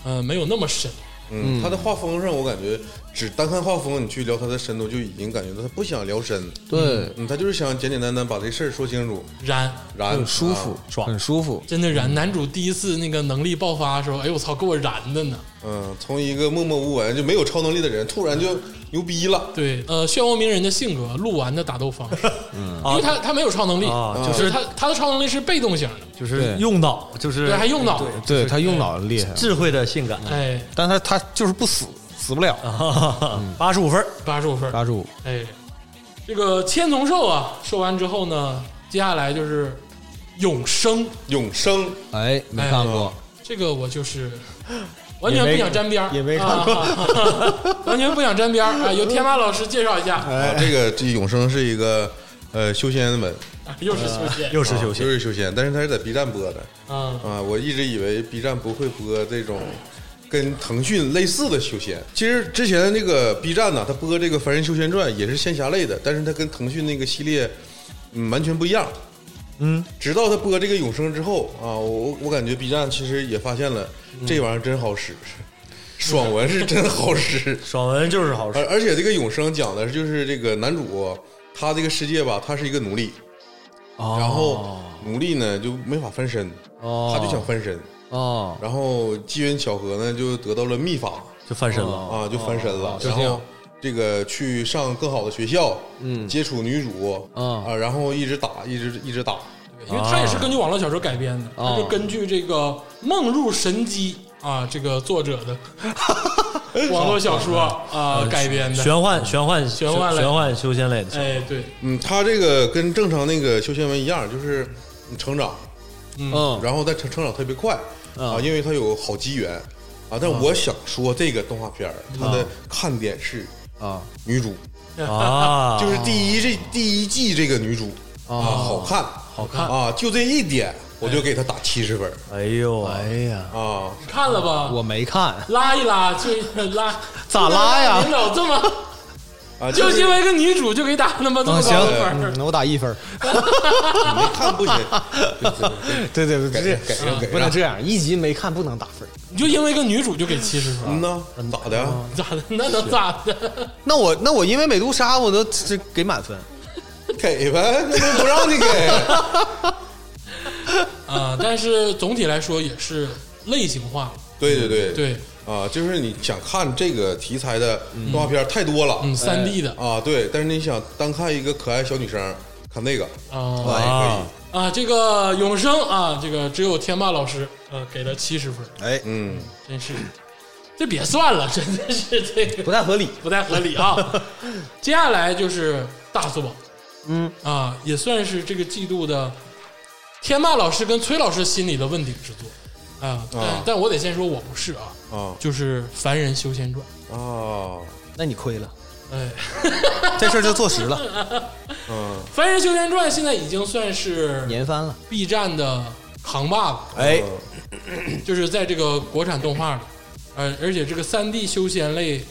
Speaker 2: 呃，没有那么深。
Speaker 3: 嗯，他的画风上，我感觉只单看画风，你去聊他的深度，就已经感觉到他不想聊深，
Speaker 4: 对，
Speaker 3: 嗯，他就是想简简单单把这事儿说清楚，
Speaker 2: 燃，
Speaker 3: 然
Speaker 4: 很舒服，
Speaker 5: 爽
Speaker 4: 很舒服。
Speaker 2: 真的燃！男主第一次那个能力爆发的时候，哎呦我操，给我燃的呢！
Speaker 3: 嗯，从一个默默无闻就没有超能力的人，突然就牛逼了，
Speaker 2: 对，呃，漩涡鸣人的性格，鹿丸的打斗方式，
Speaker 4: (laughs) 嗯
Speaker 2: 因为他他没有超能力，
Speaker 5: 啊就
Speaker 2: 就是他他的超能力是被动型的，
Speaker 5: 就是用脑，就是
Speaker 2: 对，还用脑，
Speaker 4: 对他用脑厉害，啊
Speaker 5: 智慧的性感，
Speaker 2: 哎，
Speaker 4: 哎但他他就是不死，死不了。
Speaker 5: (laughs) 八十五分儿，
Speaker 2: 八十五分，
Speaker 4: 八十五，
Speaker 2: 哎，这个千丛兽啊，说完之后呢，接下来就是永生，
Speaker 3: 永生，
Speaker 4: 哎，没看过，
Speaker 2: 这个我
Speaker 4: (laughs)
Speaker 2: 就是完全不想沾边儿，
Speaker 4: 也没也没看过
Speaker 2: 啊啊啊完全不想沾边儿啊！由天马老师介绍一下，
Speaker 3: 啊，这个这永生是一个呃修仙文，
Speaker 2: 又是修仙，
Speaker 5: 又是
Speaker 3: 啊
Speaker 5: 休
Speaker 3: 就
Speaker 5: 息，
Speaker 3: 是修仙，但是他是在 B 站播的
Speaker 2: 嗯。
Speaker 3: 啊，我一直以为 B 站不会播这种。跟腾讯类似的修仙，其实之前那个 B 站呢，它播这个《凡人修仙传》也是仙侠类的，但是它跟腾讯那个系列，嗯，完全不一样。
Speaker 5: 嗯，
Speaker 3: 直到他播这个永生之后啊，我我感觉 B 站其实也发现了这玩意儿真好使，爽文是真好使。
Speaker 5: 爽文就是好
Speaker 3: 而
Speaker 5: 吃，
Speaker 3: 而且这个永生讲的就是这个男主他这个世界吧，他是一个奴隶，然后奴隶呢就没法翻身，
Speaker 4: 哦
Speaker 3: 他就想翻身，
Speaker 4: 哦，
Speaker 3: 然后机缘巧合呢就得到了秘法
Speaker 5: 就翻身了。
Speaker 3: 啊，就翻身了，
Speaker 4: 就
Speaker 3: 然
Speaker 4: 这样
Speaker 3: 后。这个去上更好的学校，嗯，接触女主，
Speaker 4: 嗯
Speaker 3: 啊，然后一直打，一直一直打，
Speaker 2: 因为它也是
Speaker 4: 哦
Speaker 2: 根据网络小说改编的，它是根据这个《梦入神机》啊，这个作者的网络小说
Speaker 4: 呃
Speaker 2: 啊改编的。
Speaker 5: 玄幻、玄幻、玄
Speaker 2: 幻类
Speaker 5: 玄幻修仙类
Speaker 2: (laughs)
Speaker 5: 的，
Speaker 2: 哎，对，
Speaker 3: 嗯，他这个跟正常那个修仙文一样，就是你成长，
Speaker 4: 嗯，
Speaker 3: 然后但成成长特别快啊，因为他有好机缘啊。但我想说，这个动画片儿它的看点是
Speaker 4: 啊
Speaker 3: 女主，
Speaker 5: 啊，
Speaker 3: 就是第一这第一季这个女主啊，好看，好
Speaker 2: 看
Speaker 3: 啊，就这一点我就给她打七十分
Speaker 5: 哎呦，哎呀，
Speaker 3: 啊。
Speaker 2: 看了吧？
Speaker 4: 我没看，
Speaker 2: 拉一拉，就 (laughs) 拉，
Speaker 4: (laughs) 咋拉呀
Speaker 2: 领导这么，
Speaker 4: (laughs)
Speaker 2: (laughs)
Speaker 3: 啊，
Speaker 2: 就是因为个女主就给打那么这么
Speaker 4: 嗯，行
Speaker 2: 高的分，儿，
Speaker 4: 嗯我打一分儿。
Speaker 3: 你没看不行，
Speaker 4: (laughs) 对对对，
Speaker 3: 改
Speaker 4: 这
Speaker 3: 改改上改
Speaker 4: 不能
Speaker 3: 上，
Speaker 4: 这样，一集没看不能打分儿。
Speaker 2: 你就因为个女主就给七十分
Speaker 3: 嗯，呐，咋的？
Speaker 4: 嗯
Speaker 2: 咋的？那能咋的？ (laughs)
Speaker 4: 那我那我因为美杜莎我都这给满分，
Speaker 3: 给呗，那不让你给。
Speaker 2: 啊，但是总体来说也是类型化了，
Speaker 3: 对对对
Speaker 2: 对，
Speaker 3: 啊，就是你想看这个题材的动画片儿太多了，
Speaker 4: 哎
Speaker 2: 嗯，三 D 的
Speaker 3: 啊，对，但是你想单看一个可爱小女生，看那个
Speaker 2: 啊。
Speaker 3: 啊也可以
Speaker 5: 啊，
Speaker 2: 啊，这个永生啊，这个只有天霸老师呃给了七十分，
Speaker 4: 哎，
Speaker 3: 嗯，
Speaker 2: 真是，这别算了，真的是这个
Speaker 4: 不太合理。
Speaker 2: (laughs) 不太合理啊。接下来就是大作，
Speaker 4: 嗯
Speaker 2: 啊，也算是这个季度的天霸老师跟崔老师心里的问鼎之作啊。但、但我得先说我不是啊，
Speaker 3: 啊
Speaker 2: 就是《凡人修仙传
Speaker 3: 啊，
Speaker 4: 那你亏了，》。
Speaker 2: 哎，
Speaker 4: 这事儿就坐实了，
Speaker 2: 《凡人修仙传》现在已经算是
Speaker 4: 年番了。
Speaker 2: B 站的扛把子，
Speaker 4: 哎，
Speaker 2: 就是在这个国产动画里，呃，而且这个三 D 休闲类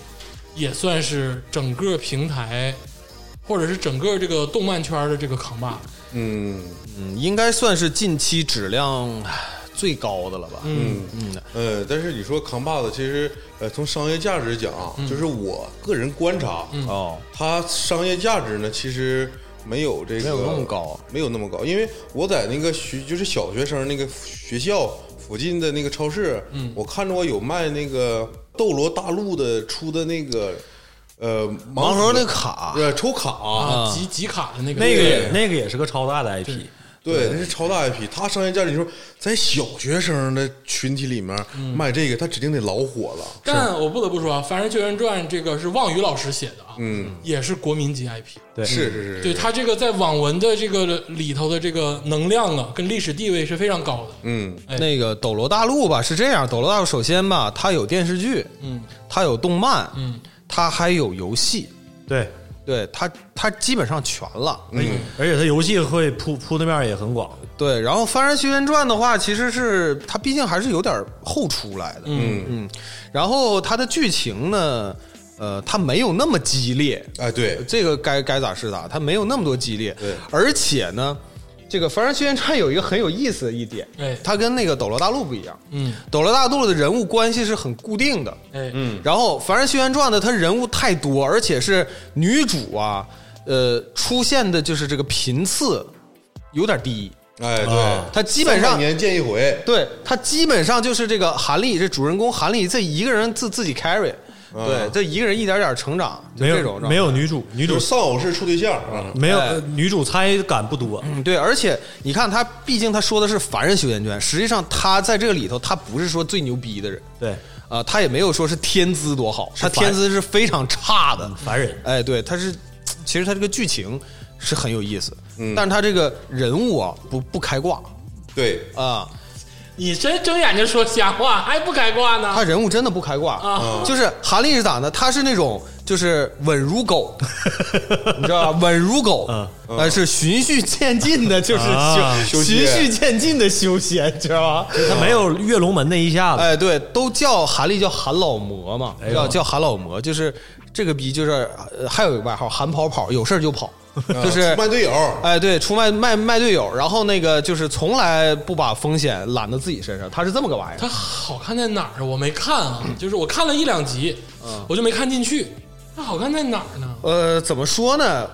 Speaker 2: 也算是整个平台或者是整个这个动漫圈的这个扛把子。
Speaker 3: 嗯
Speaker 4: 嗯，应该算是近期质量唉最高的了吧？嗯
Speaker 3: 嗯
Speaker 4: 嗯，
Speaker 3: 呃，但是你说扛把子，其实呃，从商业价值讲，啊
Speaker 2: 嗯
Speaker 3: 就是我个人观察，啊
Speaker 4: 哦，
Speaker 3: 它商业价值呢，其实没有这个
Speaker 4: 没有那么高，
Speaker 3: 没有那么高，因为我在那个学就是小学生那个学校附近的那个超市，嗯，我看着我有卖那个斗罗大陆的出的那个呃盲
Speaker 4: 盲盒那
Speaker 3: 那
Speaker 4: 卡
Speaker 3: 对抽卡，
Speaker 2: 啊，集集卡的那个
Speaker 5: 那个也
Speaker 3: 对
Speaker 5: 那个也是个超大的 IP，
Speaker 3: 对，那是超大 IP，它商业价值，你说在小学生的群体里面
Speaker 4: 嗯
Speaker 3: 卖这个，它指定得老火了。
Speaker 2: 但我不得不说啊，《凡人救援传》这个是望宇老师写的啊，嗯，也是国民级 IP。
Speaker 5: 对
Speaker 4: 嗯
Speaker 3: 是是是，
Speaker 2: 对他这个在网文的这个里头的这个能量啊，跟历史地位是非常高的。
Speaker 3: 嗯
Speaker 4: 那个《斗罗大陆》吧，是这样，《斗罗大陆》首先吧，它有电视剧，
Speaker 2: 嗯，
Speaker 4: 它有动漫，
Speaker 2: 嗯，
Speaker 4: 它还有游戏，
Speaker 5: 对，
Speaker 4: 对它，它基本上全了。
Speaker 3: 嗯
Speaker 5: 而且它游戏会铺铺的面儿也很广，
Speaker 4: 对，然后《幡然修仙传》的话，其实是它毕竟还是有点后出来的，
Speaker 2: 嗯
Speaker 4: 嗯，然后它的剧情呢，呃，它没有那么激烈，
Speaker 3: 哎对，
Speaker 4: 这个该该咋是咋，它没有那么多激烈，
Speaker 3: 对
Speaker 4: 而且呢，这个《凡人修仙传》有一个很有意思的一点，
Speaker 2: 哎
Speaker 4: 它跟那个《斗罗大陆》不一样，
Speaker 2: 嗯，
Speaker 4: 《斗罗大陆》的人物关系是很固定的，
Speaker 2: 哎，嗯，
Speaker 4: 然后《凡人修仙传》呢，它人物太多，而且是女主啊，呃，出现的就是这个频次有点低，
Speaker 3: 哎
Speaker 5: 啊
Speaker 3: 对，
Speaker 4: 她基本上
Speaker 3: 三百年见一回，
Speaker 4: 对他基本上就是这个韩立，这主人公韩立这一个人自自己 carry，对，这一个人一点点成长，就
Speaker 5: 没
Speaker 4: 这种
Speaker 5: 有没，有女主，女主
Speaker 3: 就是丧偶式处对象啊，
Speaker 5: 没有
Speaker 4: 哎
Speaker 5: 呃女主参与感不多，
Speaker 4: 嗯对，而且你看他，毕竟他说的是凡人修仙圈，实际上他在这个里头，他不是说最牛逼的人，
Speaker 5: 对，
Speaker 4: 啊，他也没有说是天资多好，他
Speaker 5: 凡嗯
Speaker 4: 天资是非常差的，
Speaker 5: 凡人
Speaker 4: 哎，对，他是，其实他这个剧情是很有意思，
Speaker 5: 嗯
Speaker 4: 但是他这个人物啊，不不开挂
Speaker 3: 对，
Speaker 4: 啊，
Speaker 2: 你真睁眼睛说瞎话，还不开挂呢？
Speaker 4: 他人物真的不开挂
Speaker 2: 啊
Speaker 4: (laughs) 就是韩立是咋呢？他是那种就是稳如狗，你知道吧？稳如狗，
Speaker 5: (laughs) 嗯
Speaker 4: 呃，是循序渐进的，就是
Speaker 5: 啊
Speaker 4: 修
Speaker 3: 修
Speaker 4: 循
Speaker 3: 仙
Speaker 4: 序渐进的修仙，知道吧？
Speaker 5: 她没有跃龙门那一下子，
Speaker 4: 哎，对，都叫韩立叫韩老魔嘛，
Speaker 5: 哎呦
Speaker 4: 叫叫韩老魔，就是这个逼，就是呃还有一个外号韩跑跑，有事儿就 (laughs) 跑，就是
Speaker 3: 出卖啊队友，
Speaker 4: 哎，对，出卖卖卖队友，然后那个就是从来不把风险揽到自己身上，他是这么个玩意儿
Speaker 2: 它好看在哪儿啊？我没看
Speaker 5: (clears throat)
Speaker 2: 啊，就是我看了一两集，
Speaker 5: 嗯
Speaker 2: 我就没看进去。它好看在哪儿呢？
Speaker 4: 呃，怎么说呢？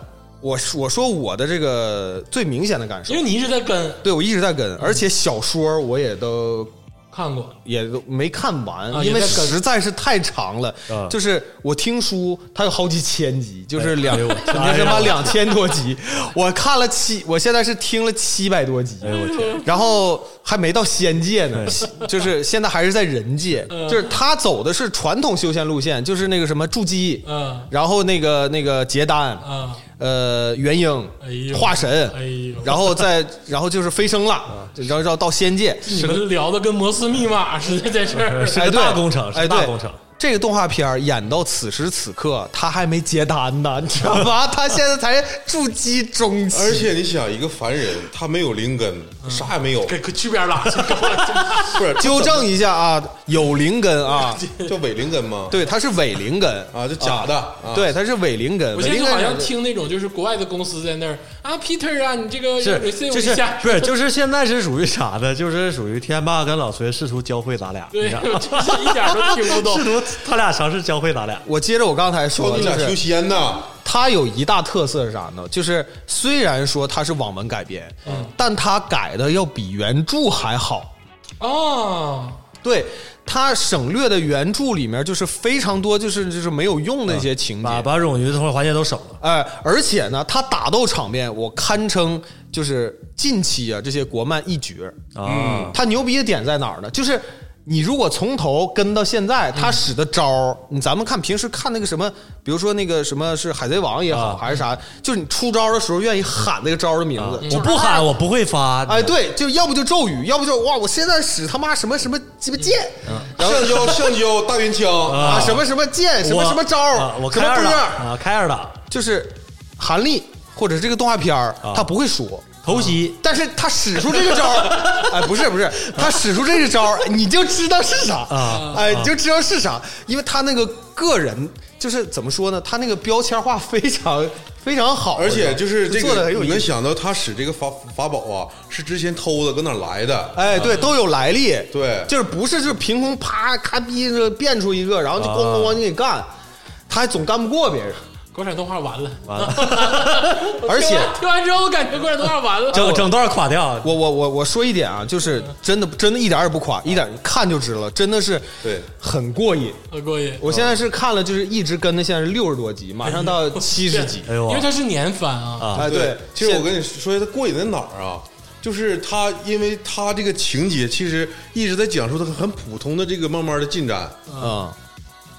Speaker 4: 我说我说我的这个最明显的感受
Speaker 2: 因为，你一直在跟
Speaker 4: 对我一直在跟，而且小说我也都
Speaker 2: 看过，
Speaker 4: 也都没看完，
Speaker 2: 啊
Speaker 4: 因为
Speaker 2: 也在跟
Speaker 4: 实在是太长了。
Speaker 5: 啊
Speaker 4: 就是我听书，它有好几千集，就是两，(laughs)
Speaker 5: 哎呦我
Speaker 4: 你他妈两千多集，我看了七，我现在是听了七百多集。
Speaker 5: 哎呦我天，
Speaker 4: 然后还没到仙界呢， (laughs) 就是现在还是在人界，就是他走的是传统修仙路线，就是那个什么筑基，
Speaker 2: 嗯
Speaker 4: 然后那个那个结丹，
Speaker 5: 嗯
Speaker 2: 啊，
Speaker 4: 呃，元
Speaker 2: 哎
Speaker 4: 婴
Speaker 2: 呦
Speaker 4: 化神
Speaker 2: 哎呦，
Speaker 4: 然后再 (laughs) 然后就是飞升了，然后绕到仙界，
Speaker 2: 你们聊的跟摩斯密码似的，在这儿。
Speaker 5: (laughs) 是
Speaker 4: 哎
Speaker 5: 个
Speaker 4: 对
Speaker 5: 大工程，是
Speaker 4: 哎
Speaker 5: 个大
Speaker 4: 对
Speaker 5: 工程，
Speaker 4: 这个动画片儿演到此时此刻，他还没接单呢，你知道吧？他现在才筑基中期，
Speaker 3: 而且你想，一个凡人他没有灵根，
Speaker 4: 嗯
Speaker 3: 啥也没有，
Speaker 2: 给给去边儿拉去！
Speaker 5: (laughs)
Speaker 2: 我
Speaker 3: 不是
Speaker 4: 纠正一下啊，有灵根 (laughs) 啊，
Speaker 3: 叫伪灵根吗？
Speaker 4: 对，它是伪灵根
Speaker 3: 啊就假的
Speaker 4: 啊
Speaker 3: 啊
Speaker 4: 对，它是伪灵根，
Speaker 2: 我
Speaker 4: 伪
Speaker 2: 现在
Speaker 4: 灵
Speaker 2: 就
Speaker 4: 根
Speaker 2: 好像
Speaker 4: 是
Speaker 2: 听那种就是国外的公司在那儿啊，Peter 啊，你这个
Speaker 5: 是
Speaker 2: 信我
Speaker 5: 就
Speaker 2: 一
Speaker 5: 是
Speaker 2: 下，
Speaker 5: 不是就是现在是属于啥呢？就是属于天霸跟老崔试图教会咱俩，
Speaker 2: (laughs) 对，
Speaker 5: 你看
Speaker 2: 我就是一点都听不
Speaker 5: (laughs)
Speaker 2: 懂
Speaker 5: 试。图他俩尝试教会咱俩，
Speaker 4: 我接着我刚
Speaker 3: 教
Speaker 4: 才说，
Speaker 3: 你
Speaker 4: 就
Speaker 3: 俩修
Speaker 4: 是
Speaker 3: 仙呐，
Speaker 4: 它有一大特色是啥呢？就是虽然说它是网文改编，但它改的要比原著还好。
Speaker 2: 哦，
Speaker 4: 对，它省略的原著里面就是非常多，就是就是没有用的一些情节。
Speaker 5: 把把冗余的环节都省了，
Speaker 4: 哎，而且呢，它打斗场面我堪称就是近期啊这些国漫一绝。
Speaker 5: 啊，
Speaker 4: 它牛逼的点在哪儿呢？就是你如果从头跟到现在，他使的招儿，你咱们看平时看那个什么，比如说那个什么是海贼王也好，
Speaker 5: 啊
Speaker 4: 还是啥，就是你出招的时候愿意喊那个招的名字，
Speaker 5: 我不
Speaker 2: 啊
Speaker 5: 喊，我不会发。
Speaker 4: 哎，对，就要不就咒语，要不就哇，我现在使他妈什么什么鸡巴剑
Speaker 5: 嗯
Speaker 3: 橡
Speaker 4: (laughs)
Speaker 3: 胶橡胶大圆枪，
Speaker 4: 啊，什么什么剑，什
Speaker 5: 我
Speaker 4: 么什么招
Speaker 5: 啊
Speaker 4: 儿，
Speaker 5: 我
Speaker 4: 什
Speaker 5: 开
Speaker 4: 么
Speaker 5: 二
Speaker 4: 波
Speaker 5: 档
Speaker 4: 儿，
Speaker 5: 啊，开二档，
Speaker 4: 就是韩立或者这个动画片儿，
Speaker 3: 啊
Speaker 4: 他不会说。
Speaker 5: 头袭
Speaker 4: 但是他使出这个招儿， (laughs) 哎，不是不是，他使出这个招儿，你就知道是啥
Speaker 5: 啊
Speaker 4: 哎，你就知道是啥，因为他那个个人就是怎么说呢，他那个标签化非常非常好，
Speaker 3: 而且就是这
Speaker 4: 做的
Speaker 3: 个，
Speaker 4: 很有
Speaker 3: 你
Speaker 4: 意
Speaker 3: 能
Speaker 4: 思，
Speaker 3: 想到他使这个法法宝啊，是之前偷的，搁哪儿来的？
Speaker 4: 哎，对，都有来历，
Speaker 3: 啊对
Speaker 4: 就是不是就是凭空啪咔逼着变出一个，然后就咣
Speaker 3: 啊
Speaker 4: 咣咣就给干，他还总干不过别人，
Speaker 2: 国产动画完了，
Speaker 5: 完了，
Speaker 2: (laughs) 我
Speaker 4: 而且
Speaker 2: 听完听完之后，我感觉国产动画完了。
Speaker 5: 整整段垮掉。
Speaker 4: 我我我我说一点啊，就是真的真的一点儿也不垮，一点儿看就知道了，真的是
Speaker 3: 对
Speaker 4: 很过瘾。
Speaker 2: 呃过瘾，
Speaker 4: 我现在是看了，就是一直跟的，现在是六十多集，马
Speaker 3: (laughs)
Speaker 4: 上到七十集。
Speaker 5: 哎呦，
Speaker 2: 因为它是年番啊，
Speaker 4: 哎，对，
Speaker 3: 其实我
Speaker 4: 现
Speaker 3: 跟你说，他过瘾在哪儿啊？就是他，因为他这个情节其实一直在讲述他很普通的这个慢慢的进展，
Speaker 4: 嗯，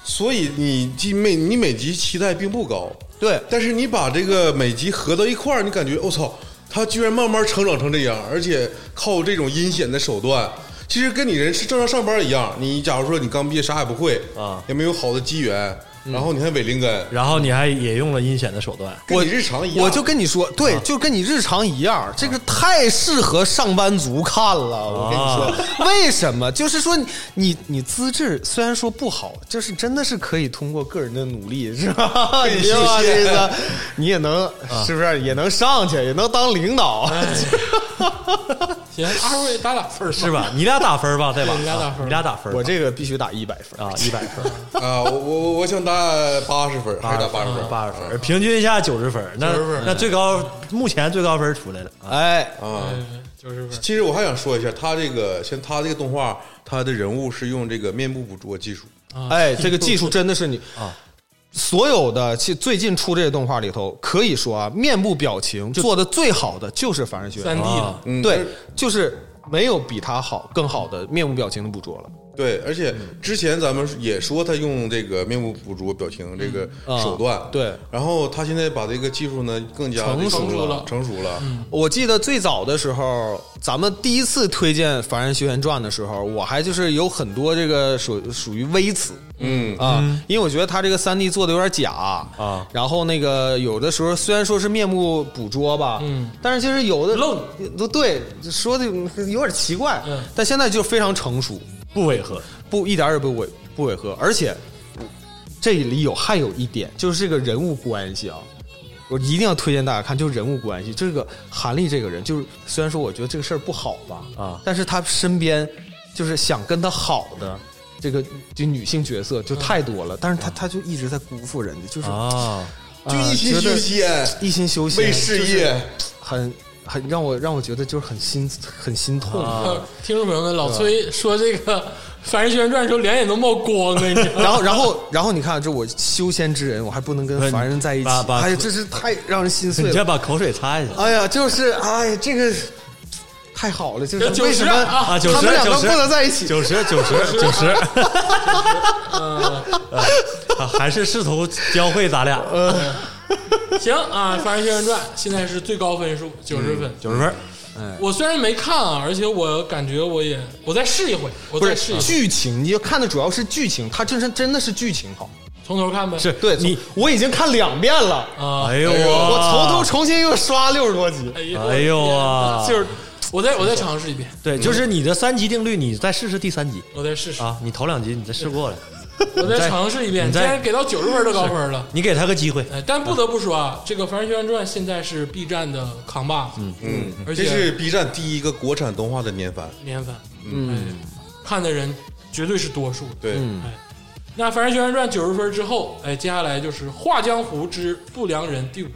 Speaker 3: 所以你既每你每集期待并不高，
Speaker 4: 对
Speaker 3: 但是你把这个每集合到一块儿，你感觉我、哦操，他居然慢慢成长成这样，而且靠这种阴险的手段。其实跟你人是正常上班一样，你假如说你刚毕业啥也不会
Speaker 5: 啊
Speaker 3: 也没有好的机缘，然后你还伪灵根，
Speaker 5: 然后你还也用了阴险的手段，
Speaker 3: 跟你日常一样，
Speaker 4: 我就跟你说，对，就跟你日常一样，这个太适合上班族看了。我跟你说，为什么？就是说你你你资质虽然说不好，就是真的是可以通过个人的努力，是吧？
Speaker 3: 可以
Speaker 4: 你明白吗
Speaker 3: 实
Speaker 4: 这
Speaker 3: 现
Speaker 4: 意思？你也能是不是也能上去，也能当领导？
Speaker 2: 行，二位打打分儿吧
Speaker 5: 是？吧？你俩打分吧，对吧？
Speaker 2: (laughs) 对你俩打分
Speaker 5: 啊你俩打分
Speaker 4: (laughs)
Speaker 5: 吧。
Speaker 4: 我这个必须打一百分
Speaker 5: 啊，一百分，
Speaker 3: 啊，我我我我想打八十分，还是打八十分？
Speaker 5: 八十分，平均一下九十分，那
Speaker 2: 90分
Speaker 5: 那最高目前最高分出来了啊。
Speaker 4: 哎，
Speaker 3: 啊。
Speaker 2: 嗯，就是分。
Speaker 3: 其实我还想说一下，他这个像他这个动画，他的人物是用这个面部捕捉技术，
Speaker 2: 啊
Speaker 4: 哎，这个技术真的是你啊。所有的其最近出这些动画里头，可以说啊，面部表情做的最好的就是《凡人学
Speaker 2: 三
Speaker 4: 院
Speaker 2: D 的，
Speaker 3: 嗯
Speaker 4: 对，就是没有比它好更好的面部表情的捕捉了。
Speaker 3: 对，而且
Speaker 4: 嗯
Speaker 3: 之前咱们也说他用这个面部捕捉表情这个
Speaker 4: 嗯啊
Speaker 3: 手段，
Speaker 4: 对
Speaker 3: 然后他现在把这个技术呢更加
Speaker 4: 成熟
Speaker 3: 了
Speaker 2: 了，
Speaker 3: 成熟了，
Speaker 4: 我记得最早的时候，咱们第一次推荐《凡人学院传》的时候，我还就是有很多这个属属于微词，
Speaker 3: 嗯，
Speaker 4: 啊，因为我觉得他这个三 D 做的有点假啊，然后那个有的时候虽然说是面目捕捉吧，
Speaker 2: 嗯，
Speaker 4: 但是其实有的
Speaker 2: 愣
Speaker 4: 都对说的有点奇怪，
Speaker 2: 嗯
Speaker 4: 但现在就非常成熟，
Speaker 5: 不违和，
Speaker 4: 不一点儿也不违不违和，而且这里有还有一点就是这个人物关系啊。我一定要推荐大家看，就是人物关系。这个韩立这个人，就是虽然说我觉得这个事儿不好吧，
Speaker 5: 啊
Speaker 4: 但是他身边就是想跟他好的这个就女性角色就太多了，但是他他就一直在辜负人家，就是
Speaker 5: 啊，
Speaker 3: 就一心修，仙，
Speaker 4: 呃觉得一心修仙
Speaker 3: 啊为事
Speaker 4: 就是
Speaker 3: 业，
Speaker 4: 很很让我让我觉得就是很心很心痛。啊
Speaker 5: 啊
Speaker 2: 听众朋友们，老崔说这个《凡人学院传》的时候，两眼都冒光了，你知道
Speaker 5: (laughs)
Speaker 2: 吗？
Speaker 4: 然后，然后，然后你看，这我修仙之人，我还不能
Speaker 5: 不
Speaker 4: 跟
Speaker 5: 是
Speaker 4: 凡人在一起，
Speaker 5: 把把
Speaker 4: 哎呀，这是太让人心碎
Speaker 5: 你先
Speaker 4: 了。
Speaker 5: 把口水擦一下。
Speaker 4: 哎呀，就是哎呀，这个太好了，就是
Speaker 2: 90
Speaker 4: 为什么
Speaker 2: 啊
Speaker 5: 啊，九十，
Speaker 4: 他们两个
Speaker 5: 90
Speaker 4: 不能在一起？
Speaker 5: 九十，九十，九十，啊还是试图教会咱俩
Speaker 2: 行啊，《凡人学院传》现在是最高分数九十分。
Speaker 5: 九十分。嗯
Speaker 2: 我虽然没看啊，而且我感觉我也我再试一回，我
Speaker 4: 不
Speaker 2: 再
Speaker 4: 是
Speaker 2: 试一回，
Speaker 4: 剧情，你就看的主要是剧情，它真是真的是剧情好。
Speaker 2: 从头看呗。
Speaker 5: 是
Speaker 4: 对
Speaker 5: 你，
Speaker 4: 我已经看两遍了，
Speaker 2: 啊，
Speaker 5: 哎呦我，
Speaker 4: 我从头重新又刷六十多集，
Speaker 2: 哎呦
Speaker 5: 哎呦啊，
Speaker 2: 就是我再我再尝试一遍，
Speaker 5: 对，就是你的三级定律，你再试试第三级
Speaker 2: 我再试试，
Speaker 5: 啊，你头两级你再试过了，
Speaker 2: 我再尝试一遍。
Speaker 5: 你
Speaker 2: 既
Speaker 5: 再
Speaker 2: 然给到九十分的高分了。
Speaker 5: 你给他个机会，
Speaker 2: 哎，但不得不说啊，这个《凡人学院传》现在是 B 站的扛把子，
Speaker 3: 嗯，
Speaker 2: 而
Speaker 3: 这
Speaker 2: 且
Speaker 3: 是 B 站第一个国产动画的年番，
Speaker 2: 年番，嗯，看的人绝对是多数的。
Speaker 3: 对，
Speaker 2: 哎，那《凡人学院传》九十分之后，哎，接下来就是《画江湖之不良人》第五集，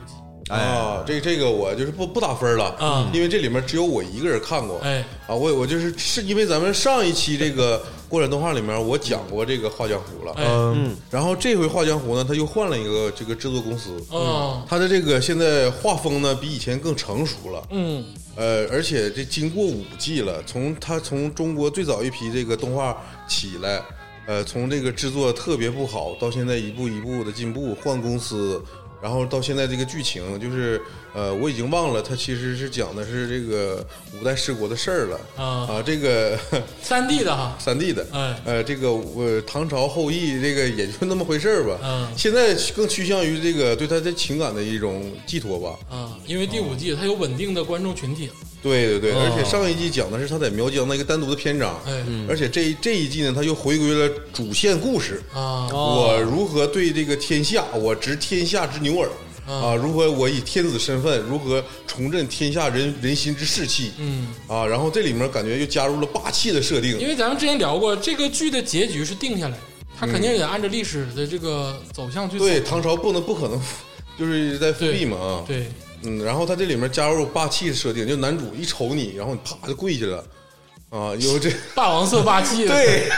Speaker 2: 哎
Speaker 3: 啊，这这个我就是不不打分了，
Speaker 2: 嗯
Speaker 3: 因为这里面只有我一个人看过，
Speaker 2: 哎，
Speaker 3: 啊，我我就是是因为咱们上一期这个过载动画里面我讲过这个《画江湖》了，
Speaker 2: 哎，
Speaker 5: 嗯，
Speaker 3: 然后这回《画江湖》呢，他又换了一个这个制作公司，
Speaker 2: 嗯
Speaker 3: 他的这个现在画风呢比以前更成熟了，
Speaker 2: 嗯，
Speaker 3: 呃，而且这经过五季了，从他从中国最早一批这个动画起来，呃，从这个制作特别不好到现在一步一步的进步，换公司，然后到现在这个剧情，就是呃，我已经忘了，它其实是讲的是这个五代十国的事儿了
Speaker 2: 啊
Speaker 3: 这个
Speaker 2: 三 D 的哈，
Speaker 3: 三 D 的，
Speaker 2: 哎
Speaker 3: 呃，这个我、唐朝后裔这个也就那么回事儿吧，
Speaker 2: 嗯
Speaker 3: 现在更趋向于这个对他的情感的一种寄托吧，
Speaker 2: 啊，因为第五季它有稳定的观众群体了，
Speaker 3: 对对对，而且上一季讲的是他在苗疆的一个单独的篇章，
Speaker 2: 哦哎
Speaker 3: 而且这一这一季呢，他又回归了主线故事，
Speaker 2: 啊，
Speaker 3: 我如何对这个天下，我执天下之牛耳。啊，如何我以天子身份，如何重振天下人人心之士气？
Speaker 2: 嗯，
Speaker 3: 啊，然后这里面感觉又加入了霸气的设
Speaker 2: 因
Speaker 3: 定。
Speaker 2: 为咱们之前聊过，这个剧的结局是定下来的，它肯定也按照历史的这个走向去走。
Speaker 3: 嗯对，唐朝不能不可能， (laughs) 就是在复辟嘛啊。
Speaker 2: 对，
Speaker 3: 嗯，然后他这里面加入霸气的设定，就男主一瞅你，然后你啪就跪下了，
Speaker 2: (laughs)
Speaker 3: 啊，有这
Speaker 2: 霸王色霸气。，
Speaker 3: 对。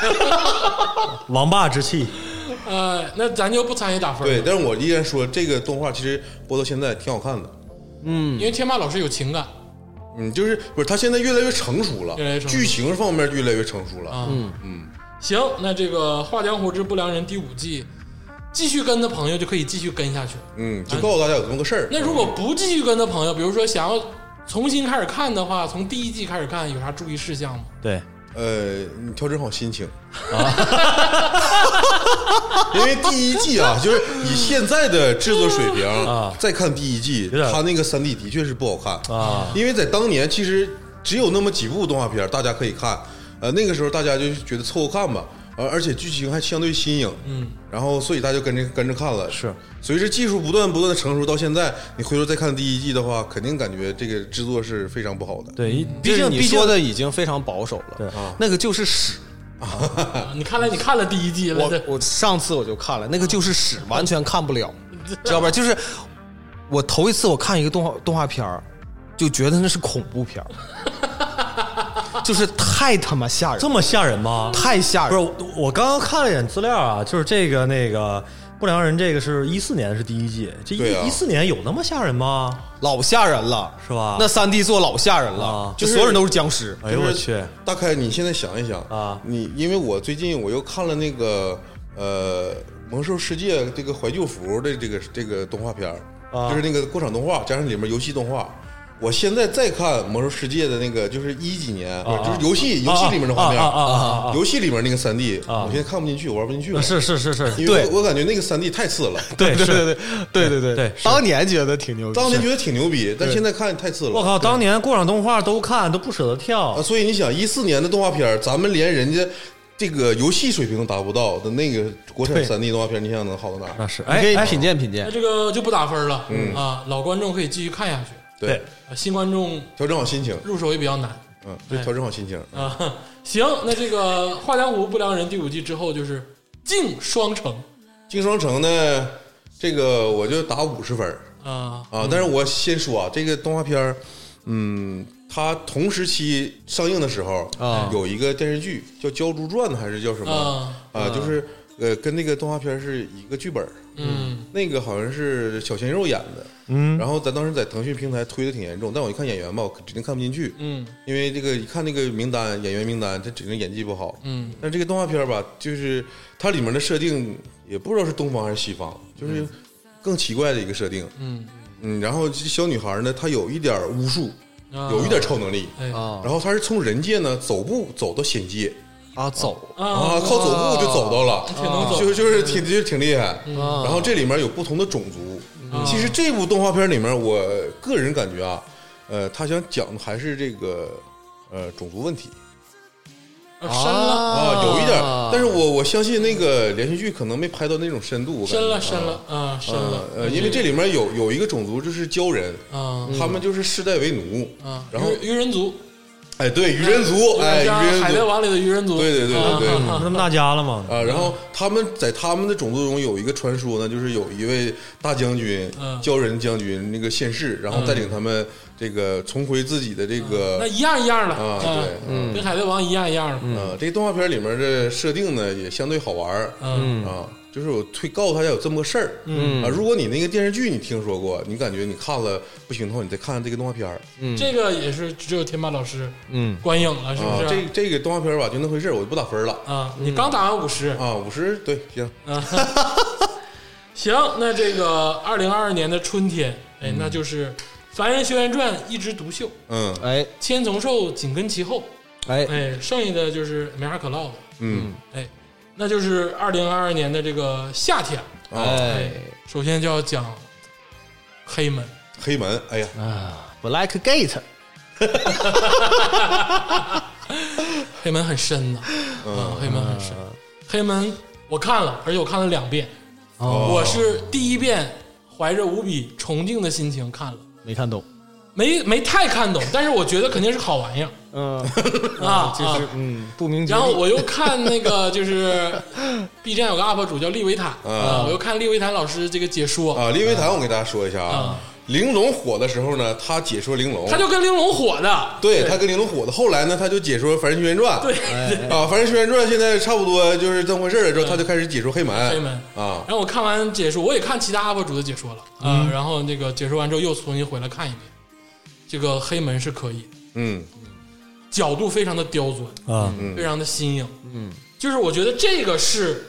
Speaker 5: 王霸之气，
Speaker 2: (laughs) 呃，那咱就不参与打分
Speaker 3: 对，
Speaker 2: 了，
Speaker 3: 但是我依然说这个动画其实播到现在挺好看的。
Speaker 2: 因为天霸老师有情感，
Speaker 3: 嗯，就是不是他现在越来越成熟了，
Speaker 2: 越来越成熟
Speaker 3: 剧情方面越来越成熟了。
Speaker 2: 啊，嗯嗯，行，那这个《画江湖之不良人》第五季，继续跟的朋友就可以继续跟下去了。
Speaker 3: 嗯，就告诉大家有这么个事儿。
Speaker 2: 那如果不继续跟的朋友，比如说想要重新开始看的话，从第一季开始看，有啥注意事项吗？
Speaker 5: 对，
Speaker 3: 呃，你调整好心情啊， (laughs) 因为第一季啊，就是以现在的制作水平
Speaker 5: 啊
Speaker 3: 再看第一季，
Speaker 5: 有点
Speaker 3: 他那个三 D 的确是不好看
Speaker 5: 啊，
Speaker 3: 因为在当年其实只有那么几部动画片儿大家可以看，呃，那个时候大家就觉得凑合看吧，呃而而且剧情还相对新颖，嗯，然后所以大家就跟着跟着看了，
Speaker 5: 是。
Speaker 3: 随着技术不断不断的成熟，到现在你回头再看第一季的话，肯定感觉这个制作是非常不好的。
Speaker 5: 对，
Speaker 4: 毕
Speaker 5: 毕
Speaker 4: 竟
Speaker 5: 竟
Speaker 4: 你
Speaker 5: 毕竟
Speaker 4: 说的已经非常保守了，
Speaker 5: 对
Speaker 4: 那个就是屎。
Speaker 2: 啊你看来你看了第一季了，
Speaker 4: 我
Speaker 2: 这
Speaker 4: 我上次我就看了，那个就是屎，完全看不了，知道吧？就是我头一次我看一个动画动画片儿，就觉得那是恐怖片儿就是太他妈吓人
Speaker 5: 这，么吓人吗？
Speaker 4: 太吓
Speaker 5: 不是
Speaker 4: 人。
Speaker 5: 我，我刚刚看了一眼资料啊，就是这个那个不良人，这个是一四年是第一季，这
Speaker 3: 对啊
Speaker 5: 一一四、年有那么吓人吗？
Speaker 4: 老吓人了，
Speaker 5: 是吧
Speaker 4: 那三 D 做老吓人了，
Speaker 5: 啊
Speaker 4: 就所有人都是僵尸。
Speaker 5: 哎呦我去，
Speaker 3: 大开，你现在想一想
Speaker 5: 啊
Speaker 3: 你因为我最近我又看了那个呃《魔兽世界》这个怀旧服的这个这个动画片儿
Speaker 5: 啊
Speaker 3: 就是那个过场动画加上里面游戏动画。我现在再看《魔兽世界》的那个，就是一几年，不是就是游戏游戏里面的画面，
Speaker 5: 啊啊啊啊啊啊
Speaker 3: 游戏里面那个三 D，、我现在看不进去，我玩不进去了，
Speaker 5: 是是是是，
Speaker 3: 因为
Speaker 4: 对
Speaker 3: 我我感觉那个三 D 太次了。
Speaker 5: (laughs)
Speaker 4: 对
Speaker 5: 对哎是。
Speaker 4: 对对对对
Speaker 5: 对是
Speaker 4: 当年觉得挺牛逼，
Speaker 3: 当年觉得挺牛逼，但现在看太次了。
Speaker 5: 我靠！当年过场动画都看，都不舍得跳
Speaker 3: 啊！。
Speaker 4: 呃
Speaker 3: 所以你想，一四年的动画片儿，咱们连人家这个游戏水平都达不到的那个国产
Speaker 5: 对
Speaker 3: 三 D 动画片儿，你想想能好到哪
Speaker 5: 那
Speaker 3: 儿？
Speaker 5: 是，
Speaker 4: 你
Speaker 5: 哎
Speaker 4: 可以
Speaker 5: 哎，
Speaker 4: 品鉴品鉴
Speaker 2: 那。这个就不打分了、
Speaker 3: 嗯
Speaker 2: 啊，老观众可以继续看下去，
Speaker 3: 对，
Speaker 2: 啊新观众
Speaker 3: 调整好心情，
Speaker 2: 入手也比较难
Speaker 3: 嗯，对，调整好心情。
Speaker 2: 啊。行，那这个《画江湖不良人》第五季之后就是《竞双城
Speaker 3: 金双城呢，这个我就打五十分儿》
Speaker 2: 啊，
Speaker 3: 啊，但是我先说啊，这个动画片儿，嗯，它同时期上映的时候
Speaker 4: 啊
Speaker 3: 有一个电视剧叫《鲛珠传》还是叫什么
Speaker 2: 啊
Speaker 3: 啊？就是呃，跟那个动画片儿是一个剧本儿。
Speaker 2: 嗯
Speaker 3: 那个好像是小鲜肉演的，嗯，然后咱当时在腾讯平台推的挺严重，但我一看演员吧，我指定看不进去，
Speaker 2: 嗯
Speaker 3: 因为这个一看那个名单，演员名单，他指定演技不好，
Speaker 2: 嗯，
Speaker 3: 但这个动画片儿吧，就是它里面的设定也不知道是东方还是西方，就是更奇怪的一个设定，
Speaker 2: 嗯
Speaker 3: 嗯，然后这小女孩呢，她有一点儿巫术，
Speaker 2: 啊
Speaker 3: 有一点儿超能力，
Speaker 2: 哎啊
Speaker 3: 然后她是从人界呢走步走到仙界
Speaker 4: 啊，走
Speaker 3: 啊，靠走步就走到了，
Speaker 2: 啊挺能走，
Speaker 3: 就就是挺就是挺厉害。
Speaker 2: 嗯
Speaker 4: 啊
Speaker 3: 然后这里面有不同的种族。其实这部动画片里面，我个人感觉啊，呃，他想讲的还是这个呃种族问题
Speaker 2: 啊深了
Speaker 3: 啊，有一点儿。但是我我相信那个连续剧可能没拍到那种深度，我感觉
Speaker 2: 深了深了啊深了
Speaker 3: 呃，嗯呃，因为这里面有有一个种族就是鲛人，
Speaker 2: 啊
Speaker 3: 他们就是世代为奴
Speaker 2: 啊，
Speaker 3: 嗯然后
Speaker 2: 愚愚人族
Speaker 3: 哎，对，愚人族，哎，愚
Speaker 2: 像海
Speaker 3: 人
Speaker 2: 贼
Speaker 3: 族，
Speaker 2: 王里的愚人族，
Speaker 3: 对对对对对
Speaker 2: 啊
Speaker 5: 那不大家了吗？
Speaker 3: 啊，然后他们在他们的种族中有一个传说呢，就是有一位大将军
Speaker 2: 嗯，
Speaker 3: 鲛人将军那个现世，然后带领他们这个重回自己的这
Speaker 2: 那
Speaker 3: 个
Speaker 2: 一样一样的
Speaker 3: 啊嗯对嗯
Speaker 2: 跟海贼王一样一样的，
Speaker 3: 啊，这个动画片里面的设定呢也相对好玩儿
Speaker 2: 嗯
Speaker 3: 啊，就是我推告诉大家有这么个事儿，嗯啊，如果你那个电视剧你听说过，你感觉你看了不行的话，你再看看这个动画片儿啊
Speaker 2: 这个也是只有天霸老师
Speaker 4: 嗯
Speaker 2: 观影了，是
Speaker 3: 啊
Speaker 2: 不，
Speaker 3: 这
Speaker 2: 是？
Speaker 3: 这个动画片儿吧就那回事儿，我就不打分儿了
Speaker 2: 啊，你刚打完五十，
Speaker 3: 啊，五十对行，
Speaker 2: 行，那这个二零二二年的春天，哎，那就是《凡人修仙传》一枝独秀，
Speaker 3: 嗯
Speaker 4: 哎
Speaker 2: 千丛寿紧跟其后，
Speaker 4: 哎，
Speaker 2: 哎，剩下的就是没啥可唠的，
Speaker 3: 嗯
Speaker 2: 哎，那就是二零二二年的这个夏天，
Speaker 3: 啊，
Speaker 4: 哎，
Speaker 2: 首先就要讲黑门，
Speaker 3: 黑门，哎呀，
Speaker 4: Black Gate，
Speaker 2: 黑门很深的，啊，黑门很深，黑门我看了，而且我看了两遍，我是第一遍怀着无比崇敬的心情看了。
Speaker 4: 没看懂。
Speaker 2: 没没太看懂，但是我觉得肯定是好玩意儿
Speaker 4: 嗯，
Speaker 2: 啊
Speaker 4: 就
Speaker 2: 啊
Speaker 4: 是嗯，不明觉
Speaker 2: (laughs) 然
Speaker 4: 厉
Speaker 2: 后我又看那个就是 B 站有个 UP 主叫利维坦
Speaker 3: 嗯
Speaker 2: 啊，我又看利维坦老师这个解说，
Speaker 3: 啊，利维坦，我给大家说一下啊
Speaker 2: 啊，
Speaker 3: 玲珑火的时候呢，他解说玲珑，
Speaker 2: 他就跟玲珑火的，
Speaker 3: 对他跟玲珑火的，后来呢，他就解说《凡人修仙传》，
Speaker 2: (laughs)
Speaker 3: (laughs) 对啊，《凡人修仙传》现在差不多就是这么回事儿了，之后他就开始解说黑门，
Speaker 2: 嗯黑门
Speaker 3: 啊嗯
Speaker 2: 然，后我看完解说，我也看其他 UP 主的解说了啊，然后那个解说完之后又重新回来看一遍，这个黑门是可以的，
Speaker 3: 嗯
Speaker 2: 角度非常的刁钻，
Speaker 4: 呃
Speaker 5: 啊，
Speaker 2: 非常的新颖，嗯，就是我觉得这个是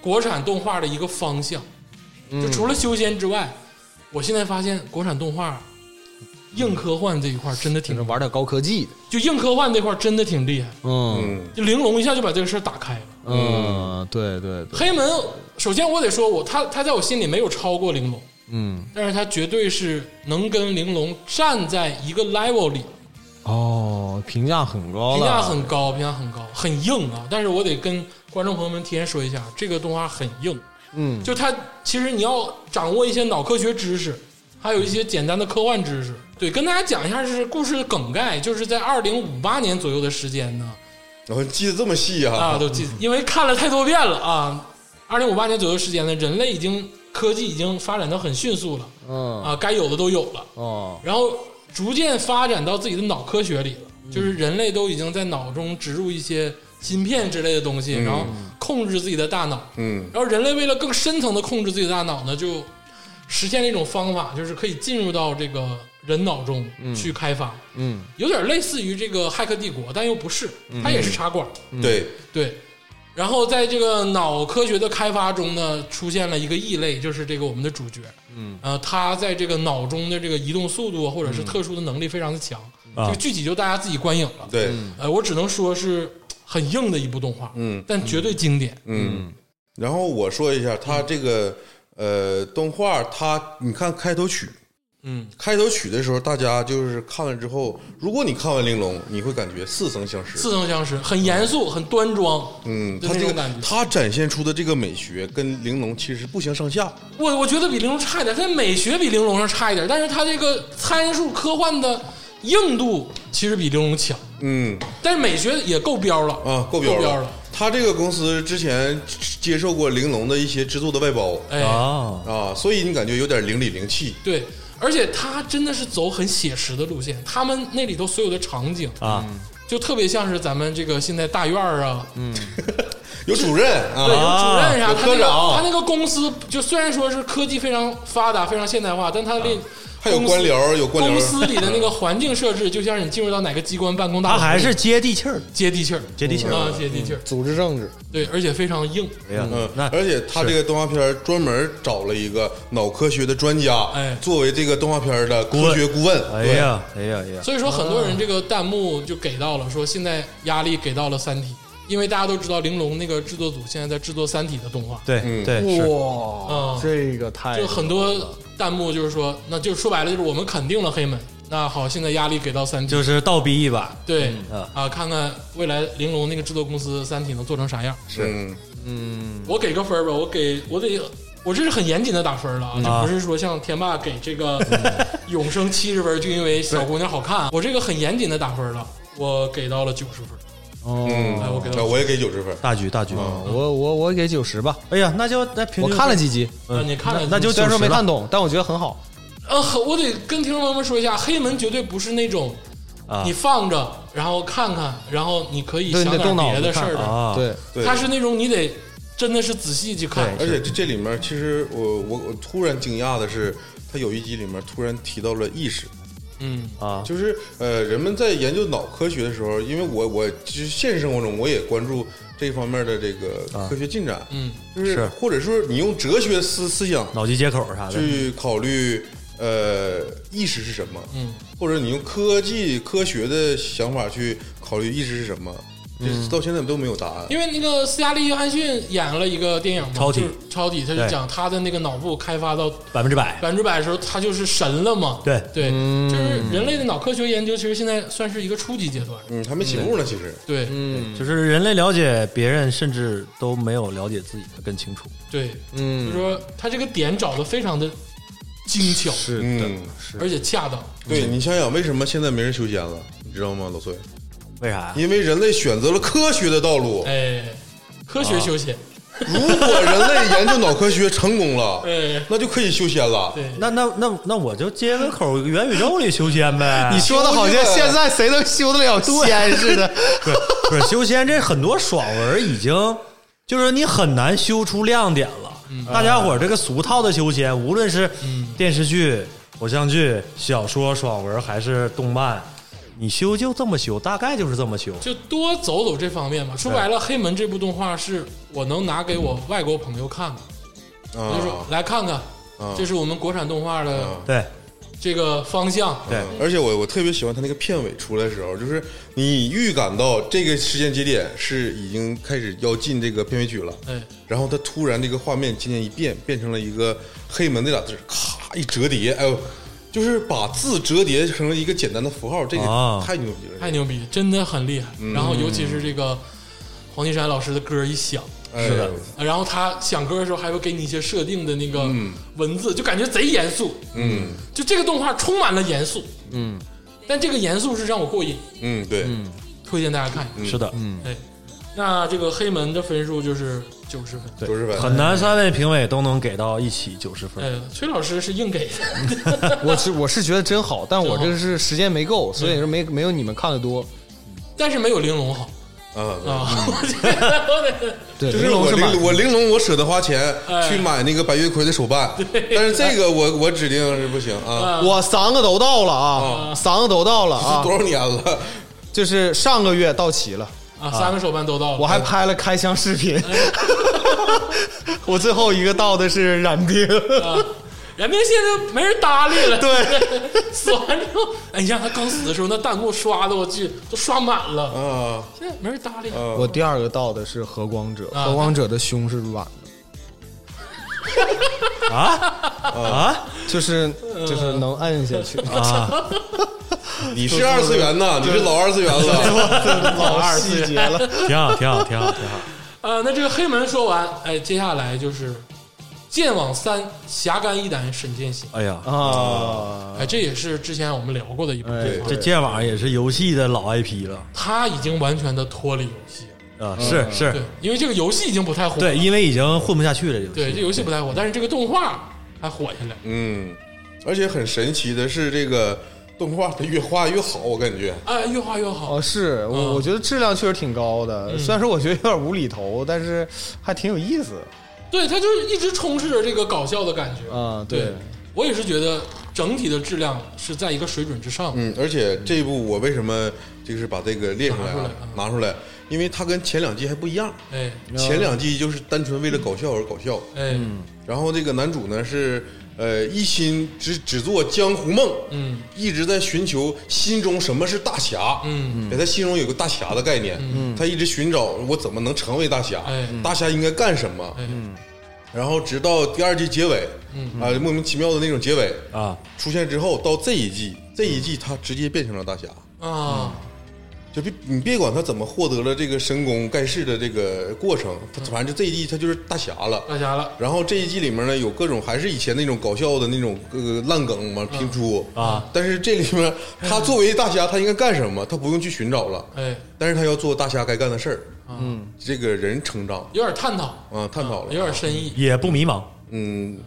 Speaker 2: 国产动画的一个方向，
Speaker 3: 嗯
Speaker 2: 就除了修仙之外，我现在发现国产动画硬科幻这一块儿真的挺
Speaker 4: 就是玩点高科技的。
Speaker 2: 就硬科幻这块儿真的挺厉害，
Speaker 4: 嗯
Speaker 3: 嗯
Speaker 2: 就玲珑一下就把这个事儿打开了。
Speaker 4: 嗯，对对对，
Speaker 2: 黑门，首先我得说我他他在我心里没有超过玲珑，
Speaker 4: 嗯
Speaker 2: 但是他绝对是能跟玲珑站在一个 level 里，
Speaker 4: 哦，评价很高了，
Speaker 2: 评价很高，评价很高，很硬啊！但是我得跟观众朋友们提前说一下，这个动画很硬，
Speaker 4: 嗯
Speaker 2: 就它其实你要掌握一些脑科学知识，还有一些简单的科幻知识。对，跟大家讲一下是故事的梗概，就是在二零五八年左右的时间呢，
Speaker 3: 然后记得这么细
Speaker 2: 啊，
Speaker 3: 啊，
Speaker 2: 都记，因为看了太多遍了啊。二零五八年左右时间呢，人类已经科技已经发展的很迅速了
Speaker 4: 嗯
Speaker 2: 啊，该有的都有了，
Speaker 4: 哦
Speaker 2: 然后逐渐发展到自己的脑科学里了，就是人类都已经在脑中植入一些芯片之类的东西，然后控制自己的大脑。
Speaker 3: 嗯
Speaker 2: 然后人类为了更深层的控制自己的大脑呢，就实现了一种方法，就是可以进入到这个人脑中去开发，
Speaker 4: 嗯
Speaker 2: 有点类似于这个《骇客帝国》，但又不是，它也是插管。
Speaker 3: 对，
Speaker 2: 对，然后在这个脑科学的开发中呢，出现了一个异类，就是这个我们的主角，嗯，呃，他在这个脑中的这个移动速度啊或者
Speaker 3: 嗯
Speaker 2: 是特殊的能力非常的强，
Speaker 5: 啊
Speaker 2: 这个具体就大家自己观影了。，
Speaker 3: 对，
Speaker 2: 呃，我只能说是很硬的一部动画，
Speaker 3: 嗯
Speaker 2: 但绝对经典。
Speaker 3: 嗯，然后我说一下他这个呃动画，他你看开头曲，
Speaker 2: 嗯，
Speaker 3: 开头曲的时候，大家就是看了之后，如果你看完玲珑，你会感觉似曾相识，
Speaker 2: 似曾相识，很严肃，很端庄。
Speaker 3: 嗯，
Speaker 2: 就
Speaker 3: 他
Speaker 2: 那
Speaker 3: 这
Speaker 2: 种
Speaker 3: 个
Speaker 2: 感觉
Speaker 3: 他展现出的这个美学跟玲珑其实不相上下，
Speaker 2: 我我觉得比玲珑差一点，它美学比玲珑上差一点，但是它这个参数科幻的硬度其实比玲珑强，
Speaker 3: 嗯
Speaker 2: 但是美学也够标了
Speaker 3: 啊，够
Speaker 2: 标
Speaker 3: 标
Speaker 2: 了。
Speaker 3: 他这个公司之前接受过玲珑的一些制作的外包
Speaker 2: 哎，
Speaker 5: 啊，
Speaker 3: 啊，所以你感觉有点灵里灵气，
Speaker 2: 对，而且他真的是走很写实的路线，他们那里头所有的场景
Speaker 5: 啊，
Speaker 4: 嗯
Speaker 2: 就特别像是咱们这个现在大院儿啊，
Speaker 3: 有主任
Speaker 2: 对，
Speaker 3: 嗯啊，
Speaker 2: 有主任啥，他那
Speaker 3: 有科
Speaker 2: 个
Speaker 3: 长
Speaker 2: 他那个公司就虽然说是科技非常发达、非常现代化，但他那、
Speaker 3: 啊还有官僚，有官
Speaker 2: 公
Speaker 3: 僚，
Speaker 2: 司里的那个环境设置，就像是你进入到哪个机关办公大
Speaker 5: 他
Speaker 3: (laughs) 啊
Speaker 2: 楼，
Speaker 5: 还是接地气儿的，
Speaker 2: 接地气儿，
Speaker 5: 接地气儿
Speaker 2: 啊，接地气儿，
Speaker 4: 组织政治，
Speaker 2: 对，而且非常硬。
Speaker 5: 哎呀，
Speaker 3: 嗯
Speaker 5: 那，
Speaker 3: 而且他这个动画片儿专门找了一个脑科学的专家，
Speaker 2: 哎
Speaker 3: 作为这个动画片儿的科学顾问，
Speaker 5: 哎
Speaker 3: 对，
Speaker 5: 呀，哎呀，哎呀，
Speaker 2: 所以说，很多人这个弹幕就给到了，说现在压力给到了《三体》，因为大家都知道玲珑那个制作组现在在制作《三体》的动画，
Speaker 5: 对
Speaker 3: 嗯
Speaker 5: 对是，
Speaker 4: 哇
Speaker 2: 嗯
Speaker 4: 这个太
Speaker 2: 就很多弹幕就是说，那就说白了就是我们肯定了黑门。那好，现在压力给到三体，
Speaker 5: 就是倒逼一把，
Speaker 2: 对、
Speaker 5: 嗯
Speaker 2: 啊，看看未来玲珑那个制作公司三体能做成啥样。
Speaker 3: 嗯
Speaker 2: 我给个分儿吧，我给我得我这是很严谨的打分儿了
Speaker 5: 嗯
Speaker 2: 啊，就不是说像天霸给这个永生七十分就因为小姑娘好看，我这个很严谨的打分儿了。我给到了九十分。
Speaker 3: 嗯
Speaker 2: 哎我给他
Speaker 3: 啊我也给九十分，
Speaker 5: 大局大局。
Speaker 4: 我我我给九十吧，
Speaker 5: 哎呀，那就那平均
Speaker 4: 哦我看了几集，
Speaker 2: 啊你看了
Speaker 5: 嗯那那就
Speaker 4: 虽然说
Speaker 5: 90
Speaker 4: 没
Speaker 5: 了
Speaker 4: 看懂，但我觉得很好。
Speaker 2: 呃，很我得跟听众朋友们说一下，黑门绝对不是那种
Speaker 5: 啊
Speaker 2: 你放着，然后看看，然后你可以
Speaker 4: 对
Speaker 2: 想
Speaker 4: 你得
Speaker 2: 点
Speaker 4: 动脑
Speaker 2: 别
Speaker 4: 子
Speaker 2: 的事
Speaker 4: 看
Speaker 2: 儿的。
Speaker 5: 啊，
Speaker 4: 对，
Speaker 3: 对
Speaker 2: 它是那种你得真的是仔细去看。
Speaker 3: 而且这这里面，其实我我我突然惊讶的是，他有一集里面突然提到了意识，
Speaker 2: 嗯，
Speaker 5: 啊，
Speaker 3: 就是呃，人们在研究脑科学的时候，因为我我其实现实生活中我也关注这方面的这个科学进展，
Speaker 2: 嗯，
Speaker 3: 就是
Speaker 5: 是
Speaker 3: 或者说你用哲学思思想
Speaker 5: 脑机接口啥的，
Speaker 3: 去考虑呃意识是什么，
Speaker 2: 嗯，
Speaker 3: 或者你用科技科学的想法去考虑意识是什么，这到现在都没有答案。
Speaker 2: 因为那个斯嘉丽·约翰逊演了一个电影嘛，
Speaker 5: 超体
Speaker 2: 就是超体，他就
Speaker 5: 对
Speaker 2: 讲他的那个脑部开发到
Speaker 5: 百分之百。
Speaker 2: 百分之百的时候，他就是神了嘛。
Speaker 5: 对
Speaker 2: 对，
Speaker 4: 嗯
Speaker 2: 就是人类的脑科学研究，其实现在算是一个初级阶段。
Speaker 3: 嗯，还没起步呢，其实。
Speaker 2: 对，
Speaker 4: 嗯
Speaker 5: 就是人类了解别人，甚至都没有了解自己的更清楚。
Speaker 2: 对，嗯，就说他这个点找的非常的精巧，
Speaker 4: 是
Speaker 3: 嗯，
Speaker 2: 而且恰当。
Speaker 3: 对你想想，为什么现在没人修仙了？你知道吗，老崔？
Speaker 5: 为啥呀？
Speaker 3: 因为人类选择了科学的
Speaker 2: (laughs)
Speaker 3: 道路。
Speaker 2: 哎，科学休闲，
Speaker 3: 如果人类研究脑科学成功了，
Speaker 2: 哎，
Speaker 3: 那就可以修仙了。
Speaker 2: 对，
Speaker 5: 那那那那我就接个口，元宇宙里修
Speaker 4: (laughs)
Speaker 5: 仙呗。
Speaker 4: 你说的
Speaker 3: 哦
Speaker 4: 好像现在谁能修得了仙 (laughs) 似的，
Speaker 5: 不是不是修仙这很多爽文已经就是你很难修出亮点了。
Speaker 2: 嗯
Speaker 5: 大家伙儿这个俗套的修仙，无论是电视剧、偶像剧、小说、爽文还是动漫，你修就这么修，大概就是这么修。
Speaker 2: 就多走走这方面吧。说白了，《黑门》这部动画是我能拿给我外国朋友看的，我就说
Speaker 3: 啊，
Speaker 2: 来看看，这是我们国产动画的
Speaker 5: 对
Speaker 2: 这个方向。
Speaker 5: 对，
Speaker 3: 而且我我特别喜欢他那个片尾出来的时候，就是你预感到这个时间节点是已经开始要进这个片尾曲了，
Speaker 2: 哎，
Speaker 3: 然后他突然这个画面今天一变，变成了一个黑门那俩字儿，咔一折叠，哎呦，就是把字折叠成了一个简单的符号，这个
Speaker 5: 啊
Speaker 3: 太牛逼了，
Speaker 2: 太牛逼，真的很厉害。然后尤其是这个黄金山老师的歌一响。
Speaker 3: 哎
Speaker 5: 是的
Speaker 2: 然后他想歌的时候还会给你一些设定的那个文字，就感觉贼严肃。嗯，就这个动画充满了严肃。嗯，但这个严肃是让我过瘾，
Speaker 3: 嗯，对，
Speaker 2: 推荐大家看一下。
Speaker 5: 是的，
Speaker 2: 哎，那这个黑门的分数就是九十分。
Speaker 3: 九十分，
Speaker 5: 很难三位评委都能给到一起九十分。
Speaker 2: 哎，崔老师是硬给的，
Speaker 4: 嗯我是我是觉得真好，嗯但我这个是时间没够，所以说没没有你们看的多。
Speaker 2: (laughs) 但是没有玲珑好
Speaker 3: 啊，对
Speaker 2: 啊。
Speaker 4: 嗯
Speaker 2: 我觉
Speaker 4: (laughs)
Speaker 2: 得我得
Speaker 4: 对，
Speaker 3: 就是
Speaker 4: 玲珑
Speaker 3: 我
Speaker 4: 是满
Speaker 3: 玲我玲珑，我舍得花钱
Speaker 2: 哎
Speaker 3: 去买那个白月葵的手办，但是这个我我指定是不行啊，
Speaker 4: 我三个都到了啊，三个都到了啊
Speaker 3: 多，少年了，
Speaker 4: 就是上个月到齐了，
Speaker 2: 啊，三个手办都到了。哎
Speaker 4: 我还拍了开箱视频。 (laughs) 我最后一个到的是染
Speaker 2: (laughs)
Speaker 4: 冰，
Speaker 2: 人民现在没人搭理了。
Speaker 4: 对，
Speaker 2: 死完之后，哎，你像他刚死的时候，那弹幕刷的我去都刷满了，
Speaker 4: 嗯
Speaker 3: 啊，
Speaker 2: 现在没人搭理。
Speaker 4: 我第二个到的是和光者，
Speaker 2: 啊
Speaker 4: 和光者的胸是软的，
Speaker 5: 啊
Speaker 4: 就是就是能摁下去，
Speaker 2: 呃
Speaker 5: 啊！
Speaker 3: 你是二次元呐，你是老二次元 (laughs) 了，
Speaker 4: 老细节了。
Speaker 2: (laughs)
Speaker 5: 挺好，挺好，挺好，挺好。
Speaker 2: 呃，那这个黑门说完，哎，接下来就是《剑网三》侠肝义胆沈剑心，
Speaker 5: 哎呀，
Speaker 4: 啊，
Speaker 2: 哎，这也是之前我们聊过的一部
Speaker 4: 哎
Speaker 2: 电影，
Speaker 5: 这剑网也是游戏的老 IP 了
Speaker 2: 它已经完全的脱离游戏了，
Speaker 5: 啊！是是
Speaker 2: 嗯对，，因为这个游戏已经不太火，
Speaker 5: 对，因为已经混不下去了，这游戏。
Speaker 2: 对，这游戏不太火，但是这个动画还火下来了。
Speaker 3: 嗯，而且很神奇的是，这个动画它越画越好，我感觉，
Speaker 2: 哎，越画越好
Speaker 4: 哦，，是
Speaker 2: 嗯
Speaker 4: 我我觉得质量确实挺高的，虽然说我觉得有点无厘头，但是还挺有意思。
Speaker 2: 对，它就是一直充斥着这个搞笑的感觉
Speaker 4: 啊对
Speaker 2: 对，我也是觉得整体的质量是在一个水准之上的。
Speaker 3: 嗯，而且这一部我为什么就是把这个列出来啊拿出来，因为它跟前两季还不一样，
Speaker 2: 哎
Speaker 3: 前两季就是单纯为了搞笑而搞笑，
Speaker 2: 哎，
Speaker 3: 然后这个男主呢是呃一心只只做江湖梦，
Speaker 2: 嗯，
Speaker 3: 一直在寻求心中什么是大侠，
Speaker 2: 嗯，
Speaker 3: 他心中有个大侠的概念，嗯，他一直寻找我怎么能成为大侠，
Speaker 2: 哎
Speaker 3: 大侠应该干什么，
Speaker 2: 哎，
Speaker 3: 然后直到第二季结尾，嗯啊莫名其妙的那种结尾
Speaker 5: 啊，
Speaker 3: 出现之后，到这一季这一季他直接变成了大侠，
Speaker 2: 啊，
Speaker 3: 就别你别管他怎么获得了这个神功盖世的这个过程，
Speaker 2: 嗯
Speaker 3: 他反正就这一季他就是大侠了。
Speaker 2: 大侠了，
Speaker 3: 然后这一季里面呢，有各种还是以前那种搞笑的那种呃烂梗嘛，评出
Speaker 5: 啊。
Speaker 3: 但是这里面他作为大侠，他应该干什么？他不用去寻找了，
Speaker 2: 哎，
Speaker 3: 但是他要做大侠该干的事儿。嗯，这个人成长
Speaker 2: 有点探讨，
Speaker 3: 啊，探讨了，
Speaker 2: 有点深意。
Speaker 5: 也不迷茫。
Speaker 3: 嗯，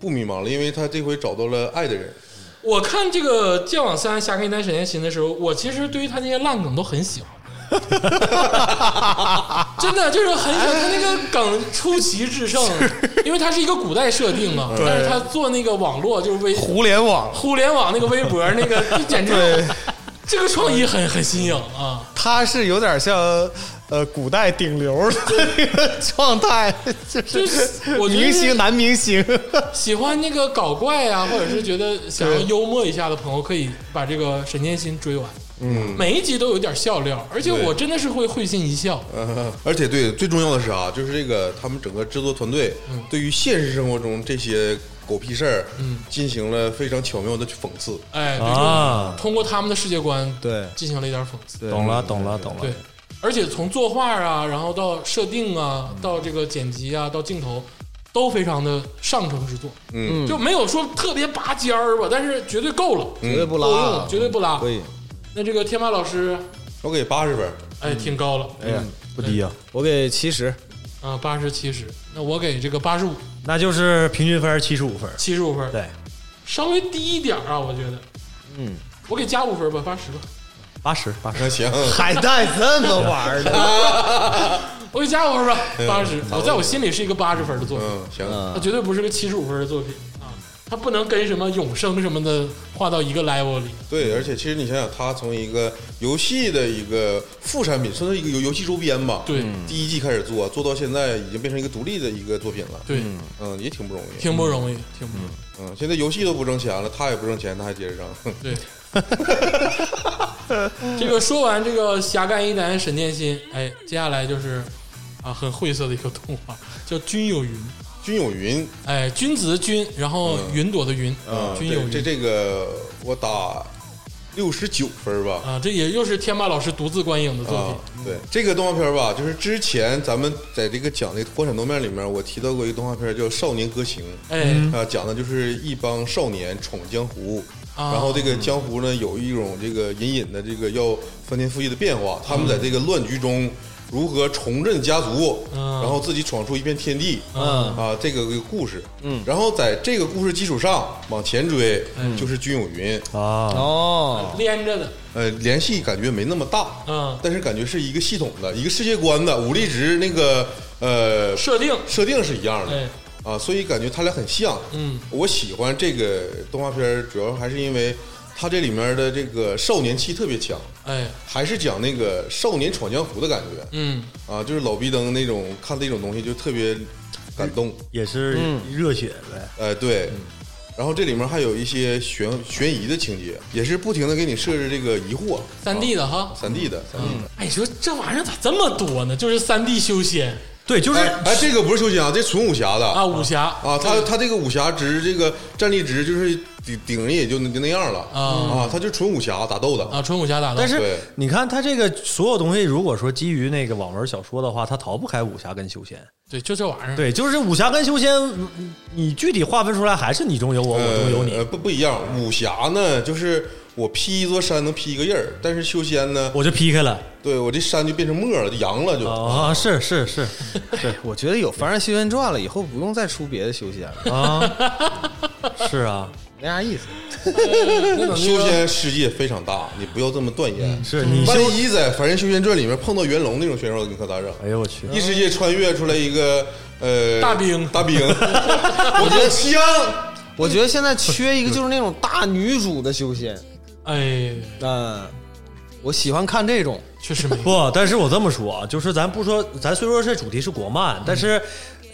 Speaker 3: 不迷茫了，因为他这回找到了爱的人。 (laughs)
Speaker 2: 我看这个《剑网三：侠客一代沈殿行》的时候，我其实对于他那些烂梗都很喜欢，真的就是很喜欢他那个梗出奇制胜，因为它是一个古代设定嘛，但是他做那个网络就是微
Speaker 4: 互联网，
Speaker 2: (laughs) 互联网那个微博那 (laughs) 个，就简直这个创意很很新颖啊！
Speaker 4: 它是有点像呃古代顶流的那个状态，就是
Speaker 2: 就是我觉得
Speaker 4: 明星男明
Speaker 2: (laughs)
Speaker 4: 星，
Speaker 2: 喜欢那个搞怪啊，或者是觉得想要幽默一下的朋友，可以把这个《神剑心》追完。嗯，每一集都有点笑料，而且我真的是会会心一笑。
Speaker 3: 嗯，而且对，最重要的是啊，就是这个他们整个制作团队对于现实生活中这些狗屁事儿，嗯，进行了非常巧妙的去讽刺。
Speaker 2: 哎，对
Speaker 5: 啊
Speaker 2: 通过他们的世界观，
Speaker 4: 对
Speaker 2: 进行了一点讽刺。
Speaker 5: 懂了，懂了，懂了
Speaker 2: 对。，而且从作画啊，然后到设定啊，到这个剪辑啊，到镜头，都非常的上乘之作。
Speaker 3: 嗯，
Speaker 2: 就没有说特别拔尖儿吧，但是绝对够了，
Speaker 4: 嗯绝对不
Speaker 2: 够用了
Speaker 4: 拉，啊
Speaker 2: 绝对不拉。
Speaker 4: 可以。
Speaker 2: 那这个天马老师，
Speaker 3: 我给八十分，
Speaker 2: 哎，挺高了，
Speaker 4: 哎呀，
Speaker 5: 不低啊，
Speaker 4: 我给七十，
Speaker 2: 啊，八十七十。那我给这个八十五，
Speaker 5: 那就是平均分七十五分。
Speaker 2: 七十五分，
Speaker 5: 对，
Speaker 2: 稍微低一点儿啊，我觉得。
Speaker 4: 嗯，
Speaker 2: 我给加五分吧，八十吧。
Speaker 5: 八十，八十。
Speaker 3: 那行，
Speaker 4: (laughs) 还带这么玩儿的，
Speaker 2: 我给加五分吧，八十。
Speaker 3: 好
Speaker 2: 我在我心里是一个八十分的作品。
Speaker 3: 嗯，行，
Speaker 2: 它绝对不是个七十五分的作品啊，它不能跟什么永生什么的划到一个 level 里。
Speaker 3: 对，而且其实你想想，他从一个游戏的一个副产品，算是一个游游戏周边吧，嗯
Speaker 2: 对
Speaker 3: 第一季开始做，做到现在已经变成一个独立的一个作品了，
Speaker 2: 对，
Speaker 3: 嗯，也挺不容易，
Speaker 2: 挺不容易，挺不容易。
Speaker 3: 嗯，现在游戏都不挣钱了，他也不挣钱，他还接着挣，哼
Speaker 2: 对。这个说完这个侠肝义胆沈殿心，哎，接下来就是啊，很晦涩的一个动画，叫《君有云》。
Speaker 3: (laughs) 君有云，
Speaker 2: 哎，君子的君，然后云朵的云，
Speaker 3: 嗯，
Speaker 2: 君有云。
Speaker 3: 这这个我打六十九分吧，
Speaker 2: 啊，这也又是天霸老师独自观影的作
Speaker 3: 啊
Speaker 2: 品。，嗯
Speaker 3: 对这个动画片儿吧，就是之前咱们在这个讲这个《国产动漫》里面，我提到过一个动画片儿叫《少年歌行》，
Speaker 2: 哎，
Speaker 3: 啊，讲的就是一帮少年闯江湖。
Speaker 2: 啊
Speaker 3: 然后这个江湖呢，有一种这个隐隐的这个要翻天覆地的变化。他们在这个乱局中如何重振家族，
Speaker 2: 嗯
Speaker 3: 然后自己闯出一片天地，
Speaker 2: 嗯
Speaker 3: 啊，这个故事。嗯，然后在这个故事基础上往前追，
Speaker 2: 嗯
Speaker 3: 就是君有云。
Speaker 5: 啊，
Speaker 4: (laughs) 哦，
Speaker 2: 连着的，
Speaker 3: 呃，联系感觉没那么大，
Speaker 2: 嗯
Speaker 3: 但是感觉是一个系统的一个世界观的武力值那个呃
Speaker 2: 设定，
Speaker 3: 设定是一样的、
Speaker 2: 哎
Speaker 3: 啊，所以感觉它俩很像。
Speaker 2: 嗯，
Speaker 3: 我喜欢这个动画片儿，主要还是因为它这里面的这个少年气特别强，
Speaker 2: 哎，
Speaker 3: 还是讲那个少年闯江湖的感觉、
Speaker 2: 嗯，
Speaker 3: 啊，就是老逼灯那种看这种东西就特别感动。
Speaker 2: 嗯
Speaker 5: 也是
Speaker 3: 嗯
Speaker 5: 热血呗。
Speaker 3: 呃，对。然后这里面还有一些悬悬疑的情节，也是不停的给你设置这个疑惑。
Speaker 2: 三 D 的哈。
Speaker 3: 三 D 的，三嗯 D 的。
Speaker 2: 哎，你说这玩意儿咋这么多呢？就是三 D 修仙
Speaker 5: 对，就是
Speaker 3: 哎哎，这个不是修仙啊，这纯武侠的
Speaker 2: 啊，
Speaker 3: 啊
Speaker 2: 武侠
Speaker 3: 他他这个武侠值，这个战力值就是顶顶人也就那就那样了
Speaker 2: 啊
Speaker 3: 啊，他就纯武侠打斗的
Speaker 2: 啊，纯武侠打斗。
Speaker 5: 但是
Speaker 3: 对
Speaker 5: 你看他这个所有东西，如果说基于那个网文小说的话，它逃不开武侠跟修仙。
Speaker 2: 对，就这玩意儿。
Speaker 5: 对，就是武侠跟修仙，嗯你具体划分出来还是你中有我，我中有
Speaker 3: 呃
Speaker 5: 你，
Speaker 3: 不不一样。武侠呢，就是我劈一座山能劈一个印儿，但是修仙呢，
Speaker 5: 我就劈开了
Speaker 3: 对我这山就变成沫了，就扬了就。
Speaker 5: 啊！是是是
Speaker 4: 我觉得有《凡人修仙传》了，以后不用再出别的修仙 (laughs) 了，
Speaker 5: 啊，是啊， (laughs)
Speaker 4: 没啥意思。
Speaker 3: 修仙世界非常大，你不要这么断言。
Speaker 5: 是你修
Speaker 3: 万，一在《凡人修仙传》里面碰到元龙那种选手，你可咋整？
Speaker 5: 哎呦我去，
Speaker 3: 异世界穿越出来一个呃
Speaker 2: 大兵
Speaker 3: 大兵，我觉得香。
Speaker 4: 我觉得现在缺一个就是那种大女主的修仙，
Speaker 2: 哎，
Speaker 4: 嗯，我喜欢看这种，
Speaker 2: 确实没有。
Speaker 5: 不，但是我这么说啊，就是咱不说，咱虽说这主题是国漫，但是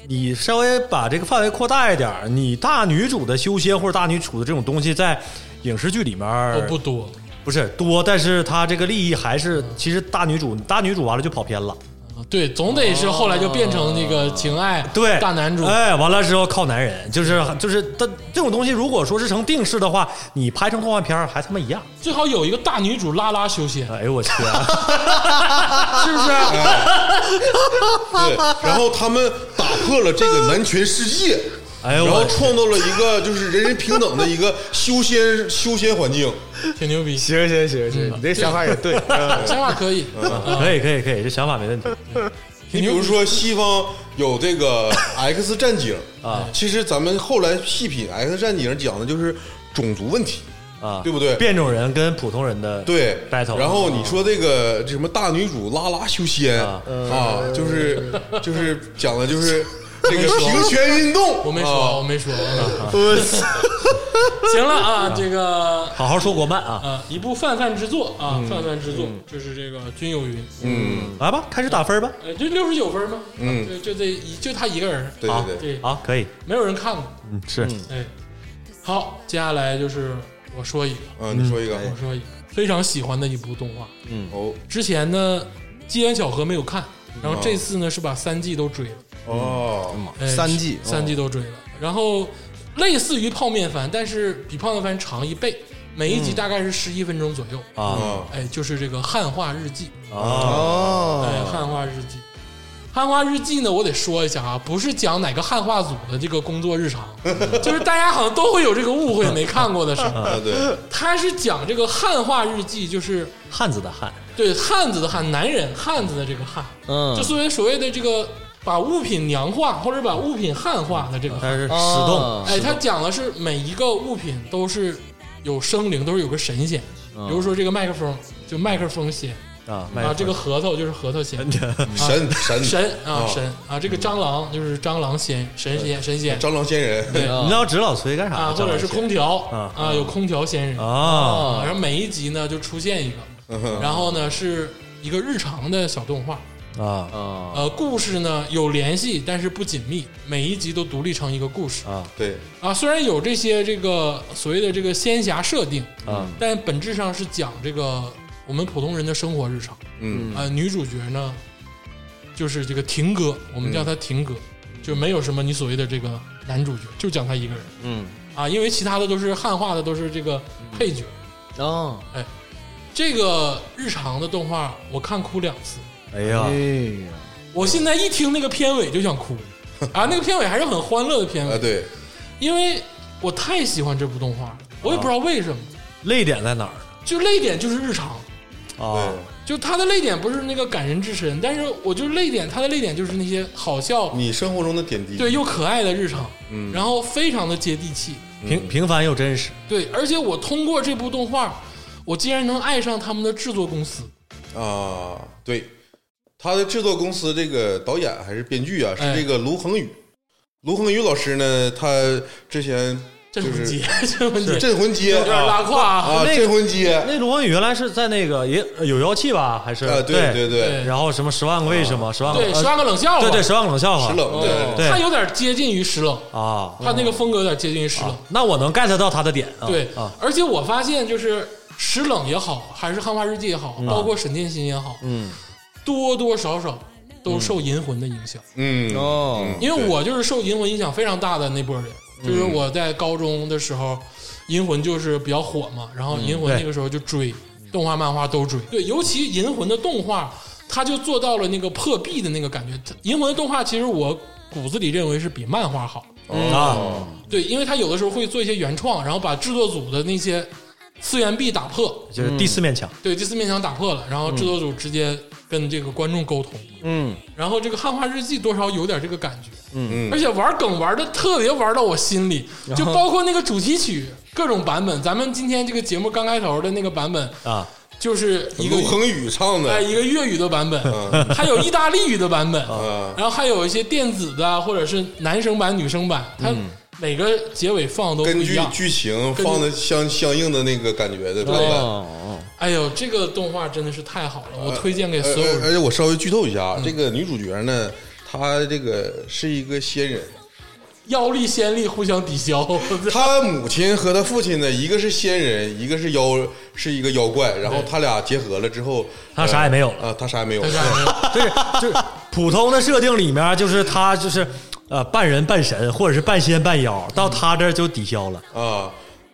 Speaker 5: 你稍微把这个范围扩大一点儿，你大女主的修仙或者大女主的这种东西，在影视剧里面
Speaker 2: 都哦不多
Speaker 5: 不是多，但是她这个利益还是其实大女主大女主完了就跑偏了。
Speaker 2: 子，啊对，总得是后来就变成那个情爱
Speaker 5: 哦对
Speaker 2: 大男主，
Speaker 5: 哎，完了之后靠男人，就是就是，但这种东西如果说是成定式的话，你拍成动画片儿还他妈一样。
Speaker 2: 最好有一个大女主拉拉修仙，
Speaker 5: 哎呦 (laughs) 我去、
Speaker 2: 是不是？
Speaker 3: 对，然后他们打破了这个男权世界，
Speaker 5: 哎呦
Speaker 3: 然
Speaker 5: 我
Speaker 3: 后
Speaker 5: 的
Speaker 3: 创造了一个就是人人平等的一个修仙修仙环境。
Speaker 2: 挺牛逼，
Speaker 4: 行行行行，你这想法也对，嗯
Speaker 2: 想法可以，
Speaker 5: 可以可以可以，这想法没问题。
Speaker 3: 你比如说西方有这个 X 战警
Speaker 5: 啊，
Speaker 3: 其实咱们后来细品 X 战警讲的就是种族问题
Speaker 5: 啊
Speaker 3: 对不对？
Speaker 5: 变种人跟普通人的
Speaker 3: 对
Speaker 5: battle，
Speaker 3: 然后你说这个这什么大女主拉拉修仙
Speaker 5: 啊
Speaker 3: 啊，就是就是讲的就是这个平权运动，
Speaker 2: 我没
Speaker 3: 啊
Speaker 2: 说，
Speaker 5: 哦
Speaker 2: 我没说， (laughs) 行了啊，这个
Speaker 5: 好好说国漫啊，
Speaker 2: 呃，一部泛泛之作啊，
Speaker 5: 嗯
Speaker 2: 泛泛之作就是这个君有云，
Speaker 3: 嗯，
Speaker 5: 来吧，开始打分吧。
Speaker 2: 呃，就六十九分吗？
Speaker 3: 嗯
Speaker 2: 啊就就这一就他一个人，
Speaker 3: 对
Speaker 5: 好
Speaker 3: 对对，
Speaker 2: 对，
Speaker 5: 好，可以，
Speaker 2: 没有人看过，
Speaker 5: 嗯，是
Speaker 2: 哎，好，接下来就是我说一个，
Speaker 3: 啊，你说一个
Speaker 2: 我说一个非常喜欢的一部动画，
Speaker 3: 哦
Speaker 2: 之前呢机缘巧合没有看，然后这次呢是把三季都追了，
Speaker 3: 哦，
Speaker 2: 哎
Speaker 4: 三季
Speaker 2: 三季都追了，然后类似于泡面番，但是比泡面番长一倍，每一集大概是十一分钟左右，
Speaker 5: 啊
Speaker 3: 啊
Speaker 2: 哎，就是这个汉化日记，
Speaker 5: 啊
Speaker 2: 哎，
Speaker 4: 哦，
Speaker 2: 汉化日记。汉化日记呢，我得说一下啊，不是讲哪个汉化组的这个工作日常，就是大家好像都会有这个误会，没看过的时
Speaker 3: (laughs)
Speaker 2: 候，
Speaker 3: 啊，对，
Speaker 2: 他是讲这个汉化日记，就是
Speaker 5: 汉子的汉，
Speaker 2: 对汉子的汉，男人汉子的这个汉，
Speaker 4: 嗯
Speaker 2: 就所谓所谓的这个把物品娘化或者把物品汉化的这个汉
Speaker 5: 但是石洞
Speaker 4: 啊
Speaker 2: 哎，他讲的是每一个物品都是有生灵，都是有个神仙。比如说这个麦克风，就麦克风仙
Speaker 5: 啊，
Speaker 3: 哎
Speaker 5: 麦
Speaker 2: 啊，
Speaker 5: 克风
Speaker 2: 这个核桃就是核桃仙，
Speaker 3: 神神
Speaker 2: 神啊
Speaker 3: 哦呃
Speaker 2: 神啊，这个蟑螂就是蟑螂仙，神仙神仙，
Speaker 3: 蟑螂仙人，
Speaker 2: 对
Speaker 5: 你要指老崔干啥？
Speaker 2: 啊，或者是空调
Speaker 5: 啊
Speaker 2: 啊，有空调仙人啊，
Speaker 5: 啊
Speaker 2: 然后每一集呢就出现一
Speaker 3: 哦嗯
Speaker 2: 个，
Speaker 3: 哼
Speaker 2: 然后呢是一个日常的小动画，
Speaker 5: 啊
Speaker 3: 哦
Speaker 4: 啊
Speaker 2: 呃，故事呢有联系，但是不紧密，每一集都独立成一个故事
Speaker 5: 啊
Speaker 3: 对，
Speaker 2: 啊。虽然有这些这个所谓的这个仙侠设定
Speaker 3: 嗯
Speaker 2: 啊，但本质上是讲这个我们普通人的生活日常。
Speaker 3: 嗯
Speaker 2: 啊，女主角呢就是这个婷哥，我们叫她婷哥，就没有什么你所谓的这个男主角，就讲她一个人
Speaker 4: 嗯
Speaker 2: 啊，因为其他的都是汉化的，都是这个配角。
Speaker 4: 哦，
Speaker 2: 这个日常的动画我看哭两次，
Speaker 5: 哎呀
Speaker 4: 哎呀，
Speaker 2: 我现在一听那个片尾就想哭啊！那个片尾还是很欢乐的片
Speaker 3: 啊
Speaker 2: 尾，
Speaker 3: 对，
Speaker 2: 因为我太喜欢这部动画了，我也不知道为什么，
Speaker 5: 泪点在哪儿
Speaker 2: 就泪点就是日常，
Speaker 5: 啊
Speaker 3: 对？
Speaker 2: 就他的泪点不是那个感人至深，但是我就泪点，他的泪点就是那些好笑，
Speaker 3: 你生活中的点滴，
Speaker 2: 对又可爱的日常，
Speaker 3: 嗯
Speaker 2: 然后非常的接地气，嗯
Speaker 5: 平平凡又真实
Speaker 2: 对，而且我通过这部动画，我竟然能爱上他们的制作公司，
Speaker 3: 啊，对，他的制作公司这个导演还是编剧啊，是
Speaker 2: 哎
Speaker 3: 这个卢恒宇。卢恒宇老师呢，他之前
Speaker 2: 这
Speaker 3: 就
Speaker 2: 魂
Speaker 3: 是
Speaker 2: 街，这魂街
Speaker 3: (laughs) 镇魂街
Speaker 2: 有点拉
Speaker 3: 啊
Speaker 2: 胯啊，
Speaker 3: 啊，
Speaker 5: 那个
Speaker 3: 镇魂街啊，
Speaker 5: 那卢广宇原来是在那个也呃有妖气吧？还是
Speaker 3: 对对
Speaker 2: 啊对啊
Speaker 3: 对，
Speaker 5: 然后什么十万个为什么，十万个
Speaker 2: 对，
Speaker 5: 呃
Speaker 2: 十万个冷笑话，
Speaker 5: 对对十万个冷笑话
Speaker 3: 石冷对，
Speaker 5: 对
Speaker 2: 他有点接近于石冷，
Speaker 5: 啊，
Speaker 2: 他那个风格有点接近于石冷，
Speaker 5: 那我能 get 到他的点啊，
Speaker 2: 对
Speaker 5: 啊，
Speaker 2: 而且我发现就是石冷也好，还是汉化日记也好，包括沈剑心也好，嗯，多多少少都受银魂的影响，
Speaker 3: 嗯，
Speaker 4: 哦
Speaker 3: 嗯
Speaker 2: 因为我就是受银魂影响非常大的那波人，就是我在高中的时候，银魂就是比较火嘛，然后银魂
Speaker 5: 对
Speaker 2: 那个时候就追动画、漫画都追，对，尤其银魂的动画，它就做到了那个破壁的那个感觉。它银魂的动画其实我骨子里认为是比漫画好，
Speaker 5: 啊
Speaker 2: 对，因为它有的时候会做一些原创，然后把制作组的那些次元壁打破，
Speaker 5: 就是第四面墙
Speaker 2: 对，第四面墙打破了，然后制作组直接跟这个观众沟通，
Speaker 4: 嗯
Speaker 2: 然后这个汉化日记多少有点这个感觉，
Speaker 3: 嗯
Speaker 2: 而且玩梗玩的特别玩到我心里，就包括那个主题曲各种版本，咱们今天这个节目刚开头的那个版本
Speaker 5: 啊，
Speaker 2: 就是一个
Speaker 3: 卢恒宇唱
Speaker 2: 哎
Speaker 3: 的，
Speaker 2: 一个粤语的版本，还有意大利语的版本，
Speaker 3: 嗯
Speaker 2: 然后还有一些电子的或者是男生版、女生版，它每个结尾放都不
Speaker 3: 根
Speaker 2: 一
Speaker 3: 据
Speaker 2: 样。
Speaker 3: 剧情放的相相应的那个感觉的版本。
Speaker 4: 哦
Speaker 2: 哎呦，这个动画真的是太好了，我推荐给
Speaker 3: 呃
Speaker 2: 所有
Speaker 3: 而
Speaker 2: 人。
Speaker 3: 且我啊
Speaker 2: 嗯
Speaker 3: 稍微剧透一下，这个女主角呢，她这个是一个仙人，
Speaker 2: 妖力仙力互相抵消。
Speaker 3: 他母亲和他父亲呢，一个是仙人，一个是妖，是一个妖怪，然后他俩结合了之后，
Speaker 5: 他啥也没有了
Speaker 3: 啊，他啥也没有
Speaker 2: 他
Speaker 3: 了，
Speaker 2: 啥也没有
Speaker 5: 就是 (laughs) 就是普通的设定里面，就是他就是呃半人半神，或者是半仙半妖，到他这儿就抵消了。。
Speaker 3: 啊，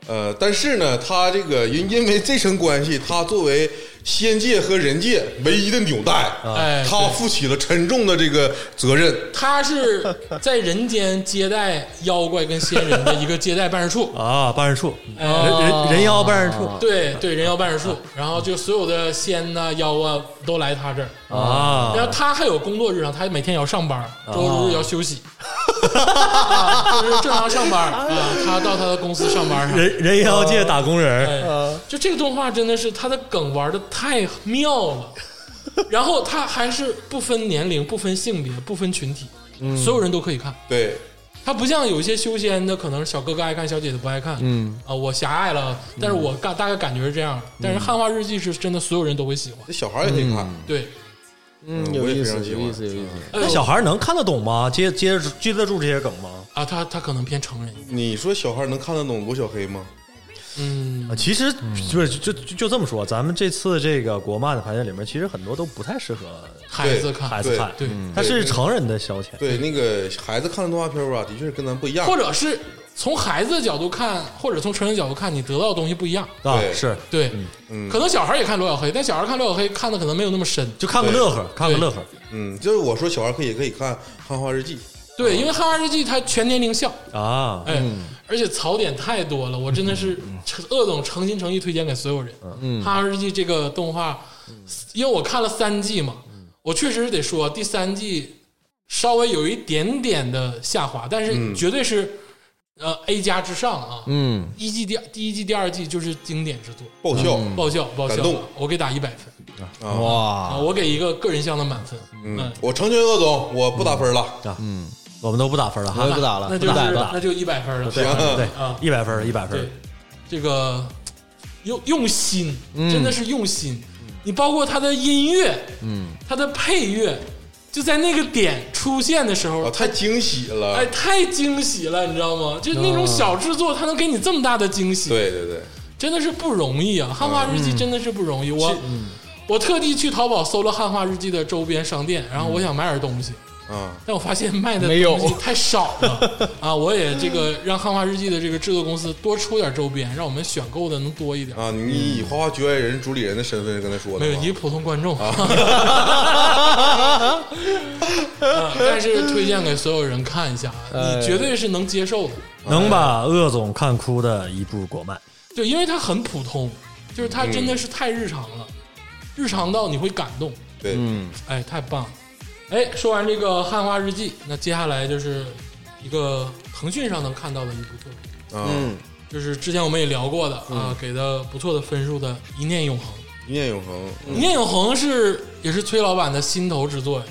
Speaker 3: 呃，但是呢，他这个因因为这层关系，他作为仙界和人界唯一的纽带，
Speaker 2: 哎
Speaker 3: 他负起了沉重的这个责任。
Speaker 2: 他是在人间接待妖怪跟仙人的一个接待办事处
Speaker 5: 啊，办事处，
Speaker 2: 哎
Speaker 5: 人人人妖办事处
Speaker 2: 对对，人妖办事处，然后就所有的仙呐、妖啊都来他这儿。
Speaker 5: 啊
Speaker 2: 然后他还有工作日常，他每天也要上班，周六日要休息， (laughs) 啊就是正常上班啊。他到他的公司上班去。
Speaker 5: 人人妖界打工人儿，
Speaker 2: 哎，就这个动画真的是他的梗玩的太妙了，
Speaker 5: (laughs)
Speaker 2: 然后他还是不分年龄、不分性别、不分群体，
Speaker 5: 嗯
Speaker 2: 所有人都可以看。
Speaker 3: 对，
Speaker 2: 它不像有一些修仙的，可能小哥哥爱看，小姐姐不爱看。嗯啊，我狭隘了，
Speaker 5: 嗯
Speaker 2: 但是我大大概感觉是这样。但是汉化日记是真的，所有人都会喜欢。
Speaker 3: 这小孩也可以看，
Speaker 2: 对，哎
Speaker 4: 嗯，
Speaker 3: 我
Speaker 4: 有
Speaker 3: 也
Speaker 4: 意
Speaker 3: 非
Speaker 4: 思，
Speaker 3: 常喜
Speaker 4: 有
Speaker 3: 欢
Speaker 4: 意思，有意思。
Speaker 5: 那小孩能看得懂吗？接接得接得住这些梗吗？
Speaker 2: 啊，他他可能偏成人。
Speaker 3: 你说小孩能看得懂罗小黑吗？
Speaker 2: 嗯，
Speaker 5: 啊，其实不是，就就就这么说，咱们这次这个国漫的排练里面，其实很多都不太适合
Speaker 2: 孩子看，
Speaker 5: 孩子看，
Speaker 2: 对，
Speaker 5: 它是成人的消遣。
Speaker 3: 对，那个孩子看的动画片吧，的确是跟咱不一样
Speaker 2: 或。者是从孩子的角度看，或者从成人角度看，你得到的东西不一样。
Speaker 5: 啊
Speaker 3: 对，
Speaker 5: 是
Speaker 2: 对，
Speaker 5: 嗯
Speaker 2: 可能小孩也看罗小黑，但小孩看罗小黑看的可能没有那么深。
Speaker 5: 就看个乐呵，看个乐呵。
Speaker 3: 嗯，就是我说小孩可以可以看《汉化日记》，
Speaker 2: 对，因为《汉化日记》它全年龄向，
Speaker 5: 啊，
Speaker 2: 哎，而且槽点太多了，我真的是鄂总诚心诚意推荐给所有人。嗯，《哈尔日记》这个动画，因为我看了三季嘛，我确实得说第三季稍微有一点点的下滑，但是绝对是呃 A 加之上啊。嗯，一季第第一季、第二季就是经典之作，
Speaker 3: 爆笑。
Speaker 5: 嗯
Speaker 2: 爆笑爆笑
Speaker 3: 嗯感动，
Speaker 2: 我给打一百分啊，
Speaker 4: 嗯哇，
Speaker 2: 我给一个个人项的满分。嗯，
Speaker 3: 我成全鄂总，我不打分了。
Speaker 5: 我们都不打分了哈
Speaker 4: 我，也不打了，
Speaker 2: 那
Speaker 4: 不
Speaker 2: 就是
Speaker 4: 打了。
Speaker 2: 那就一百分了。
Speaker 5: 对对
Speaker 2: 啊，
Speaker 5: 一百分儿，一百分儿
Speaker 2: 对。，这个用用心，真的是用心。你包括他的音乐，嗯，他的配乐，就在那个点出现的时候，
Speaker 3: 啊，太惊喜了
Speaker 2: 哎，！太惊喜了，你知道吗？就那种小制作，它能给你这么大的惊喜，
Speaker 3: 对对对，
Speaker 2: 真的是不容易啊！汉化日记真的是不嗯容易，我我特地去淘宝搜了汉化日记的周边商店，然后我想买点东西。
Speaker 3: 啊，
Speaker 2: 但我发现卖的
Speaker 4: 没有
Speaker 2: 东西太少 (laughs) 了啊！我也这个让汉化日记的这个制作公司多出点周边，让我们选购的能多一点。
Speaker 3: 啊，你以花花局外人主理人的身份跟他说
Speaker 2: 没
Speaker 3: 的
Speaker 2: 有
Speaker 3: 吗
Speaker 2: 一个普通观 (laughs) 众，啊但是推荐给所有人看一下，啊
Speaker 4: 哎
Speaker 2: 你绝对是能接受的。
Speaker 5: 能把鄂总看哭的一部国漫，
Speaker 2: 对，因为它很普通，就是它真的是太日常了，日常到你会感动。
Speaker 3: 对，
Speaker 2: 哎，太棒了！哎，说完这个汉化日记，那接下来就是一个腾讯上能看到的一部作品。
Speaker 3: 啊，
Speaker 2: 就是之前我们也聊过的啊，给的不错的分数的《一念永恒》。
Speaker 3: 一念永恒，
Speaker 2: 一念永恒是也是崔老板的心头之作呀，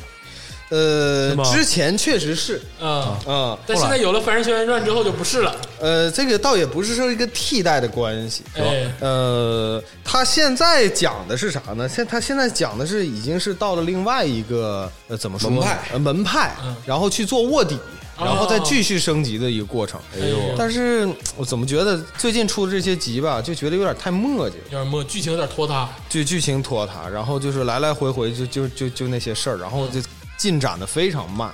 Speaker 4: 呃
Speaker 5: 是吗，
Speaker 4: 之前确实是
Speaker 2: 嗯，
Speaker 4: 啊，
Speaker 2: 但现在有了《凡人修仙传》之后就不是了，
Speaker 4: 呃，这个倒也不是说一个替代的关系，是吧
Speaker 2: 哎
Speaker 4: 呃，他现在讲的是啥呢？现他现在讲的是已经是到了另外一个呃怎么说呢
Speaker 3: 门派
Speaker 4: 呃门派
Speaker 2: 嗯，哦
Speaker 4: 然后去做卧底，然后再继续升级的一个过程。
Speaker 2: 哎呦
Speaker 4: 但是我怎么觉得最近出的这些集吧，就觉得有点太磨叽了。
Speaker 2: 有点磨，剧情有点拖沓。啊
Speaker 4: 就剧情拖沓，然后就是来来回回就就就就那些事儿，然后就进展的非常慢，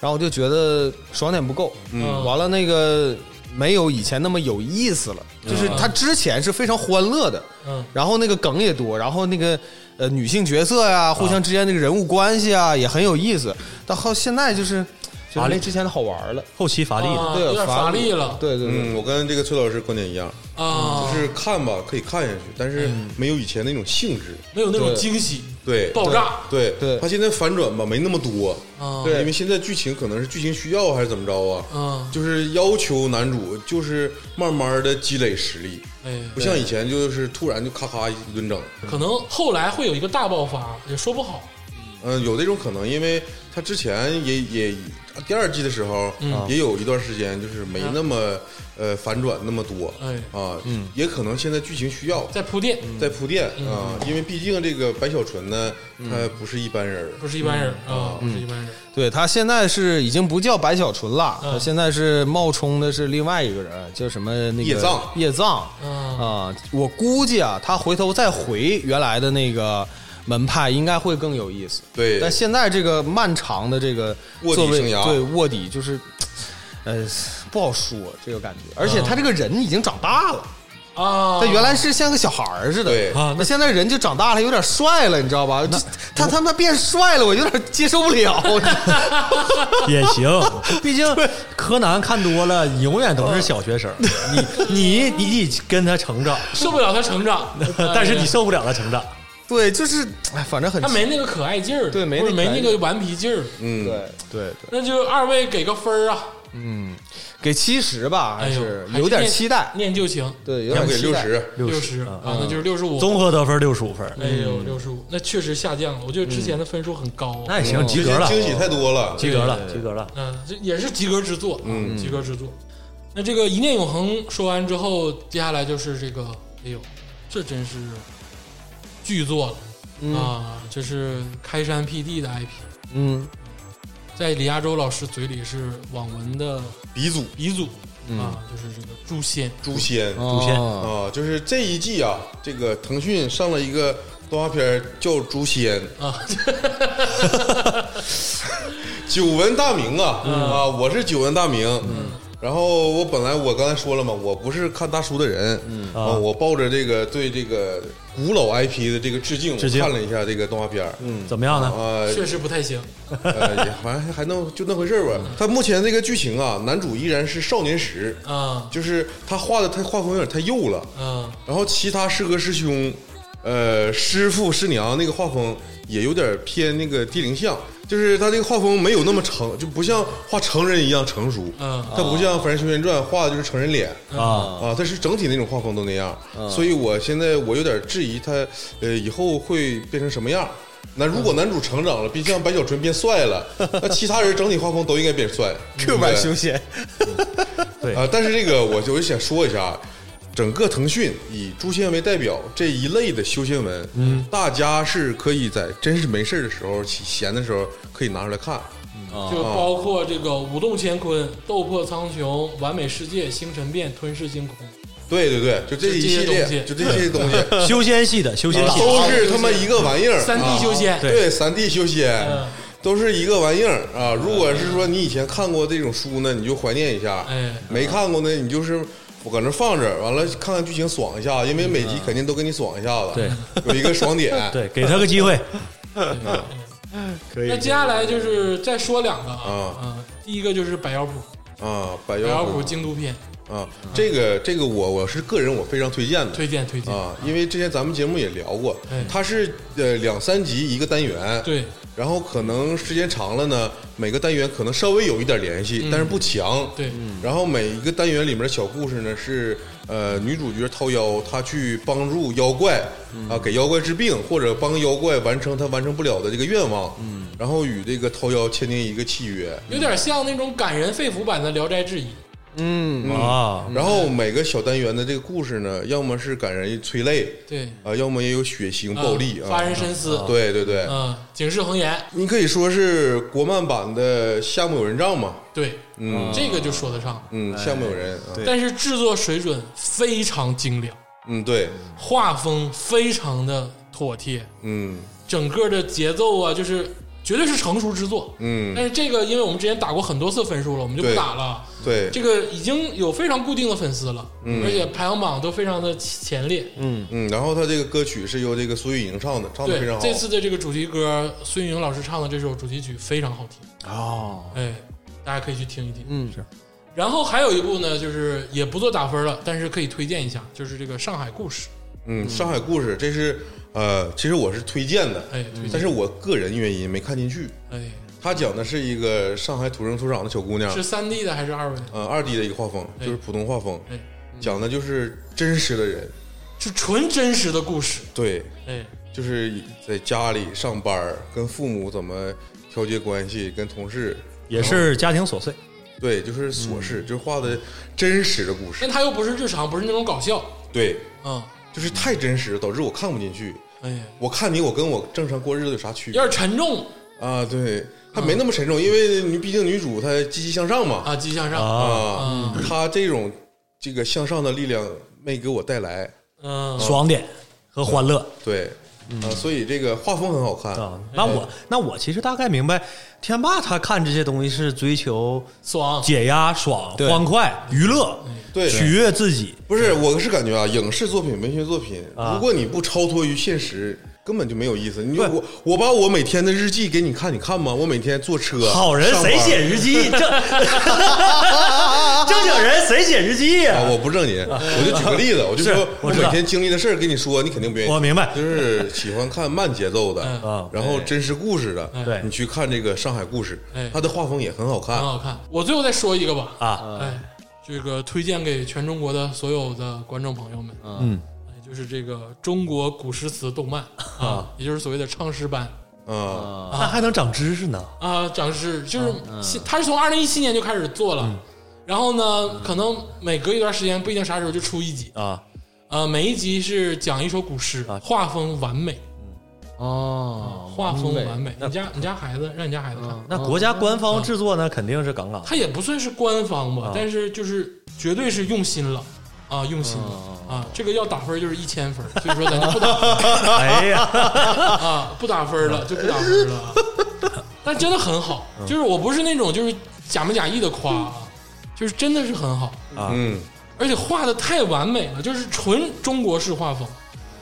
Speaker 4: 然后我就觉得爽点不够，
Speaker 2: 嗯
Speaker 4: 完了那个没有以前那么有意思了，就是他之前是非常欢乐的，
Speaker 2: 嗯
Speaker 4: 然后那个梗也多，然后那个呃女性角色呀，互相之间这个人物关系啊也很有意思，到后现在就是觉
Speaker 5: 乏
Speaker 4: 得
Speaker 5: 力
Speaker 4: 没之前的好玩了，
Speaker 5: 后期乏力了。
Speaker 2: 啊
Speaker 4: 对，
Speaker 2: 有点乏力了
Speaker 4: 对对对，
Speaker 3: 嗯，我跟这个崔老师观点一样，
Speaker 2: 啊
Speaker 3: 就，是看吧，可以看下去，但是没有以前那种兴致。
Speaker 2: 没有那种惊喜
Speaker 3: 对，
Speaker 2: 爆炸。
Speaker 3: 对，
Speaker 4: 对
Speaker 3: 他现在反转吧，没那么多，
Speaker 2: 啊，
Speaker 4: 对
Speaker 3: 因为现在剧情可能是剧情需要还是怎么着啊？
Speaker 2: 嗯
Speaker 3: 就是要求男主就是慢慢的积累实力，
Speaker 2: 哎，
Speaker 3: 不像以前就是突然就咔咔一顿整
Speaker 2: 可能后来会有一个大爆发，也说不好。
Speaker 3: 嗯，有这种可能，因为他之前也也第二季的时候、
Speaker 2: 嗯
Speaker 3: 也有一段时间就是没那么、呃反转那么多，
Speaker 2: 哎
Speaker 3: 啊，
Speaker 4: 嗯
Speaker 3: 也可能现在剧情需要
Speaker 2: 在嗯铺垫，
Speaker 3: 在铺垫啊，因为毕竟这个白小纯呢，
Speaker 4: 嗯
Speaker 3: 他不是一般人儿，
Speaker 2: 不是一般人啊，不是一般人。
Speaker 4: 对他现在是已经不叫白小纯了，
Speaker 2: 嗯
Speaker 4: 他现在是冒充的是另外一个人，叫什么那个
Speaker 3: 叶藏
Speaker 4: 叶藏
Speaker 2: 嗯
Speaker 4: 啊，我估计啊，他回头再回原来的那个门派，应该会更有意思。
Speaker 3: 对
Speaker 4: 但现在这个漫长的这个
Speaker 3: 卧底
Speaker 4: 作为
Speaker 3: 生涯
Speaker 4: 对卧底就是，呃，不好说这个感觉，而且他这个人已经长大了。
Speaker 2: 啊，
Speaker 4: 他原来是像个小孩儿似的，
Speaker 3: 对
Speaker 5: 啊
Speaker 4: 那现在人就长大了，有点帅了，你知道吧？这他他妈变帅了，我有点接受不了。
Speaker 5: (laughs)
Speaker 4: (laughs)
Speaker 5: 也行， (laughs) 毕竟柯南看多了，你永远都是小学生，你你你得跟他成长，，
Speaker 2: 受不了他成长
Speaker 5: 但是你受不了他成长。
Speaker 4: 对，就是哎，反正很
Speaker 2: 他没那个可爱劲儿，
Speaker 4: 对没
Speaker 2: 或者
Speaker 4: 那
Speaker 2: 没
Speaker 4: 可爱
Speaker 2: 那
Speaker 4: 劲
Speaker 2: 个顽皮劲儿，
Speaker 3: 嗯，
Speaker 4: 对对对，
Speaker 2: 那就二位给个分儿啊，
Speaker 4: 给七十吧，
Speaker 2: 哎
Speaker 4: 还
Speaker 2: 呦，
Speaker 4: 是
Speaker 2: 还
Speaker 4: 有点
Speaker 2: 念
Speaker 4: 期待。嗯
Speaker 2: 念旧情，
Speaker 4: 对，有
Speaker 3: 要
Speaker 4: 点
Speaker 3: 不给
Speaker 4: 期
Speaker 3: 六
Speaker 4: 待。
Speaker 3: 十，
Speaker 5: 六
Speaker 2: 十
Speaker 5: 啊
Speaker 2: 啊，，那就是六十五，
Speaker 5: 综合得分六十五分，
Speaker 2: 哎呦，六十五，那确实下降了，我觉得之前的分数很
Speaker 4: 嗯
Speaker 2: 高，
Speaker 5: 那也行，及格了，
Speaker 3: 惊喜太多了，
Speaker 5: 及格了，及格了。
Speaker 2: 嗯，这也是及格之作，嗯，及格之作。那这个一念永恒说完之后，接下来就是这个，哎呦，这真是巨作了、啊！这是开山辟地的 IP，
Speaker 4: 嗯，
Speaker 2: 在李亚洲老师嘴里是网文的
Speaker 3: 鼻祖
Speaker 2: 鼻祖、
Speaker 4: 嗯
Speaker 2: 啊，就是这个诛仙，
Speaker 3: 诛仙
Speaker 4: 主
Speaker 5: 线
Speaker 4: 哦、
Speaker 3: 啊，就是这一季啊，这个腾讯上了一个动画片儿叫《诛仙》
Speaker 2: 啊，
Speaker 3: (laughs) 久闻大名啊、啊，我是久闻大名。然后我本来我刚才说了嘛，我不是看大叔的人，嗯啊，我抱着这个对这个古老 IP 的这个致敬，
Speaker 5: 致敬
Speaker 3: 我看了一下这个动画片儿，嗯
Speaker 5: 怎么样呢？
Speaker 3: 啊，
Speaker 2: 确实不太行。
Speaker 3: 呃，也反正还能就那回事儿吧。他目前这个剧情啊，男主依然是少年时，
Speaker 2: 啊
Speaker 3: 就是他画的他画风有点太幼了，
Speaker 2: 啊
Speaker 3: 然后其他师哥师兄，呃，师傅师娘那个画风也有点偏那个低龄向，就是他这个画风没有那么成，就不像画成人一样成熟。
Speaker 2: 嗯
Speaker 3: 他不像《凡人修仙传》画的就是成人脸
Speaker 5: 啊，
Speaker 3: 啊，他是整体那种画风都那样，所以我现在我有点质疑他，呃，以后会变成什么样。那如果男主成长了，并像白小纯变帅了，那其他人整体画风都应该变帅。
Speaker 4: ，Q 版修仙，
Speaker 5: 对
Speaker 3: 啊，但是这个我就我就想说一下啊，整个腾讯以诛仙为代表这一类的修仙文，嗯，大家是可以在真是没事儿的时候、起闲的时候可以拿出来看。
Speaker 2: 就包括这个舞动乾坤、斗破苍穹、完美世界、星辰变、吞噬星空，
Speaker 3: 对对对，就这一系
Speaker 2: 就这些
Speaker 3: 列，
Speaker 2: 东西啊
Speaker 3: 就这些
Speaker 2: (laughs)
Speaker 3: 东西，
Speaker 5: 修仙啊系的，修仙系的，
Speaker 3: 都是他妈一个玩意儿。
Speaker 2: 三 D
Speaker 3: 啊
Speaker 2: 修仙，
Speaker 3: 对，三 D 修仙
Speaker 2: 嗯
Speaker 3: 都是一个玩意儿啊。如果是说你以前看过这种书呢，你就怀念一下；
Speaker 2: 哎
Speaker 3: 没看过呢，你就是搁那放着，完了看看剧情爽一下，因为每
Speaker 2: 嗯
Speaker 3: 集肯定都给你爽一下子，
Speaker 5: 对，
Speaker 3: 有一个爽
Speaker 2: (laughs)
Speaker 3: 点。
Speaker 5: 对，给他个机会，
Speaker 3: 啊
Speaker 4: 可
Speaker 2: 嗯那接下来就是再说两个啊
Speaker 3: 啊，
Speaker 2: 嗯、第一个就是百妖谱，
Speaker 3: 啊，百
Speaker 2: 百妖
Speaker 3: 妖
Speaker 2: 谱
Speaker 3: 谱
Speaker 2: 京都篇，
Speaker 3: 啊，这个这个我我是个人我非常推荐的。
Speaker 2: 推荐推荐，
Speaker 3: 啊，因为之前咱们节目也聊过
Speaker 2: 哎，
Speaker 3: 它是呃两三集一个单元，
Speaker 2: 对，
Speaker 3: 然后可能时间长了呢，每个单元可能稍微有一点联系，但是不强。
Speaker 2: 嗯对
Speaker 3: 然后每一个单元里面的小故事呢，是呃女主角掏妖，她去帮助妖怪
Speaker 2: 嗯
Speaker 3: 啊，给妖怪治病，或者帮妖怪完成她完成不了的这个愿望。嗯，然后与这个掏妖签订一个契约。
Speaker 2: 有点像那种感人肺腑版的《聊斋志异》，
Speaker 4: 嗯，
Speaker 5: 啊，
Speaker 3: 然后每个小单元的这个故事呢，要么是感人催泪，
Speaker 2: 对，
Speaker 3: 啊，要么也有血腥暴力
Speaker 2: 嗯
Speaker 3: 啊，
Speaker 2: 发人深思，
Speaker 3: 对对对，
Speaker 2: 嗯，警示恒言，
Speaker 3: 你可以说是国漫版的《夏目友人帐》嘛，
Speaker 2: 对，
Speaker 3: 嗯
Speaker 2: 这个就说得上，
Speaker 3: 嗯，夏目友人，啊
Speaker 4: 对
Speaker 2: 但是制作水准非常精良，
Speaker 3: 嗯对，
Speaker 2: 画风非常的妥帖，
Speaker 3: 嗯
Speaker 2: 整个的节奏啊，就是绝对是成熟之作。但
Speaker 3: 嗯
Speaker 2: 是这个，因为我们之前打过很多次分数了，我们就不
Speaker 3: 对
Speaker 2: 打了。
Speaker 3: 对，
Speaker 2: 这个已经有非常固定的粉丝了，而且排行榜都非常的前列。
Speaker 3: 嗯，然后他这个歌曲是由这个苏运莹唱的，唱的非常
Speaker 2: 对，
Speaker 3: 好，
Speaker 2: 这次的这个主题歌，孙运莹老师唱的这首主题曲非常好听，
Speaker 4: 哦，
Speaker 3: 啊
Speaker 2: 哎，大家可以去听一听。
Speaker 4: 嗯，
Speaker 2: 然后还有一部呢，就是也不做打分了，但是可以推荐一下，就是这个《上海故事
Speaker 3: 嗯，《上海故事》这是呃，其实我是推荐的，
Speaker 2: 哎推荐
Speaker 3: 但是我个人原因没看进去。》，
Speaker 2: 哎，
Speaker 3: 他讲的是一个上海土生土长的小姑娘
Speaker 2: 是，哎三 D 的还是二维的？
Speaker 3: 呃，二 D 的一个画风，就是普通画风
Speaker 2: 哎，
Speaker 3: 讲的就是真实的人，
Speaker 2: 是纯真实的故事。
Speaker 3: 对，
Speaker 2: 哎，
Speaker 3: 就是在家里上班儿，跟父母怎么调节关系，跟同事
Speaker 5: 也
Speaker 2: 嗯
Speaker 5: 是家庭琐碎。
Speaker 3: 对，就是琐事，就是画的真实的故事
Speaker 2: 但。他又不是日常，不是那种搞笑，
Speaker 3: 对，
Speaker 2: 嗯，
Speaker 3: 就是太真实了，导致我看不进去。
Speaker 2: 哎呀，
Speaker 3: 我看你，我跟我正常过日子有啥区别
Speaker 2: 有点沉重
Speaker 3: 啊？对，还没那么沉重，因为你毕竟女主她积极向上嘛
Speaker 2: 啊，积极向上，
Speaker 5: 啊，
Speaker 3: 啊，她这种这个向上的力量没给我带来，
Speaker 2: 嗯，
Speaker 5: 爽点和欢乐
Speaker 3: 对啊，所以这个画风很好
Speaker 2: 嗯
Speaker 3: 看
Speaker 5: 啊。那
Speaker 2: 哎
Speaker 5: 我那我其实大概明白，天霸他看这些东西是追求
Speaker 2: 爽，
Speaker 5: 解压、爽、
Speaker 4: 对
Speaker 5: 欢快、娱乐，
Speaker 3: 对
Speaker 5: 取悦自己。
Speaker 3: 不是，我是感觉啊，影视作品、文学作品，
Speaker 5: 啊
Speaker 3: 如果你不超脱于现实，根本就没有意思。你就
Speaker 5: 对
Speaker 3: 我我把我每天的日记给你看，你看吗？我每天坐车，
Speaker 5: (laughs) 好人
Speaker 3: 上班
Speaker 5: 谁写日记？ (laughs) 正正经人谁写日记呀
Speaker 3: 啊？？我不正经，我就举个例
Speaker 5: (laughs)
Speaker 3: 子，我就是说
Speaker 5: 我知
Speaker 3: 每
Speaker 5: 道
Speaker 3: 天经历的事儿跟你说，你肯定不愿意。
Speaker 5: 我明白
Speaker 3: 就是喜欢看慢节奏的
Speaker 5: 嗯，哎
Speaker 3: 然后真实故事的。
Speaker 5: 对
Speaker 3: 你去看这个《上海故事
Speaker 2: 哎》，
Speaker 3: 它的画风也很好
Speaker 2: 很
Speaker 3: 看。
Speaker 2: 好看。我最后再说一个吧，
Speaker 5: 啊，
Speaker 2: 哎，这个推荐给全中国的所有的观众朋友们，嗯，就是这个中国古诗词动漫啊，也就是所谓的唱诗班
Speaker 3: 啊，
Speaker 5: 那还能长知识呢？
Speaker 2: 啊，讲是就是新他是从二零一七年就开始做了，然后呢，可能每隔一段时间不一定啥时候就出一集，
Speaker 5: 啊，
Speaker 2: 呃，每一集是讲一首古诗，画风完美，
Speaker 4: 哦，
Speaker 2: 画风嗯完美。你家你家孩子让你家孩子看，
Speaker 5: 那国家官方制作呢，肯定是杠杠的。
Speaker 2: 他也不算是官方吧，但是就是绝对是用心了。啊，用心了啊！这个要打分就是一千分，所以说咱就不打
Speaker 5: (laughs) 哎
Speaker 2: (laughs)
Speaker 5: 呀，
Speaker 2: 啊，不打分了就不打分了。啊但真的很好，就是我不是那种就是假模假意的夸，啊，就是真的是很好，
Speaker 3: 嗯，
Speaker 2: 而且画的太完美了，就是纯中国式画风，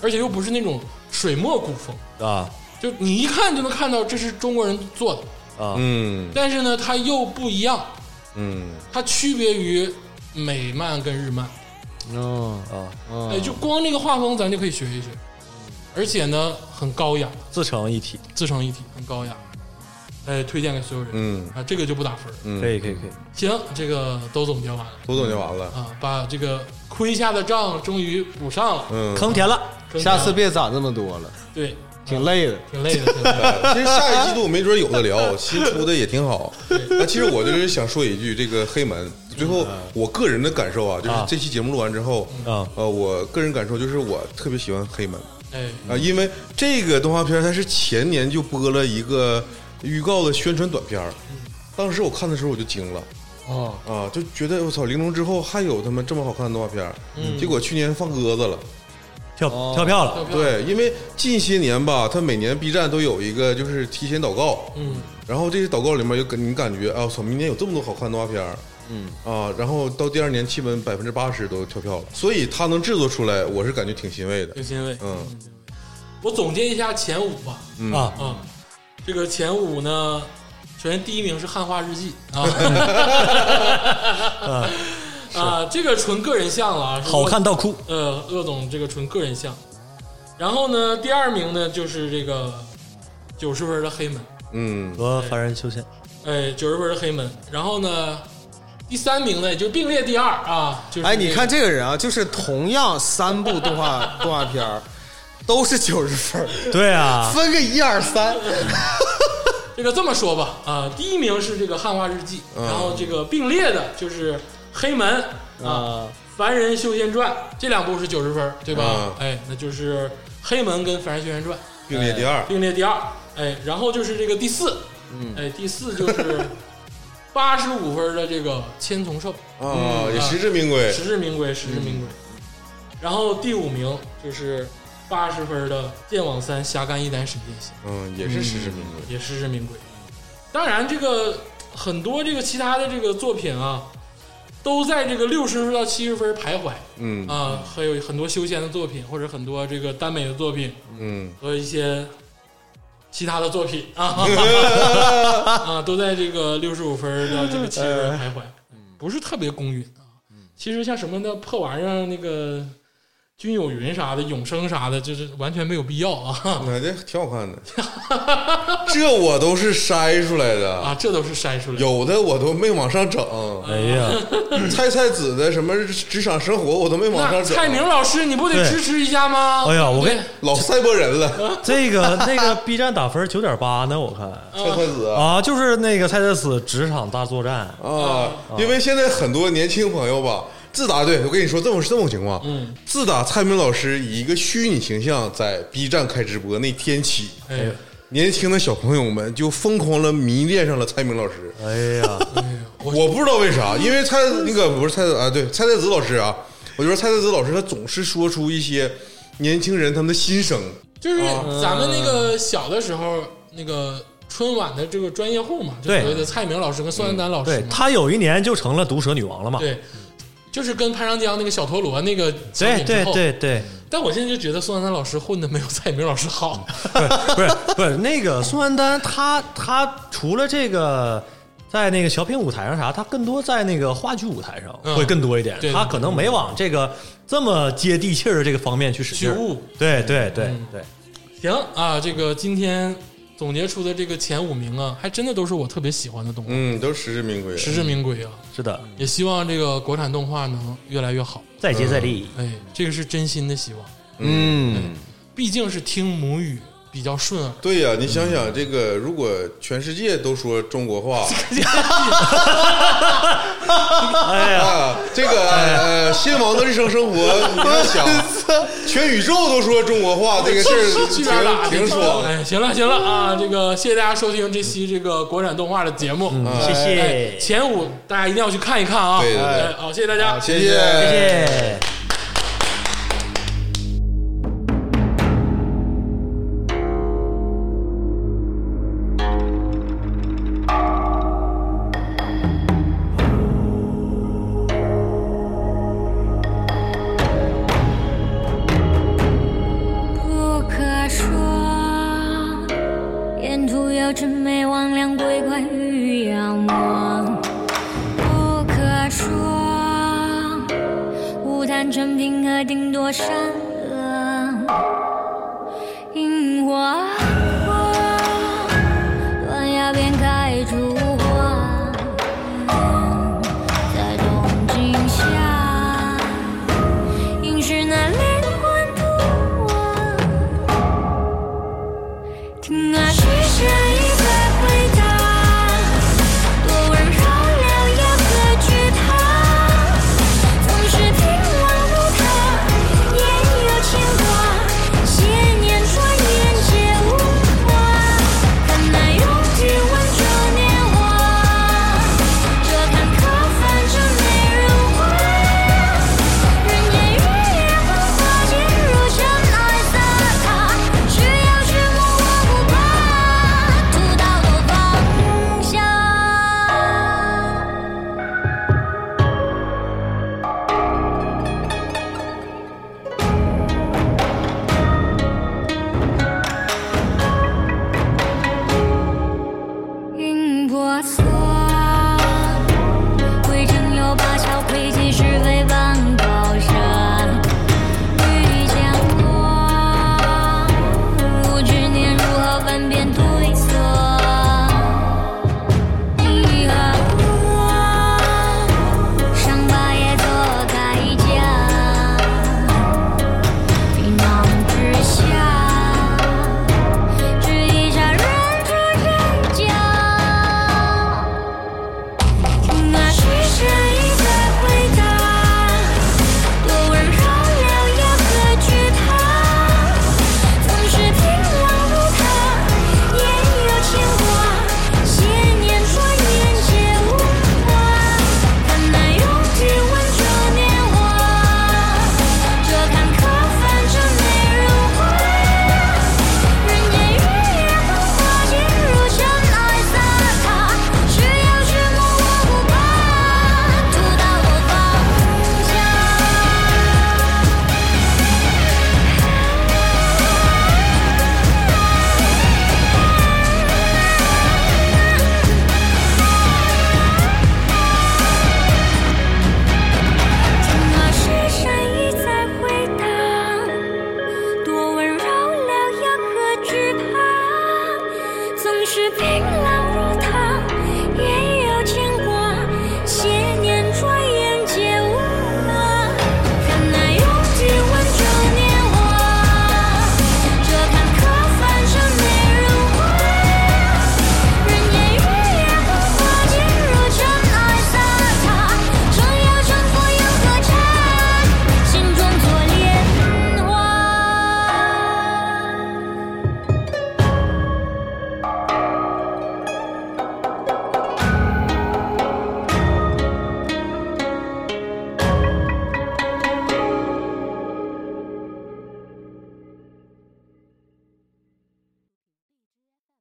Speaker 2: 而且又不是那种水墨古风，
Speaker 5: 啊
Speaker 2: 就你一看就能看到这是中国人做的。
Speaker 5: 啊，
Speaker 3: 嗯
Speaker 2: 但是呢，它又不一样，
Speaker 3: 嗯，
Speaker 2: 它区别于美漫跟日漫。
Speaker 3: 啊
Speaker 4: 嗯
Speaker 2: 哎，就光这个画风，咱就可以学一学，而且呢，很高雅，
Speaker 5: 自成一体，
Speaker 2: 自成一体，很高雅。哎，推荐给所有人。
Speaker 3: 嗯
Speaker 2: 啊，这个就不打分儿。
Speaker 5: 可以可以可以。
Speaker 2: 行，这个都总结完了
Speaker 3: 多总就完了。
Speaker 2: 啊，把这个亏下的账终于补上了。
Speaker 3: 嗯，
Speaker 5: 坑填了，
Speaker 2: 真的
Speaker 4: 下次别攒那么多了，
Speaker 2: 对，
Speaker 4: 挺累的。
Speaker 2: 挺累的，挺累的。
Speaker 3: (laughs) 其实下一季度没准有的聊，新出的也挺好。那其实我就是想说一句，这个黑门最后我个人的感受啊，就是
Speaker 5: 啊
Speaker 3: 这期节目录完之后，
Speaker 5: 啊
Speaker 3: 呃，我个人感受就是我特别喜欢黑门
Speaker 2: 哎，
Speaker 3: 啊，因为这个动画片它是前年就播了一个预告的宣传短片儿，当时我看的时候我就惊了。
Speaker 4: 哦，
Speaker 3: 啊，就觉得我操，玲珑之后还有他们这么好看的动画片儿，结果去年放鸽子了。
Speaker 5: 跳跳票
Speaker 2: 要
Speaker 5: 了，
Speaker 2: 不要？
Speaker 3: 对，因为近些年吧，它每年 B 站都有一个就是提前祷告，
Speaker 2: 嗯，
Speaker 3: 然后这些祷告里面有你感觉啊，我操，明年有这么多好看的动画片儿，嗯啊，然后到第二年基本百分之八十都跳票了，所以它能制作出来，我是感觉挺欣慰的
Speaker 2: 有。欣慰。
Speaker 3: 嗯
Speaker 2: 我总结一下前五吧。
Speaker 5: 啊
Speaker 2: 啊，这个前五呢，首先第一名是《汉化日记》
Speaker 4: (laughs)
Speaker 2: 啊，啊，这个纯个人像了啊，是
Speaker 5: 好看到哭
Speaker 2: 鄂。呃，鄂总这个纯个人像。然后呢，第二名呢就是这个九十分的黑门，
Speaker 3: 嗯
Speaker 5: 和凡人修仙
Speaker 2: 哎，九十分的黑门。然后呢，第三名呢也就并列第二啊，就是
Speaker 4: 哎，
Speaker 2: 这个
Speaker 4: 你看这个人啊，就是同样三部动画动画片儿都是九十分儿，
Speaker 5: 对啊，
Speaker 4: 分个一二三。
Speaker 2: 这个这么说吧，啊，第一名是这个《汉化日记》，
Speaker 4: 嗯
Speaker 2: 然后这个并列的就是《黑门》
Speaker 4: 嗯
Speaker 2: 啊，《凡人修仙传》这两部是九十分，对吧？
Speaker 3: 啊
Speaker 2: 哎，那就是《黑门》跟《凡人修仙传
Speaker 3: 并列第二》，啊
Speaker 2: 并列第二，哎，然后就是这个第四，嗯，哎，第四就是八十五分的这个《千丛兽
Speaker 3: 啊，也实至名归。
Speaker 2: 实至名归，实至名归。然后第五名就是八十分的《剑网三侠肝义胆沈剑心》。
Speaker 3: 嗯，也是实至名归。
Speaker 2: 也实至名归。当然，这个很多这个其他的这个作品啊，都在这个六十分到七十分徘徊
Speaker 3: 嗯
Speaker 2: 啊，还有很多休闲的作品，或者很多这个耽美的作品
Speaker 3: 嗯，
Speaker 2: 和一些其他的作品
Speaker 3: (laughs)
Speaker 2: 啊，啊，都在这个六十五分到这个七十分
Speaker 3: 嗯
Speaker 2: 徘徊，不是特别公允啊。其实像什么的破玩意儿那个。君有云啥的、永生啥的，就是完全没有必要啊
Speaker 3: 那这挺好看的， (laughs) 这我都是筛出来的，
Speaker 2: (laughs) 啊！这都是筛出来的。
Speaker 3: 有的我都没往上整。
Speaker 5: 哎呀，
Speaker 3: 菜菜子的什么职场生活我都没往
Speaker 2: 那
Speaker 3: 上整。啊
Speaker 2: 蔡明老师，你不得
Speaker 5: 对
Speaker 2: 支持一下吗？
Speaker 5: 哎呀，我跟
Speaker 3: 老赛博人
Speaker 2: 嗯
Speaker 3: 了，
Speaker 5: 这个那个 B 站打分九点八呢，我
Speaker 2: 嗯
Speaker 5: 看
Speaker 3: 菜菜子啊
Speaker 5: 啊，就是那个蔡蔡子职场大作战，
Speaker 3: 啊，因为现在很多年轻朋友吧，自打对我跟你说这么是这么个情况，
Speaker 2: 嗯，
Speaker 3: 自打蔡明老师以一个虚拟形象在 B 站开直播那天起，
Speaker 2: 哎，
Speaker 3: 年轻的小朋友们就疯狂了迷恋上了蔡明老师。
Speaker 5: 哎呀，
Speaker 3: (laughs) 我不知道为啥，因为蔡那个不是蔡啊，对蔡蔡子老师啊，我觉得蔡蔡子老师他总是说出一些年轻人他们的心声。
Speaker 2: 就是
Speaker 5: 哦
Speaker 2: 咱们那个小的时候那个春晚的这个专业户嘛，就
Speaker 5: 对
Speaker 2: 所谓的蔡明老师跟宋丹丹老师
Speaker 5: 对
Speaker 2: 嘛，
Speaker 5: 她有一年就成了毒蛇女王了嘛，
Speaker 2: 对，就是跟潘长江那个小陀螺那个小
Speaker 5: 对
Speaker 2: 品之
Speaker 5: 对
Speaker 2: 后。
Speaker 5: 对 (laughs) 对，
Speaker 2: 但我现在就觉得宋丹丹老师混的没有蔡明老师
Speaker 5: (laughs)
Speaker 2: 好，
Speaker 5: 不是不是那个宋丹丹，她她除了这个。在那个小品舞台上啥，她更多在那个话剧舞台上
Speaker 2: 嗯
Speaker 5: 会更多一点
Speaker 2: 对，
Speaker 5: 她可能没往这个这么接地气儿的这个方面去使劲
Speaker 2: 去
Speaker 5: 儿
Speaker 2: 悟。
Speaker 5: 对对对
Speaker 2: 嗯
Speaker 5: 对，
Speaker 2: 行啊，这个今天总结出的这个前五名啊，还真的都是我特别喜欢的动画，
Speaker 3: 嗯，都实至名归。
Speaker 2: 实至名归啊！
Speaker 5: 是的，
Speaker 2: 也希望这个国产动画能越来越好，
Speaker 5: 再接再厉。
Speaker 2: 哎，这个是真心的希望，
Speaker 4: 嗯，
Speaker 2: 毕竟是听母语比较顺耳，
Speaker 3: 对呀、你想想这个，如果全世界都说中国话，
Speaker 5: (laughs) 哎呀，
Speaker 3: 啊，这个呃，新王的日常生活，你要
Speaker 5: (laughs)
Speaker 3: 想，全宇宙都说中国话，这个事
Speaker 2: 去边
Speaker 3: 儿
Speaker 2: 打
Speaker 3: 挺挺爽的。
Speaker 2: 哎，行了行了啊，这个谢谢大家收听这期这个国产动画的节目，
Speaker 5: 谢
Speaker 2: 哎，
Speaker 5: 谢，
Speaker 2: 前五大家一定要去看一看啊！
Speaker 3: 对对对
Speaker 2: 哎好，谢谢大家，
Speaker 3: 谢谢
Speaker 5: 谢谢。
Speaker 7: 不可说，沿途有魑魅魍魉、鬼怪与妖魔。不可说，无谈成平和定多善恶。萤火